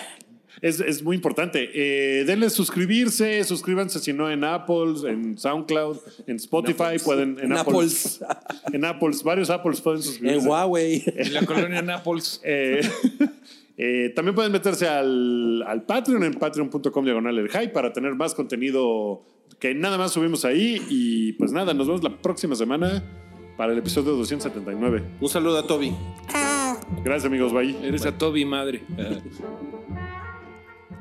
Speaker 2: es, es muy importante. Eh, denle suscribirse, suscríbanse si no en Apple, en SoundCloud, en Spotify, pueden en,
Speaker 5: En
Speaker 2: Apple,
Speaker 5: Apples.
Speaker 2: en Apple, varios Apples pueden suscribirse.
Speaker 5: En Huawei.
Speaker 4: En la colonia Nápoles.
Speaker 2: Eh, eh, también pueden meterse al, al Patreon en patreon.com diagonal el hype para tener más contenido que nada más subimos ahí. Y pues nada, nos vemos la próxima semana para el episodio 279.
Speaker 6: Un saludo a Toby.
Speaker 2: Gracias amigos, bye.
Speaker 4: Eres a Toby, madre.
Speaker 2: Ah.